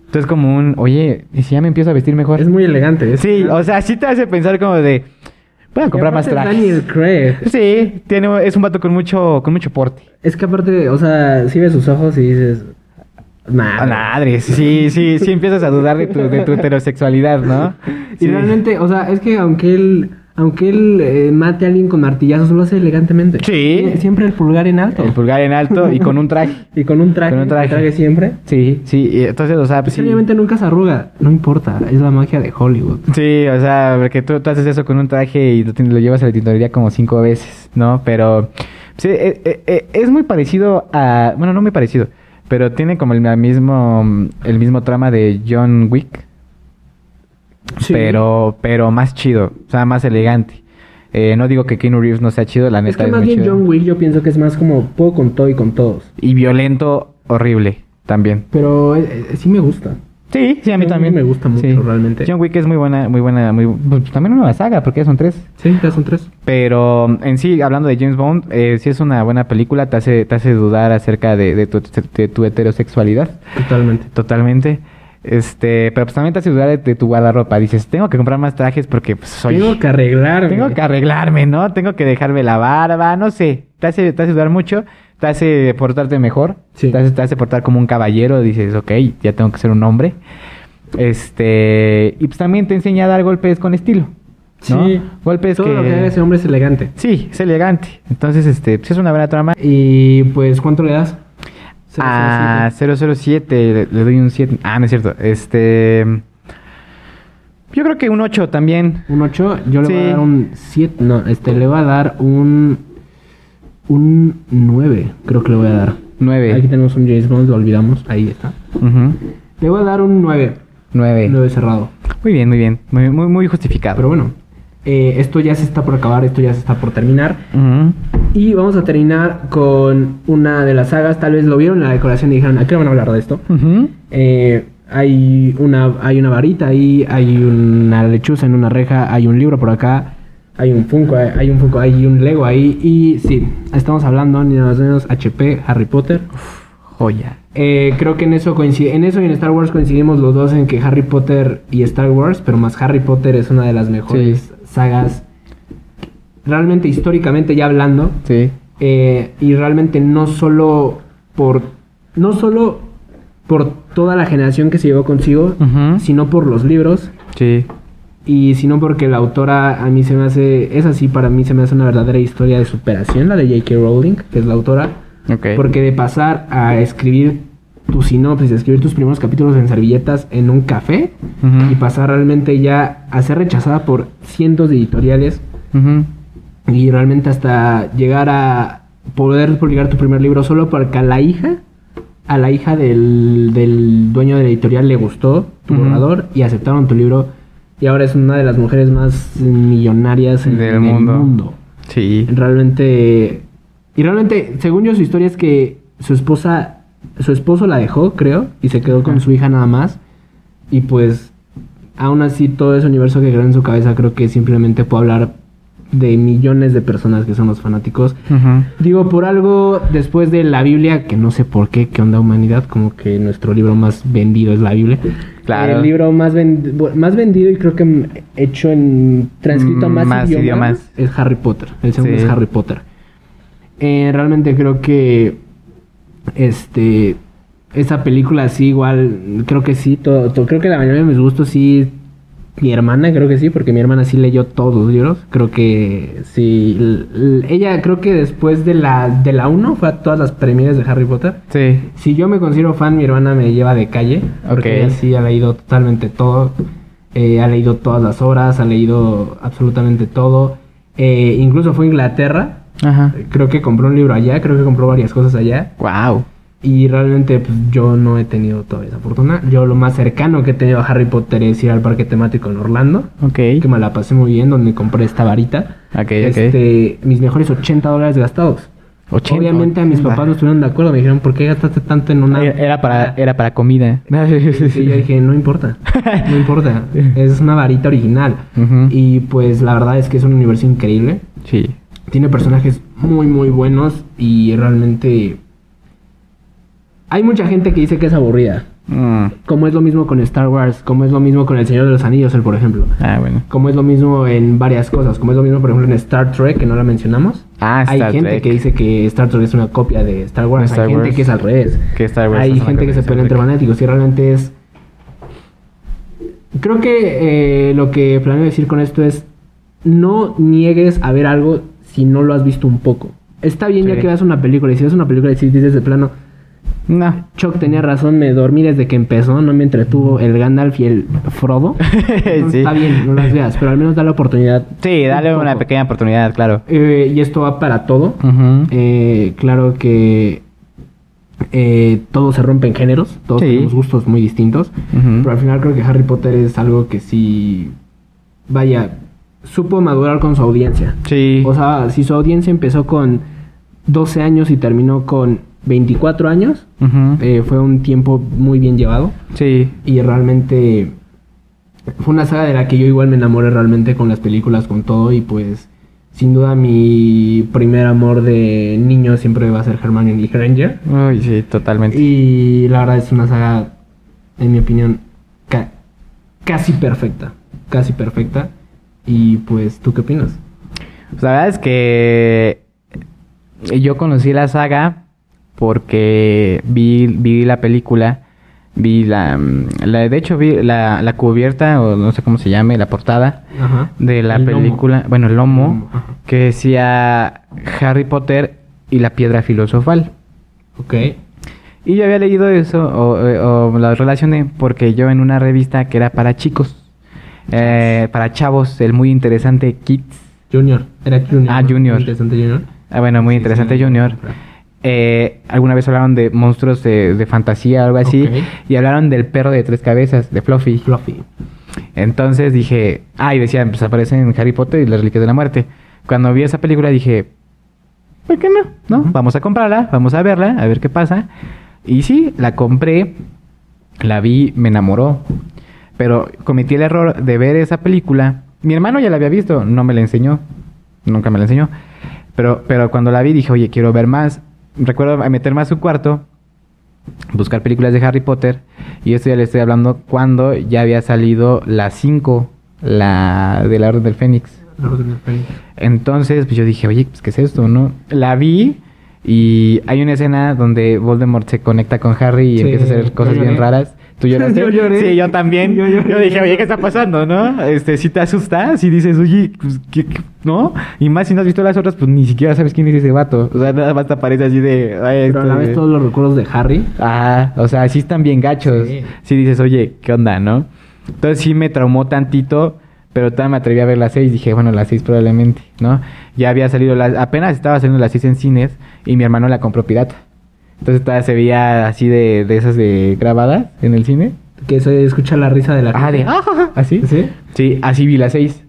[SPEAKER 1] entonces como un, oye, ¿y si ya me empiezo a vestir mejor?
[SPEAKER 2] Es muy elegante. es-
[SPEAKER 1] Sí, o sea, sí te hace pensar como de, voy a
[SPEAKER 2] Y
[SPEAKER 1] comprar más
[SPEAKER 2] aparte
[SPEAKER 1] trajes.
[SPEAKER 2] Daniel Craig.
[SPEAKER 1] Sí, tiene, es un vato con mucho, con mucho porte.
[SPEAKER 2] Es que aparte, o sea, si ves sus ojos y dices.
[SPEAKER 1] Ah,
[SPEAKER 2] Madre.
[SPEAKER 1] Madres, sí, sí, sí empiezas a dudar de tu, de tu heterosexualidad, ¿no?
[SPEAKER 2] Y
[SPEAKER 1] <laughs> Sí.
[SPEAKER 2] realmente, o sea, es que aunque él. Aunque él eh, mate a alguien con martillazos, lo hace elegantemente.
[SPEAKER 1] Sí.
[SPEAKER 2] Sie- Siempre el pulgar en alto.
[SPEAKER 1] El pulgar en alto y con un traje.
[SPEAKER 2] <laughs> Y con un traje.
[SPEAKER 1] Con un traje.
[SPEAKER 2] siempre.
[SPEAKER 1] Sí, sí, y entonces, o sea,
[SPEAKER 2] Pues
[SPEAKER 1] sí,
[SPEAKER 2] obviamente nunca se arruga. No importa. Es la magia de Hollywood.
[SPEAKER 1] sí, o sea, porque tú, tú haces eso con un traje y lo, tien- lo llevas a la tintorería como cinco veces, ¿no? Pero sí, eh, eh, eh, es muy parecido a, bueno, no muy parecido, pero tiene como el mismo, el mismo trama de John Wick,
[SPEAKER 2] Sí.
[SPEAKER 1] pero, pero más chido, o sea, más elegante. Eh, no digo que Keanu Reeves no sea chido, la
[SPEAKER 2] Es
[SPEAKER 1] neta
[SPEAKER 2] que
[SPEAKER 1] es,
[SPEAKER 2] más
[SPEAKER 1] muy
[SPEAKER 2] bien
[SPEAKER 1] chido.
[SPEAKER 2] John Wick yo pienso que es más como puedo con todo y con todos.
[SPEAKER 1] Y violento, horrible, también.
[SPEAKER 2] Pero eh, eh, sí me gusta.
[SPEAKER 1] Sí, sí, a mí
[SPEAKER 2] John Wick
[SPEAKER 1] también.
[SPEAKER 2] me gusta mucho,
[SPEAKER 1] Sí.
[SPEAKER 2] realmente.
[SPEAKER 1] John Wick es muy buena, muy buena, muy pues, también una nueva saga, porque ya son tres.
[SPEAKER 2] Sí, ya son tres.
[SPEAKER 1] Pero en sí, hablando de James Bond, eh, sí es una buena película, te hace, te hace dudar acerca de, de tu, de tu heterosexualidad,
[SPEAKER 2] Totalmente.
[SPEAKER 1] totalmente. Este, pero pues también te hace dudar de, de tu guardarropa. Dices, tengo que comprar más trajes porque pues, soy...
[SPEAKER 2] Tengo que arreglarme.
[SPEAKER 1] <laughs> Tengo que arreglarme, ¿no? Tengo que dejarme la barba, no sé. Te hace, te hace dudar mucho, te hace portarte mejor,
[SPEAKER 2] Sí.
[SPEAKER 1] te, hace, te hace portar como un caballero. Dices, ok, ya tengo que ser un hombre. Este, y pues también te enseña a dar golpes con estilo. ¿no?
[SPEAKER 2] Sí.
[SPEAKER 1] Golpes
[SPEAKER 2] todo
[SPEAKER 1] que.
[SPEAKER 2] lo que haga ese hombre es elegante.
[SPEAKER 1] Sí, es elegante. Entonces, este, pues es una buena trama.
[SPEAKER 2] Y pues, ¿cuánto le das? Se lo
[SPEAKER 1] A Ah,
[SPEAKER 2] solicito.
[SPEAKER 1] 007 le, le doy un 7. Ah, no es cierto. Este. Yo creo que un 8 también.
[SPEAKER 2] Un 8, yo le voy
[SPEAKER 1] Sí.
[SPEAKER 2] a dar un 7. No, este, le voy a dar un. Un 9, creo que le voy a dar.
[SPEAKER 1] 9.
[SPEAKER 2] Aquí tenemos un James Bond, lo olvidamos. Ahí está. Le voy a dar un 9.
[SPEAKER 1] 9.
[SPEAKER 2] 9 cerrado.
[SPEAKER 1] Muy bien, muy bien. Muy, muy, muy justificado.
[SPEAKER 2] Pero bueno, eh, esto ya se está por acabar, esto ya se está por terminar.
[SPEAKER 1] Ujú.
[SPEAKER 2] Y vamos a terminar con una de las sagas. Tal vez lo vieron en la decoración y dijeron, ¿a qué hora van a hablar de esto?
[SPEAKER 1] Ujú.
[SPEAKER 2] Eh, hay, una, hay una varita ahí, hay una lechuza en una reja, hay un libro por acá, hay un Funko, hay, hay un Funko, hay un Lego ahí. Y sí, estamos hablando ni nada más ni menos HP, Harry Potter.
[SPEAKER 1] Joya.
[SPEAKER 2] Eh, creo que en eso coincide, en eso y en Star Wars coincidimos los dos en que Harry Potter y Star Wars, pero más Harry Potter es una de las mejores
[SPEAKER 1] Sí.
[SPEAKER 2] sagas realmente históricamente ya hablando
[SPEAKER 1] Sí.
[SPEAKER 2] eh, y realmente no solo por no solo por toda la generación que se llevó consigo,
[SPEAKER 1] Ujú.
[SPEAKER 2] sino por los libros
[SPEAKER 1] Sí.
[SPEAKER 2] y sino porque la autora a mí se me hace es así para mí se me hace una verdadera historia de superación la de J.K. Rowling que es la autora
[SPEAKER 1] Ok.
[SPEAKER 2] porque de pasar a escribir tu sinopsis, escribir tus primeros capítulos en servilletas en un café
[SPEAKER 1] Ujú.
[SPEAKER 2] y pasar realmente ya a ser rechazada por cientos de editoriales
[SPEAKER 1] Ujú.
[SPEAKER 2] y realmente hasta llegar a poder publicar tu primer libro solo porque a la hija, a la hija del, del dueño de la editorial le gustó tu
[SPEAKER 1] Ujú.
[SPEAKER 2] borrador y aceptaron tu libro y ahora es una de las mujeres más millonarias en,
[SPEAKER 1] Del
[SPEAKER 2] en
[SPEAKER 1] mundo.
[SPEAKER 2] el mundo
[SPEAKER 1] Sí.
[SPEAKER 2] realmente y realmente según yo su historia es que su esposa su esposo la dejó creo y se quedó con
[SPEAKER 1] Ajá.
[SPEAKER 2] su hija nada más y pues aún así todo ese universo que creó en su cabeza creo que simplemente puedo hablar de millones de personas que son los fanáticos
[SPEAKER 1] Ujú.
[SPEAKER 2] digo por algo después de la Biblia que no sé por qué qué onda humanidad como que nuestro libro más vendido es la Biblia
[SPEAKER 1] Claro.
[SPEAKER 2] el libro más ven- bu- más vendido y creo que mm, hecho en transcrito a más,
[SPEAKER 1] Más
[SPEAKER 2] idiomas,
[SPEAKER 1] idiomas.
[SPEAKER 2] es Harry Potter el segundo
[SPEAKER 1] Sí.
[SPEAKER 2] es Harry Potter Eh, realmente creo que este esa película sí igual creo que sí todo, todo- creo que la mayoría de mis gustos sí mi hermana creo que sí porque mi hermana sí leyó todos los libros creo que sí l- l- ella creo que después de la de la 1 fue a todas las premieres de Harry Potter
[SPEAKER 1] Sí.
[SPEAKER 2] si yo me considero fan, mi hermana me lleva de calle.
[SPEAKER 1] Ok.
[SPEAKER 2] Porque ella sí ha leído totalmente todo. eh, ha leído todas las horas, ha leído absolutamente todo. eh, incluso fue a Inglaterra.
[SPEAKER 1] Ajá.
[SPEAKER 2] Creo que compró un libro allá, creo que compró varias cosas allá.
[SPEAKER 1] Wow.
[SPEAKER 2] Y realmente pues, yo no he tenido todavía esa fortuna. Yo lo más cercano que he tenido a Harry Potter es ir al parque temático en Orlando.
[SPEAKER 1] Ok.
[SPEAKER 2] Que me la pasé muy bien, donde compré esta varita.
[SPEAKER 1] Ok, ok.
[SPEAKER 2] Este, mis mejores 80 dólares gastados.
[SPEAKER 1] Ochenta,
[SPEAKER 2] Obviamente a mis
[SPEAKER 1] ochenta.
[SPEAKER 2] papás no estuvieron de acuerdo, me dijeron, ¿por qué gastaste tanto en una...
[SPEAKER 1] Era- Era para, era para comida.
[SPEAKER 2] Y yo dije, no importa, no importa, es una varita original.
[SPEAKER 1] <laughs> Ujú.
[SPEAKER 2] Y pues la verdad es que es un universo increíble.
[SPEAKER 1] Sí.
[SPEAKER 2] Tiene personajes muy, muy buenos y realmente... Hay mucha gente que dice que es aburrida.
[SPEAKER 1] Mm.
[SPEAKER 2] Como es lo mismo con Star Wars, como es lo mismo con El Señor de los Anillos, el por ejemplo.
[SPEAKER 1] Ah, bueno.
[SPEAKER 2] Como es lo mismo en varias cosas, como es lo mismo por ejemplo en Star Trek, que no la mencionamos.
[SPEAKER 1] Ah,
[SPEAKER 2] Hay
[SPEAKER 1] Star
[SPEAKER 2] gente
[SPEAKER 1] Trek.
[SPEAKER 2] que dice que Star Trek es una copia de Star Wars,
[SPEAKER 1] Star
[SPEAKER 2] hay gente
[SPEAKER 1] Wars.
[SPEAKER 2] que es al revés.
[SPEAKER 1] Que Star Wars es
[SPEAKER 2] hay
[SPEAKER 1] una
[SPEAKER 2] gente
[SPEAKER 1] copia
[SPEAKER 2] que
[SPEAKER 1] de
[SPEAKER 2] se
[SPEAKER 1] Star
[SPEAKER 2] pelea entre
[SPEAKER 1] Trek.
[SPEAKER 2] fanáticos y realmente es... Creo que eh, lo que planeo decir con esto es, no niegues a ver algo si no lo has visto un poco. Está bien ya
[SPEAKER 1] Sí.
[SPEAKER 2] que veas una película y si ves una película y si dices de plano,
[SPEAKER 1] No.
[SPEAKER 2] Chuck tenía razón, me dormí desde que empezó, no me entretuvo el Gandalf y el
[SPEAKER 1] <laughs>
[SPEAKER 2] Frodo. Entonces,
[SPEAKER 1] Sí.
[SPEAKER 2] Está bien, no las veas, pero al menos da la oportunidad.
[SPEAKER 1] Sí, dale
[SPEAKER 2] Un
[SPEAKER 1] una
[SPEAKER 2] poco.
[SPEAKER 1] pequeña oportunidad, claro.
[SPEAKER 2] Eh, y esto va para todo.
[SPEAKER 1] Ujú.
[SPEAKER 2] Eh, claro que eh, todo se rompe en géneros, todos
[SPEAKER 1] Sí.
[SPEAKER 2] tenemos gustos muy distintos,
[SPEAKER 1] Ujú.
[SPEAKER 2] pero al final creo que Harry Potter es algo que sí, vaya, supo madurar con su audiencia.
[SPEAKER 1] Sí.
[SPEAKER 2] O sea, si su audiencia empezó con 12 años y terminó con 24 años,
[SPEAKER 1] Ujú.
[SPEAKER 2] eh, fue un tiempo muy bien llevado
[SPEAKER 1] Sí.
[SPEAKER 2] y realmente fue una saga de la que yo igual me enamoré realmente con las películas, con todo y pues sin duda mi primer amor de niño siempre va a ser Hermione Granger
[SPEAKER 1] Uy, sí, totalmente.
[SPEAKER 2] y la verdad es una saga, en mi opinión, ca- casi perfecta, casi perfecta y pues ¿tú qué opinas?
[SPEAKER 1] Pues la verdad es que yo conocí la saga porque vi, vi la película, vi la, mm, la- de hecho vi la, la cubierta, o no sé cómo se llame, la portada
[SPEAKER 2] Ajá.
[SPEAKER 1] de la
[SPEAKER 2] El lomo.
[SPEAKER 1] película, bueno, el lomo,
[SPEAKER 2] El lomo, ajá.
[SPEAKER 1] que decía Harry Potter y la piedra filosofal.
[SPEAKER 2] Ok.
[SPEAKER 1] Y yo había leído eso, o, eh, o la relacioné, porque yo en una revista que era para chicos, eh, para chavos, el muy interesante Kids,
[SPEAKER 2] Junior, era Junior.
[SPEAKER 1] Ah, Junior.
[SPEAKER 2] Interesante Junior.
[SPEAKER 1] Ah, bueno, muy
[SPEAKER 2] Sí,
[SPEAKER 1] interesante,
[SPEAKER 2] sí.
[SPEAKER 1] Junior. Eh, alguna vez hablaron de monstruos de, de fantasía o algo así.
[SPEAKER 2] Ok.
[SPEAKER 1] Y hablaron del perro de tres cabezas, de Fluffy.
[SPEAKER 2] Fluffy.
[SPEAKER 1] Entonces dije, ah, y decían, pues aparecen en Harry Potter y las reliquias de la muerte. Cuando vi esa película dije, ¿por qué no? ¿No?
[SPEAKER 2] Ujú.
[SPEAKER 1] Vamos a comprarla, vamos a verla, a ver qué pasa. Y sí, la compré, la vi, me enamoró. Pero cometí el error de ver esa película. Mi hermano ya la había visto, no me la enseñó. Nunca me la enseñó. Pero, pero cuando la vi dije, oye, quiero ver más. Recuerdo meterme a su cuarto, buscar películas de Harry Potter. Y esto ya le estoy hablando cuando ya había salido la 5, la de la Orden del Fénix.
[SPEAKER 2] La Orden del Fénix.
[SPEAKER 1] Entonces, pues yo dije, oye, pues ¿qué es esto, no? La vi y hay una escena donde Voldemort se conecta con Harry y
[SPEAKER 2] Sí,
[SPEAKER 1] empieza a hacer
[SPEAKER 2] yo
[SPEAKER 1] cosas bien
[SPEAKER 2] lloré.
[SPEAKER 1] raras.
[SPEAKER 2] <laughs>
[SPEAKER 1] ¿Tú lloraste?
[SPEAKER 2] Yo lloré.
[SPEAKER 1] Sí, yo también.
[SPEAKER 2] Yo
[SPEAKER 1] Yo,
[SPEAKER 2] lloré.
[SPEAKER 1] dije, oye, ¿qué está pasando, no? Este, si te asustas y dices, oye, pues, ¿qué, qué? no Y más si no has visto las otras, pues ni siquiera sabes quién es ese vato. O sea, nada más te aparece así de... "Ay,
[SPEAKER 2] Pero a la
[SPEAKER 1] este-
[SPEAKER 2] vez todos los recuerdos de Harry.
[SPEAKER 1] Ah, o sea, sí están bien gachos.
[SPEAKER 2] Sí.
[SPEAKER 1] Sí. dices, oye, ¿qué onda, no? Entonces sí me traumó tantito, pero todavía me atreví a ver las seis. Dije, bueno, las seis probablemente, ¿no? Ya había salido, la, apenas estaba saliendo las seis en cines y mi hermano la compró pirata. Entonces todavía se veía así de, de esas de grabadas en el cine.
[SPEAKER 2] Que se escucha la risa de la
[SPEAKER 1] Ah, de,
[SPEAKER 2] gente.
[SPEAKER 1] ah, ja, ja, así.
[SPEAKER 2] ¿Sí?
[SPEAKER 1] Sí, así vi las seis.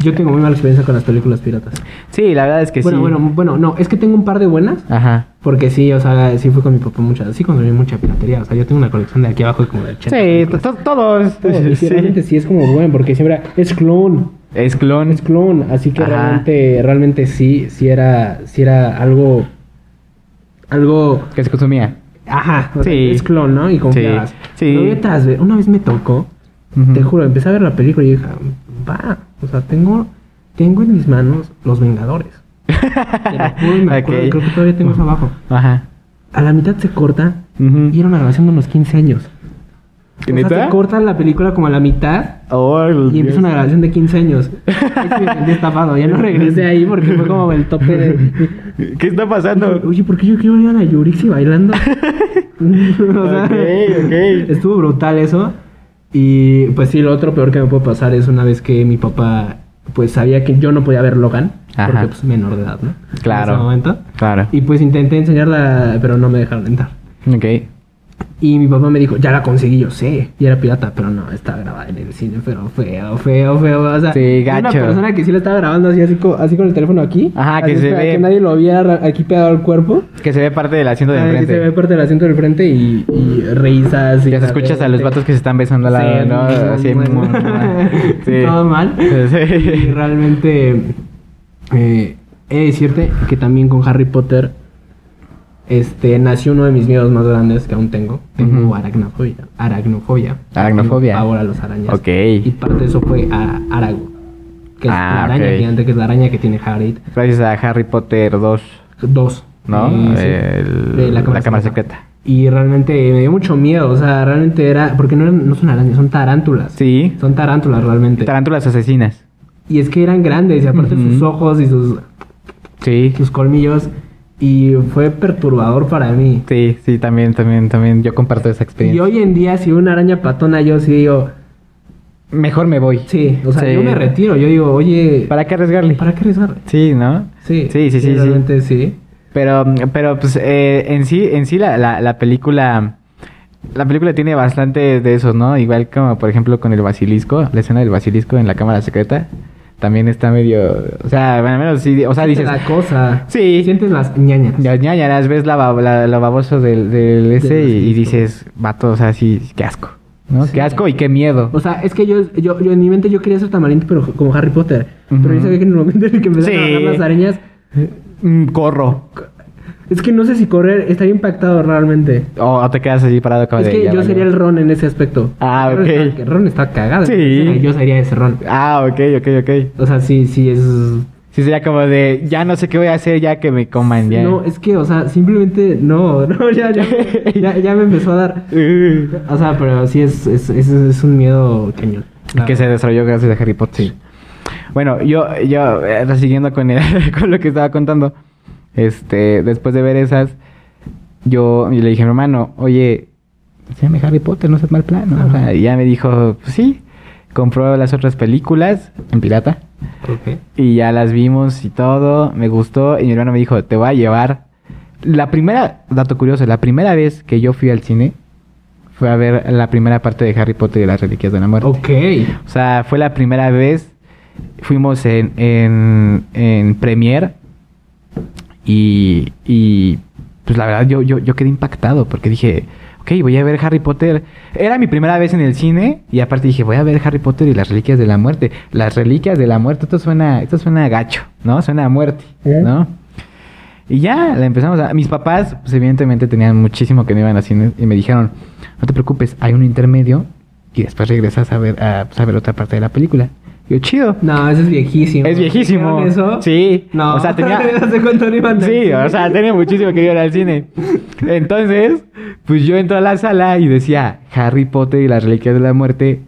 [SPEAKER 2] Yo tengo muy mala experiencia con las películas piratas.
[SPEAKER 1] Sí, la verdad es que
[SPEAKER 2] bueno,
[SPEAKER 1] sí.
[SPEAKER 2] bueno, bueno, no, es que tengo un par de buenas.
[SPEAKER 1] Ajá.
[SPEAKER 2] Porque sí, o sea, sí fui con mi papá mucha, sí consumí mucha piratería. O sea, yo tengo una colección de aquí abajo como de
[SPEAKER 1] Sí,
[SPEAKER 2] 80. películas.
[SPEAKER 1] to- to- todos.
[SPEAKER 2] Todo,
[SPEAKER 1] <laughs>
[SPEAKER 2] y pues. sí, realmente sí es como bueno, porque siempre era, es clon,
[SPEAKER 1] Es clon.
[SPEAKER 2] es clon. Así que
[SPEAKER 1] Ajá.
[SPEAKER 2] realmente, realmente sí, sí era, sí era algo, algo
[SPEAKER 1] Que se consumía.
[SPEAKER 2] Ajá, o sea,
[SPEAKER 1] Sí.
[SPEAKER 2] es clon, ¿no? Y confiabas.
[SPEAKER 1] Sí.
[SPEAKER 2] Lo vi atrás, ve- Una vez me tocó,
[SPEAKER 1] Ujú.
[SPEAKER 2] te juro, empecé a ver la película y dije, va, o sea, tengo, tengo en mis manos Los Vengadores. Te lo juro
[SPEAKER 1] <laughs>
[SPEAKER 2] y me acuerdo,
[SPEAKER 1] Ok.
[SPEAKER 2] creo que todavía tengo eso abajo.
[SPEAKER 1] Ajá.
[SPEAKER 2] A la mitad se corta
[SPEAKER 1] Ujú.
[SPEAKER 2] y era una grabación de unos 15 años.
[SPEAKER 1] ¿Y
[SPEAKER 2] O sea,
[SPEAKER 1] neta?
[SPEAKER 2] se corta la película como a la mitad
[SPEAKER 1] Oh,
[SPEAKER 2] y empieza
[SPEAKER 1] Dios.
[SPEAKER 2] una grabación de
[SPEAKER 1] <laughs>
[SPEAKER 2] 15 años. Ahí sí me sentí estafado, ya no regresé ahí porque fue como el tope de...
[SPEAKER 1] <laughs> ¿Qué está pasando?
[SPEAKER 2] <laughs> Oye, ¿por qué yo quiero ver a la Yurixi bailando? <laughs> O sea,
[SPEAKER 1] Ok, ok.
[SPEAKER 2] Estuvo brutal eso. Y pues sí, lo otro peor que me puede pasar es una vez que mi papá pues sabía que yo no podía ver Logan.
[SPEAKER 1] Ajá.
[SPEAKER 2] Porque pues menor de edad, ¿no?
[SPEAKER 1] Claro.
[SPEAKER 2] En ese momento.
[SPEAKER 1] Claro.
[SPEAKER 2] Y pues intenté enseñarla, pero no me dejaron entrar.
[SPEAKER 1] Ok.
[SPEAKER 2] Y mi papá me dijo, ya la conseguí, yo sé. Y era pirata, pero no, estaba grabada en el cine, pero feo, feo, feo. O sea,
[SPEAKER 1] Sí,
[SPEAKER 2] una
[SPEAKER 1] gacho.
[SPEAKER 2] persona que sí la estaba grabando así, así, co- así con el teléfono aquí.
[SPEAKER 1] Ajá,
[SPEAKER 2] así
[SPEAKER 1] que se
[SPEAKER 2] para
[SPEAKER 1] ve.
[SPEAKER 2] Que nadie lo viera aquí pegado al cuerpo.
[SPEAKER 1] Que se ve parte del asiento de
[SPEAKER 2] Ah, que
[SPEAKER 1] enfrente.
[SPEAKER 2] se ve parte del asiento del frente y, y risas. Y este,
[SPEAKER 1] Ya se escuchas a los vatos que se están besando al lado,
[SPEAKER 2] Sí,
[SPEAKER 1] ¿no? Así,
[SPEAKER 2] bueno.
[SPEAKER 1] mu-
[SPEAKER 2] <laughs>
[SPEAKER 1] mu- sí.
[SPEAKER 2] Todo mal.
[SPEAKER 1] <laughs>
[SPEAKER 2] Y
[SPEAKER 1] Sí.
[SPEAKER 2] realmente eh, he de decirte que también con Harry Potter este nació uno de mis miedos más grandes que aún tengo. Tengo
[SPEAKER 1] Ujú.
[SPEAKER 2] aracnofobia. Aracnofobia.
[SPEAKER 1] Aracnofobia.
[SPEAKER 2] Tengo pavor a los arañas.
[SPEAKER 1] Ok.
[SPEAKER 2] Y parte de eso fue a Arago. Que es
[SPEAKER 1] Ah,
[SPEAKER 2] la araña
[SPEAKER 1] ok.
[SPEAKER 2] gigante, que es la araña que tiene Harry.
[SPEAKER 1] Gracias a Harry Potter 2.
[SPEAKER 2] Dos.
[SPEAKER 1] ¿No?
[SPEAKER 2] Eh, sí.
[SPEAKER 1] El-
[SPEAKER 2] De
[SPEAKER 1] la cámara secreta.
[SPEAKER 2] Y realmente me dio mucho miedo, o sea, realmente era, porque no, eran, no son arañas, son tarántulas.
[SPEAKER 1] Sí.
[SPEAKER 2] Son tarántulas realmente.
[SPEAKER 1] Tarántulas asesinas.
[SPEAKER 2] y es que eran grandes, y aparte
[SPEAKER 1] Ujú.
[SPEAKER 2] sus ojos y sus,
[SPEAKER 1] Sí.
[SPEAKER 2] sus colmillos, y fue perturbador para mí.
[SPEAKER 1] Sí, sí, también, también, también. Yo comparto esa
[SPEAKER 2] Y
[SPEAKER 1] experiencia.
[SPEAKER 2] hoy en día, si una araña patona, yo sí digo,
[SPEAKER 1] Mejor me voy.
[SPEAKER 2] sí, o sea,
[SPEAKER 1] Sí.
[SPEAKER 2] yo me retiro, yo digo, oye, ¿para,
[SPEAKER 1] ¿Para qué arriesgarle?
[SPEAKER 2] qué arriesgar?
[SPEAKER 1] Sí, ¿no?
[SPEAKER 2] Sí,
[SPEAKER 1] Sí, sí, sí, sí.
[SPEAKER 2] Realmente sí.
[SPEAKER 1] Pero, pero pues, eh, en sí, en sí la, la, la película... La película tiene bastante de esos, ¿no? Igual como, por ejemplo, con el basilisco. La escena del basilisco en la cámara secreta. También está medio... O sea, bueno, al menos sí... O sea,
[SPEAKER 2] Sientes
[SPEAKER 1] dices...
[SPEAKER 2] La cosa.
[SPEAKER 1] Sí.
[SPEAKER 2] Sientes las ñañas.
[SPEAKER 1] Ya, ya, ya, las ves la, bab- la- lo baboso del, del ese
[SPEAKER 2] Del
[SPEAKER 1] y, y
[SPEAKER 2] basilisco.
[SPEAKER 1] dices, vato, o sea, sí, qué asco. ¿No?
[SPEAKER 2] Sí.
[SPEAKER 1] Qué asco y qué miedo.
[SPEAKER 2] O sea, es que yo, yo, yo en mi mente yo quería ser tamarindo, pero como Harry Potter. Pero yo
[SPEAKER 1] Ujú.
[SPEAKER 2] sabía que en el momento en el que empezaron a
[SPEAKER 1] Sí.
[SPEAKER 2] agarrar las arañas,
[SPEAKER 1] Mm, corro.
[SPEAKER 2] es que no sé si correr estaría impactado realmente.
[SPEAKER 1] O, o te quedas allí parado como
[SPEAKER 2] es
[SPEAKER 1] de,
[SPEAKER 2] que
[SPEAKER 1] ya
[SPEAKER 2] yo
[SPEAKER 1] valió.
[SPEAKER 2] sería el Ron en ese aspecto.
[SPEAKER 1] Ah,
[SPEAKER 2] Ron
[SPEAKER 1] ok.
[SPEAKER 2] Está, Ron está cagado.
[SPEAKER 1] Sí.
[SPEAKER 2] entonces Yo sería ese Ron.
[SPEAKER 1] Ah, ok, ok, ok.
[SPEAKER 2] O sea, sí, sí, es...
[SPEAKER 1] Sí, sería como de, ya no sé qué voy a hacer ya que me coman ya.
[SPEAKER 2] No, es que, o sea, simplemente no, <laughs> no, ya, ya, ya, ya me empezó a dar.
[SPEAKER 1] Uh,
[SPEAKER 2] O sea, pero sí es, es, es, es un miedo cañón.
[SPEAKER 1] que se desarrolló gracias a Harry Potter. Bueno, yo, yo, eh, siguiendo con, el- <laughs> con lo que estaba contando, este, después de ver esas, yo, yo le dije, hermano, oye, enséñame Harry Potter, no seas mal plan, ¿no? O sea,
[SPEAKER 2] Ajá.
[SPEAKER 1] y ya me dijo, pues sí, compró las otras películas en pirata
[SPEAKER 2] Ok.
[SPEAKER 1] y ya las vimos y todo, me gustó y mi hermano me dijo, te voy a llevar. La primera, dato curioso, la primera vez que yo fui al cine fue a ver la primera parte de Harry Potter y las Reliquias de la Muerte.
[SPEAKER 2] Ok.
[SPEAKER 1] O sea, fue la primera vez. Fuimos en, en, en Premiere. Y, y, pues la verdad yo, yo, yo quedé impactado porque dije, ok, voy a ver Harry Potter. Era mi primera vez en el cine y aparte dije, voy a ver Harry Potter y las reliquias de la muerte. Las reliquias de la muerte, esto suena, esto suena a gacho, ¿no? Suena a muerte,
[SPEAKER 2] ¿Eh?
[SPEAKER 1] ¿no? Y ya, la empezamos a... Mis papás, pues evidentemente tenían muchísimo que no iban a cine y me dijeron, no te preocupes, hay un intermedio y después regresas a ver, a, pues, a ver otra parte de la película. Y yo, chido.
[SPEAKER 2] No, ese es viejísimo.
[SPEAKER 1] Es viejísimo.
[SPEAKER 2] ¿Hicieron eso?
[SPEAKER 1] Sí.
[SPEAKER 2] No.
[SPEAKER 1] O sea,
[SPEAKER 2] <laughs>
[SPEAKER 1] tenía-
[SPEAKER 2] ¿Hace cuánto no iban al
[SPEAKER 1] Sí,
[SPEAKER 2] cine?
[SPEAKER 1] o sea, tenía muchísimo que ir al cine. Entonces, pues yo entro a la sala y decía, Harry Potter y las Reliquias de la Muerte,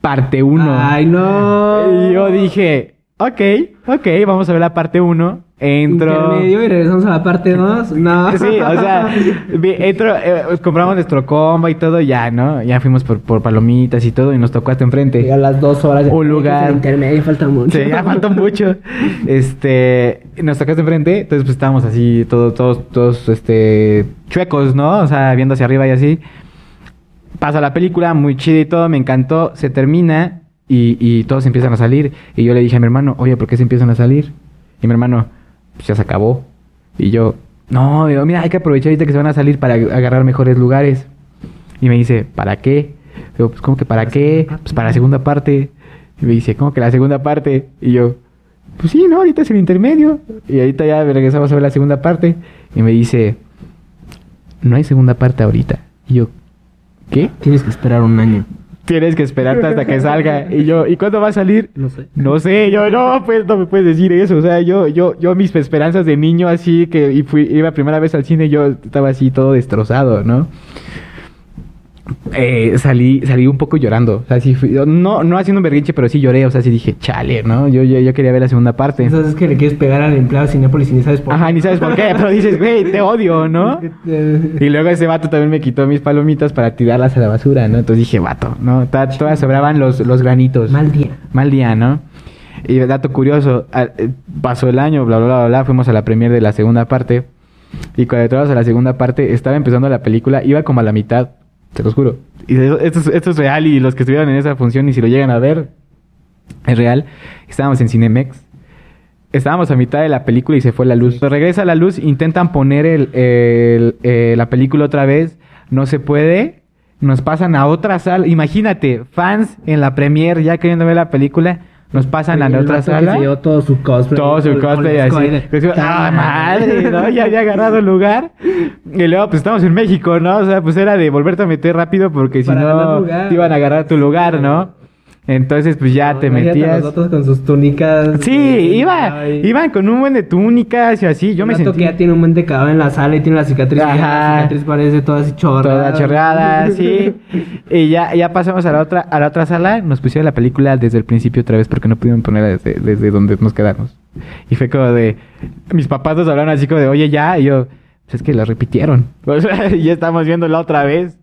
[SPEAKER 1] parte 1.
[SPEAKER 2] Ay, no.
[SPEAKER 1] Y yo dije, ok, ok, vamos a ver la parte 1. Entro...
[SPEAKER 2] Intermedio y regresamos a la parte 2. No.
[SPEAKER 1] <laughs> Sí, o sea,
[SPEAKER 2] <laughs>
[SPEAKER 1] vi- entro, eh, compramos nuestro combo y todo, ya, ¿no? Ya fuimos por, por palomitas y todo y nos tocó hasta enfrente.
[SPEAKER 2] a las dos horas.
[SPEAKER 1] Un lugar.
[SPEAKER 2] Es el Intermedio, falta mucho.
[SPEAKER 1] Sí, ya falta mucho. Este, nos tocaste enfrente, entonces pues estábamos así, todos, todos, todos, este, chuecos, ¿no? O sea, viendo hacia arriba y así. Pasa la película, muy chida y todo, me encantó, se termina y, y todos empiezan a salir. Y yo le dije a mi hermano, oye, ¿por qué se empiezan a salir? Y mi hermano, pues ya se acabó. Y yo, no, digo, mira, hay que aprovechar ahorita que se van a salir para agarrar mejores lugares. Y me dice, ¿para qué? Digo, pues ¿cómo que para qué? Pues para la segunda parte. Y me dice, ¿cómo que la segunda parte? Y yo, pues sí, no, ahorita es el intermedio. Y ahorita ya regresamos a ver la segunda parte. Y me dice, no hay segunda parte ahorita. Y yo, ¿qué?
[SPEAKER 2] <laughs> Tienes que esperar un año.
[SPEAKER 1] Tienes que esperarte hasta que salga. Y yo, ¿y cuándo va a salir?
[SPEAKER 2] No sé.
[SPEAKER 1] No sé, yo no, pues no me puedes decir eso. O sea, yo, yo, yo mis esperanzas de niño así que y fui, iba primera vez al cine, yo estaba así todo destrozado, ¿no? Eh, salí, salí un poco llorando. O sea, sí fui- no, no haciendo un berrinche, pero sí lloré. O sea, sí dije, chale, ¿no? Yo, yo, yo quería ver la segunda parte.
[SPEAKER 2] Entonces es que le quieres pegar al empleado de Cinépolis y ni sabes por
[SPEAKER 1] Ajá, ni sabes por
[SPEAKER 2] <laughs>
[SPEAKER 1] qué, pero dices, güey, te odio, ¿no?
[SPEAKER 2] Eh,
[SPEAKER 1] Y luego ese vato también me quitó mis palomitas para tirarlas a la basura, ¿no? Entonces dije, vato, ¿no? Ta- Todas sobraban los, los granitos.
[SPEAKER 2] Mal día.
[SPEAKER 1] Mal día, ¿no? Y dato curioso, al- eh, pasó el año, bla, bla, bla, bla, fuimos a la premiere de la segunda parte. Y cuando entramos a la segunda parte, estaba empezando la película, iba como a la mitad. Te los juro. Y eso- esto, es, esto es real y los que estuvieron en esa función y si lo llegan a ver, es real. Estábamos en Cinemex. Estábamos a mitad de la película y se fue la luz. Cuando regresa la luz, intentan poner el- el- eh, la película otra vez. No se puede. Nos pasan a otra sala. Imagínate, fans en la premiere ya queriendo ver la película, nos pasan
[SPEAKER 2] El
[SPEAKER 1] a otra
[SPEAKER 2] vato que
[SPEAKER 1] sala.
[SPEAKER 2] se llevó todo su cosplay.
[SPEAKER 1] Todo su
[SPEAKER 2] con- con
[SPEAKER 1] cosplay
[SPEAKER 2] los
[SPEAKER 1] así.
[SPEAKER 2] cohetes.
[SPEAKER 1] Pues, ah, madre, ¿no? Ya había agarrado lugar. Y luego, pues estamos en México, ¿no? O sea, pues era de volverte a meter rápido porque si
[SPEAKER 2] Para ganar
[SPEAKER 1] no
[SPEAKER 2] lugar.
[SPEAKER 1] te iban a agarrar tu lugar, ¿no? Entonces, pues ya
[SPEAKER 2] No,
[SPEAKER 1] te
[SPEAKER 2] imagínate a
[SPEAKER 1] metías.
[SPEAKER 2] Nosotros con sus túnicas.
[SPEAKER 1] Sí,
[SPEAKER 2] y-
[SPEAKER 1] iba,
[SPEAKER 2] ay.
[SPEAKER 1] iban con un buen de túnicas y así. Yo
[SPEAKER 2] Un
[SPEAKER 1] me
[SPEAKER 2] vato
[SPEAKER 1] sentí
[SPEAKER 2] que ya tiene un buen de cagado en la sala y tiene la cicatriz. y ya
[SPEAKER 1] Ajá.
[SPEAKER 2] La cicatriz parece toda así
[SPEAKER 1] toda
[SPEAKER 2] chorrada. <laughs>
[SPEAKER 1] chorreada, sí. Y ya, ya pasamos a la otra, a la otra sala, nos pusieron la película desde el principio otra vez porque no pudieron ponerla desde, desde donde nos quedamos. Y fue como de, mis papás nos hablaron así como de, oye ya, y yo, pues es que la repitieron. <laughs> O sea, ya estamos viéndola otra vez.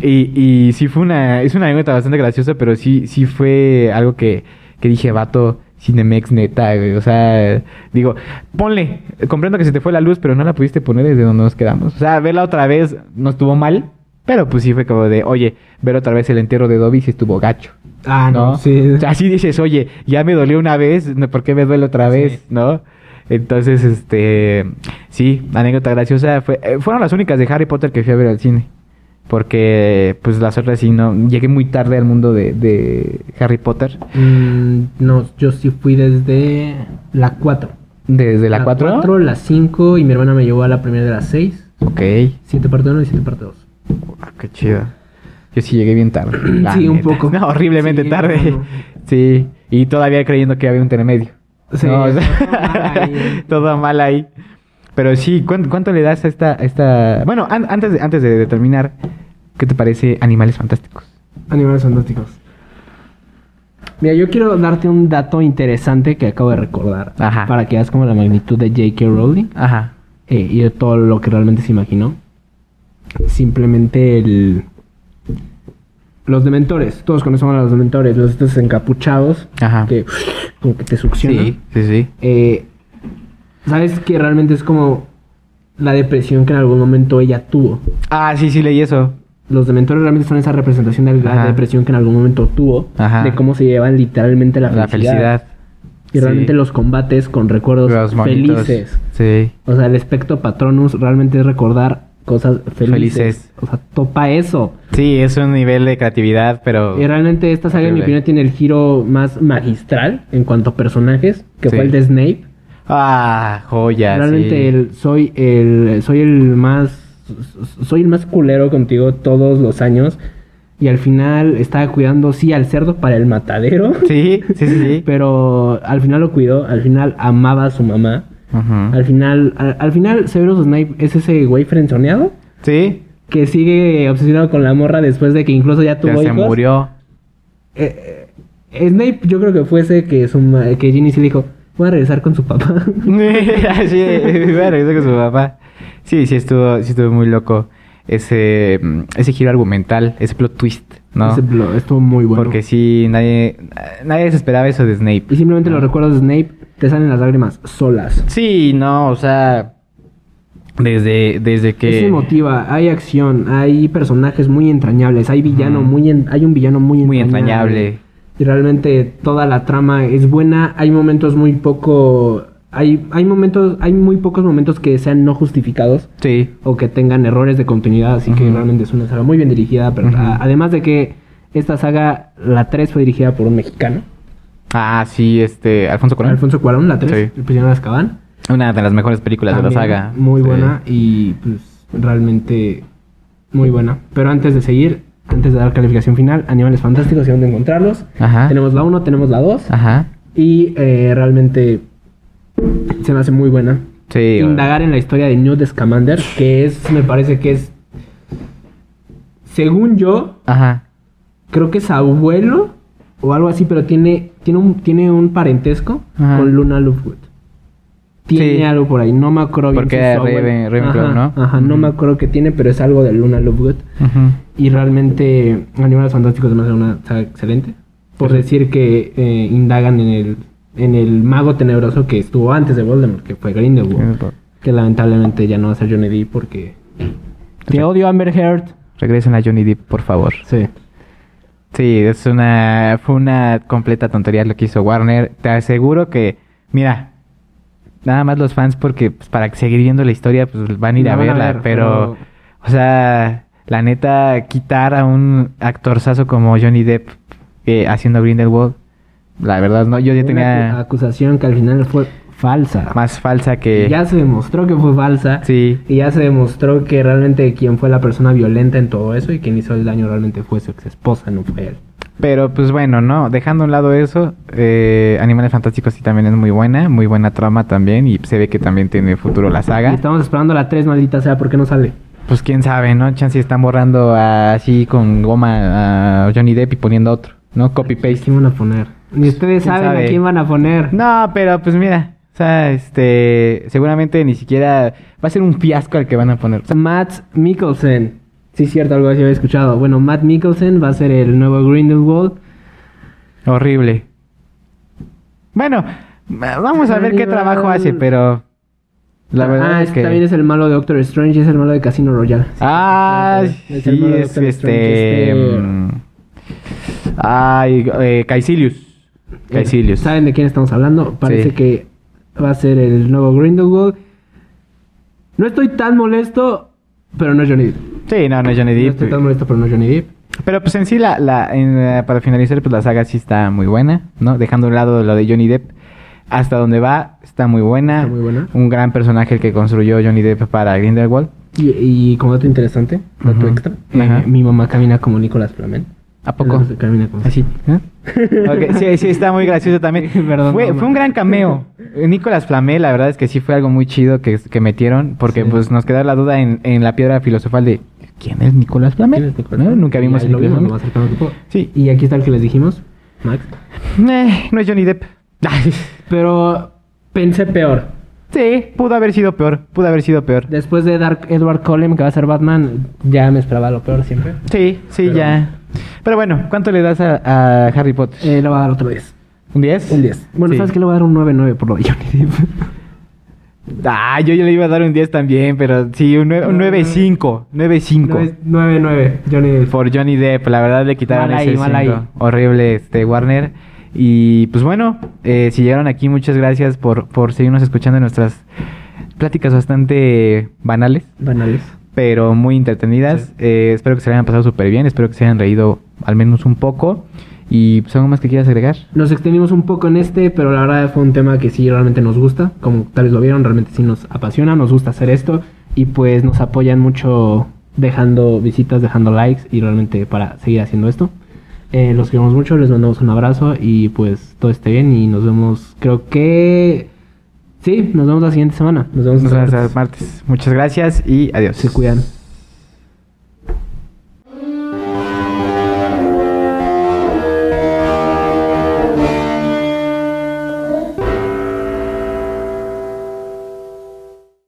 [SPEAKER 1] Y, y sí fue una, es una anécdota bastante graciosa, pero sí, sí fue algo que, que dije, vato, Cinemex neta, güey. O sea, digo, ponle, comprendo que se te fue la luz, pero no la pudiste poner desde donde nos quedamos. O sea, verla otra vez no estuvo mal, pero pues sí fue como de, oye, ver otra vez el entierro de Dobby sí estuvo gacho.
[SPEAKER 2] Ah, no.
[SPEAKER 1] ¿no?
[SPEAKER 2] Sí.
[SPEAKER 1] O sea, así dices, oye, ya me dolió una vez, ¿no? ¿por qué me duele otra vez?
[SPEAKER 2] Sí.
[SPEAKER 1] ¿No? Entonces, este, sí, anécdota graciosa. Fue, eh, fueron las únicas de Harry Potter que fui a ver al cine. Porque, pues, las otras sí, no. Llegué muy tarde al mundo de, de Harry Potter.
[SPEAKER 2] Mm, no, yo sí fui desde la 4.
[SPEAKER 1] Desde la 4.
[SPEAKER 2] la 5 y mi hermana me llevó a la primera de las 6.
[SPEAKER 1] Ok.
[SPEAKER 2] 7 parte 1 y 7 parte 2.
[SPEAKER 1] Ah, qué chido. Yo sí llegué bien
[SPEAKER 2] <clears throat>
[SPEAKER 1] tarde. la
[SPEAKER 2] Sí, un
[SPEAKER 1] neta.
[SPEAKER 2] poco.
[SPEAKER 1] <laughs> No, horriblemente
[SPEAKER 2] Sí,
[SPEAKER 1] tarde.
[SPEAKER 2] no, no.
[SPEAKER 1] <laughs> Sí. Y todavía creyendo que había un intermedio.
[SPEAKER 2] Sí,
[SPEAKER 1] No, o <laughs> sea,
[SPEAKER 2] <laughs> todo mal ahí.
[SPEAKER 1] todo mal ahí. Pero sí, ¿cuán- ¿cuánto, le das a esta... a esta... Bueno, an- antes, de, antes de, de terminar, ¿qué te parece Animales Fantásticos?
[SPEAKER 2] Animales fantásticos. Mira, yo quiero darte un dato interesante que acabo de recordar.
[SPEAKER 1] Ajá.
[SPEAKER 2] Para que veas como la magnitud de J.K. Rowling
[SPEAKER 1] Ajá.
[SPEAKER 2] eh, y de todo lo que realmente se imaginó. Simplemente el. Los dementores. Todos conocemos a los dementores. Los estos encapuchados.
[SPEAKER 1] Ajá.
[SPEAKER 2] Que como que te succionan.
[SPEAKER 1] Ah. Sí, sí, sí.
[SPEAKER 2] Eh, Sabes que realmente es como la depresión que en algún momento ella tuvo.
[SPEAKER 1] Ah, sí, sí, leí eso.
[SPEAKER 2] Los dementores realmente son esa representación de la
[SPEAKER 1] Ajá.
[SPEAKER 2] depresión que en algún momento tuvo,
[SPEAKER 1] Ajá.
[SPEAKER 2] de cómo se llevan literalmente la felicidad. Y realmente
[SPEAKER 1] Sí.
[SPEAKER 2] los combates con recuerdos
[SPEAKER 1] Los monitos.
[SPEAKER 2] felices.
[SPEAKER 1] Sí.
[SPEAKER 2] O sea, el espectro patronus realmente es recordar cosas felices.
[SPEAKER 1] Felices.
[SPEAKER 2] O sea, topa eso.
[SPEAKER 1] Sí, es un nivel de creatividad, pero...
[SPEAKER 2] Y realmente esta saga, en mi
[SPEAKER 1] Horrible.
[SPEAKER 2] opinión, tiene el giro más magistral en cuanto a personajes, que
[SPEAKER 1] Sí.
[SPEAKER 2] fue el de Snape.
[SPEAKER 1] Ah, joya.
[SPEAKER 2] Realmente
[SPEAKER 1] sí.
[SPEAKER 2] el- soy el soy el más soy el más culero contigo todos los años y al final estaba cuidando sí al cerdo para el matadero.
[SPEAKER 1] Sí,
[SPEAKER 2] <laughs>
[SPEAKER 1] sí, sí. sí.
[SPEAKER 2] Pero al final lo cuidó, al final amaba a su mamá.
[SPEAKER 1] Ujú.
[SPEAKER 2] Al final al, al final Severus Snape es ese güey frenzoneado
[SPEAKER 1] Sí.
[SPEAKER 2] que sigue obsesionado con la morra después de que incluso ya tuvo
[SPEAKER 1] Ya se
[SPEAKER 2] hijos.
[SPEAKER 1] murió. <laughs>
[SPEAKER 2] Eh, eh, Snape yo creo que fue ese que su ma- que Ginny sí le dijo, "Voy a regresar con su papá."
[SPEAKER 1] Así, bueno, eso con su papá. Sí, sí estuvo, sí estuvo muy loco ese, mm, ese giro argumental, ese plot twist, ¿no?
[SPEAKER 2] Ese blo- estuvo muy bueno.
[SPEAKER 1] Porque sí, nadie, nadie se esperaba eso de Snape.
[SPEAKER 2] Y simplemente los
[SPEAKER 1] ¿no?
[SPEAKER 2] recuerdos de Snape te salen las lágrimas solas.
[SPEAKER 1] Sí, no, o sea, desde, desde que...
[SPEAKER 2] Eso motiva, hay acción, hay personajes muy entrañables, hay villano
[SPEAKER 1] Ujú.
[SPEAKER 2] muy en- hay un villano muy entrañable.
[SPEAKER 1] Muy entrañable.
[SPEAKER 2] Y realmente toda la trama es buena, hay momentos muy poco hay hay momentos hay muy pocos momentos que sean no justificados
[SPEAKER 1] Sí,
[SPEAKER 2] o que tengan errores de continuidad, así que
[SPEAKER 1] Ujú.
[SPEAKER 2] realmente es una saga muy bien dirigida, pero
[SPEAKER 1] Ujú.
[SPEAKER 2] a- además de que esta saga la 3 fue dirigida por un mexicano,
[SPEAKER 1] ah, sí, este, Alfonso Cuarón.
[SPEAKER 2] Alfonso Cuarón, la 3,
[SPEAKER 1] Sí.
[SPEAKER 2] el prisionero de Azkaban.
[SPEAKER 1] Una de las mejores películas de la
[SPEAKER 2] También
[SPEAKER 1] saga.
[SPEAKER 2] Muy
[SPEAKER 1] Sí.
[SPEAKER 2] buena y pues realmente muy buena. Pero antes de seguir, antes de dar calificación final, Animales Fantásticos y dónde encontrarlos.
[SPEAKER 1] Ajá. Ah.
[SPEAKER 2] Tenemos la 1, tenemos la 2
[SPEAKER 1] Ajá.
[SPEAKER 2] y eh, realmente se me hace muy buena.
[SPEAKER 1] Sí.
[SPEAKER 2] Indagar en la historia de Newt Scamander, que es, me parece que es, según yo,
[SPEAKER 1] Ajá.
[SPEAKER 2] creo que es abuelo o algo así, pero tiene, tiene, un, tiene un parentesco
[SPEAKER 1] Ajá.
[SPEAKER 2] con Luna Lovegood. Tiene
[SPEAKER 1] Sí.
[SPEAKER 2] algo por ahí, no me acuerdo bien.
[SPEAKER 1] Porque
[SPEAKER 2] si es
[SPEAKER 1] era
[SPEAKER 2] su abuelo.
[SPEAKER 1] Raven- Ravenclaw,
[SPEAKER 2] Ajá,
[SPEAKER 1] ¿no?
[SPEAKER 2] Ajá, no me acuerdo que tiene, pero es algo de Luna Lovegood.
[SPEAKER 1] Ujú.
[SPEAKER 2] Y realmente Animales Fantásticos es una saga excelente. Por
[SPEAKER 1] Ujú.
[SPEAKER 2] decir que eh, indagan en el, en el mago tenebroso que estuvo antes de Voldemort, que fue Grindelwald.
[SPEAKER 1] Grindelwald.
[SPEAKER 2] Que lamentablemente ya no va a ser Johnny D porque... Te odio, Amber Heard.
[SPEAKER 1] Regresen a Johnny Depp, por favor.
[SPEAKER 2] Sí.
[SPEAKER 1] Sí, es una, fue una completa tontería lo que hizo Warner. Te aseguro que, mira, nada más los fans, porque pues, para seguir viendo la historia, pues van a ir
[SPEAKER 2] La
[SPEAKER 1] a
[SPEAKER 2] van a
[SPEAKER 1] verla.
[SPEAKER 2] ver,
[SPEAKER 1] pero,
[SPEAKER 2] pero-
[SPEAKER 1] o sea, la neta, quitar a un actorzazo como Johnny Depp eh, haciendo Grindelwald, la verdad, no. Yo ya
[SPEAKER 2] Una acu-
[SPEAKER 1] tenía
[SPEAKER 2] acusación que al final fue falsa.
[SPEAKER 1] más falsa que.
[SPEAKER 2] Ya se demostró que fue falsa.
[SPEAKER 1] Sí.
[SPEAKER 2] Y ya se demostró que realmente quien fue la persona violenta en todo eso y quien hizo el daño realmente fue su ex esposa, no fue él.
[SPEAKER 1] Pero pues bueno, no, dejando a un lado eso, eh, Animales Fantásticos sí también es muy buena, muy buena trama también y se ve que también tiene futuro la
[SPEAKER 2] Y
[SPEAKER 1] saga.
[SPEAKER 2] estamos esperando la 3, maldita sea, ¿por qué no sale?
[SPEAKER 1] Pues quién sabe, ¿no? Chance están borrando a- así con goma a Johnny Depp y poniendo otro, ¿no? Copy paste.
[SPEAKER 2] ¿Quién van a poner? Ni ustedes
[SPEAKER 1] ¿Quién
[SPEAKER 2] saben
[SPEAKER 1] sabe?
[SPEAKER 2] a quién van a poner.
[SPEAKER 1] No, pero pues mira, o sea, este, seguramente ni siquiera va a ser un fiasco al que van a poner. O sea,
[SPEAKER 2] Matt Mikkelsen. Sí, cierto, algo así había escuchado. Bueno, Matt Mikkelsen va a ser el nuevo Grindelwald.
[SPEAKER 1] horrible. Bueno, vamos a ver qué trabajo hace, pero la verdad
[SPEAKER 2] ah,
[SPEAKER 1] es que
[SPEAKER 2] también es el malo de Doctor Strange y es el malo de Casino Royale. Sí,
[SPEAKER 1] Ah,
[SPEAKER 2] es el
[SPEAKER 1] sí,
[SPEAKER 2] malo de
[SPEAKER 1] es
[SPEAKER 2] Doctor Strange,
[SPEAKER 1] este.
[SPEAKER 2] este-
[SPEAKER 1] mm, Ay, eh, Caecilius. Caecilius.
[SPEAKER 2] eh, ¿Saben de quién estamos hablando?
[SPEAKER 1] Sí.
[SPEAKER 2] Parece que va a ser el nuevo Grindelwald. No estoy tan molesto, pero no es Johnny Depp.
[SPEAKER 1] Sí, no, no es Johnny
[SPEAKER 2] No estoy tan
[SPEAKER 1] Depp.
[SPEAKER 2] molesto, pero no es Johnny Depp.
[SPEAKER 1] Pero pues en sí, la, la, en, eh, para finalizar, pues la saga sí está muy buena, ¿no? Dejando a un lado lo de Johnny Depp. Hasta donde va, está muy buena.
[SPEAKER 2] Está muy buena.
[SPEAKER 1] Un gran personaje el que construyó Johnny Depp para Grindelwald.
[SPEAKER 2] Y, y como dato interesante, dato
[SPEAKER 1] Ujú.
[SPEAKER 2] extra,
[SPEAKER 1] Ajá.
[SPEAKER 2] eh, mi mamá camina como Nicolás Flamel.
[SPEAKER 1] ¿A poco?
[SPEAKER 2] Entonces, Camina como <laughs>
[SPEAKER 1] Así. ¿eh? Ok, sí, sí, está muy gracioso también.
[SPEAKER 2] Perdón,
[SPEAKER 1] fue,
[SPEAKER 2] mamá.
[SPEAKER 1] fue un gran
[SPEAKER 2] <laughs>
[SPEAKER 1] cameo. Nicolás Flamel, la verdad es que sí fue algo muy chido que, que metieron, porque
[SPEAKER 2] Sí.
[SPEAKER 1] pues nos queda la duda en, en la piedra filosofal de ¿quién es Nicolás Flamel?
[SPEAKER 2] ¿Quién es
[SPEAKER 1] ¿No?
[SPEAKER 2] Nicolás Flamel?
[SPEAKER 1] Nunca vimos
[SPEAKER 2] Y
[SPEAKER 1] a
[SPEAKER 2] ahí
[SPEAKER 1] Nicolás
[SPEAKER 2] lo vimos, lo
[SPEAKER 1] Flamel.
[SPEAKER 2] más cercano que puedo.
[SPEAKER 1] Sí.
[SPEAKER 2] Y aquí está el que les dijimos, Max.
[SPEAKER 1] Eh, no es Johnny
[SPEAKER 2] <laughs>
[SPEAKER 1] Depp.
[SPEAKER 2] Pero pensé peor.
[SPEAKER 1] sí, pudo haber sido peor, pudo haber sido peor.
[SPEAKER 2] Después de Dark Edward Cullen, que va a ser Batman, ya me esperaba lo peor siempre.
[SPEAKER 1] Sí, sí,
[SPEAKER 2] Pero-
[SPEAKER 1] ya. Pero bueno, ¿cuánto le das a, a Harry Potter?
[SPEAKER 2] Eh, le voy a dar otro 10.
[SPEAKER 1] ¿Un 10?
[SPEAKER 2] Un 10. Bueno,
[SPEAKER 1] Sí.
[SPEAKER 2] ¿sabes qué? Le voy a dar un 9-9 por lo de Johnny Depp.
[SPEAKER 1] Ah, yo, yo le iba a dar un 10 también, pero sí, un
[SPEAKER 2] No, no.
[SPEAKER 1] 9.5.
[SPEAKER 2] <laughs>
[SPEAKER 1] 9.5.
[SPEAKER 2] 9-9, Johnny Depp.
[SPEAKER 1] por Johnny Depp. La verdad le quitaron
[SPEAKER 2] Mal ahí,
[SPEAKER 1] ese
[SPEAKER 2] mal
[SPEAKER 1] cinco.
[SPEAKER 2] ahí.
[SPEAKER 1] horrible este Warner. Y pues bueno, eh, si llegaron aquí, muchas gracias por, por seguirnos escuchando en nuestras pláticas bastante banales,
[SPEAKER 2] Banales.
[SPEAKER 1] pero muy entretenidas.
[SPEAKER 2] Sí.
[SPEAKER 1] Eh, espero que se la hayan pasado súper bien, espero que se hayan reído al menos un poco. Y pues algo más que quieras agregar.
[SPEAKER 2] Nos extendimos un poco en este, pero la verdad fue un tema que sí realmente nos gusta. Como tal vez lo vieron, realmente sí nos apasiona, nos gusta hacer esto. Y pues nos apoyan mucho dejando visitas, dejando likes y realmente para seguir haciendo esto. Eh, los queremos mucho, les mandamos un abrazo y pues todo esté bien y nos vemos, creo que... Sí, nos vemos la siguiente semana. Nos vemos
[SPEAKER 1] Nos
[SPEAKER 2] el
[SPEAKER 1] vemos
[SPEAKER 2] martes.
[SPEAKER 1] el martes. Muchas gracias y adiós.
[SPEAKER 2] Pues, Se cuidan.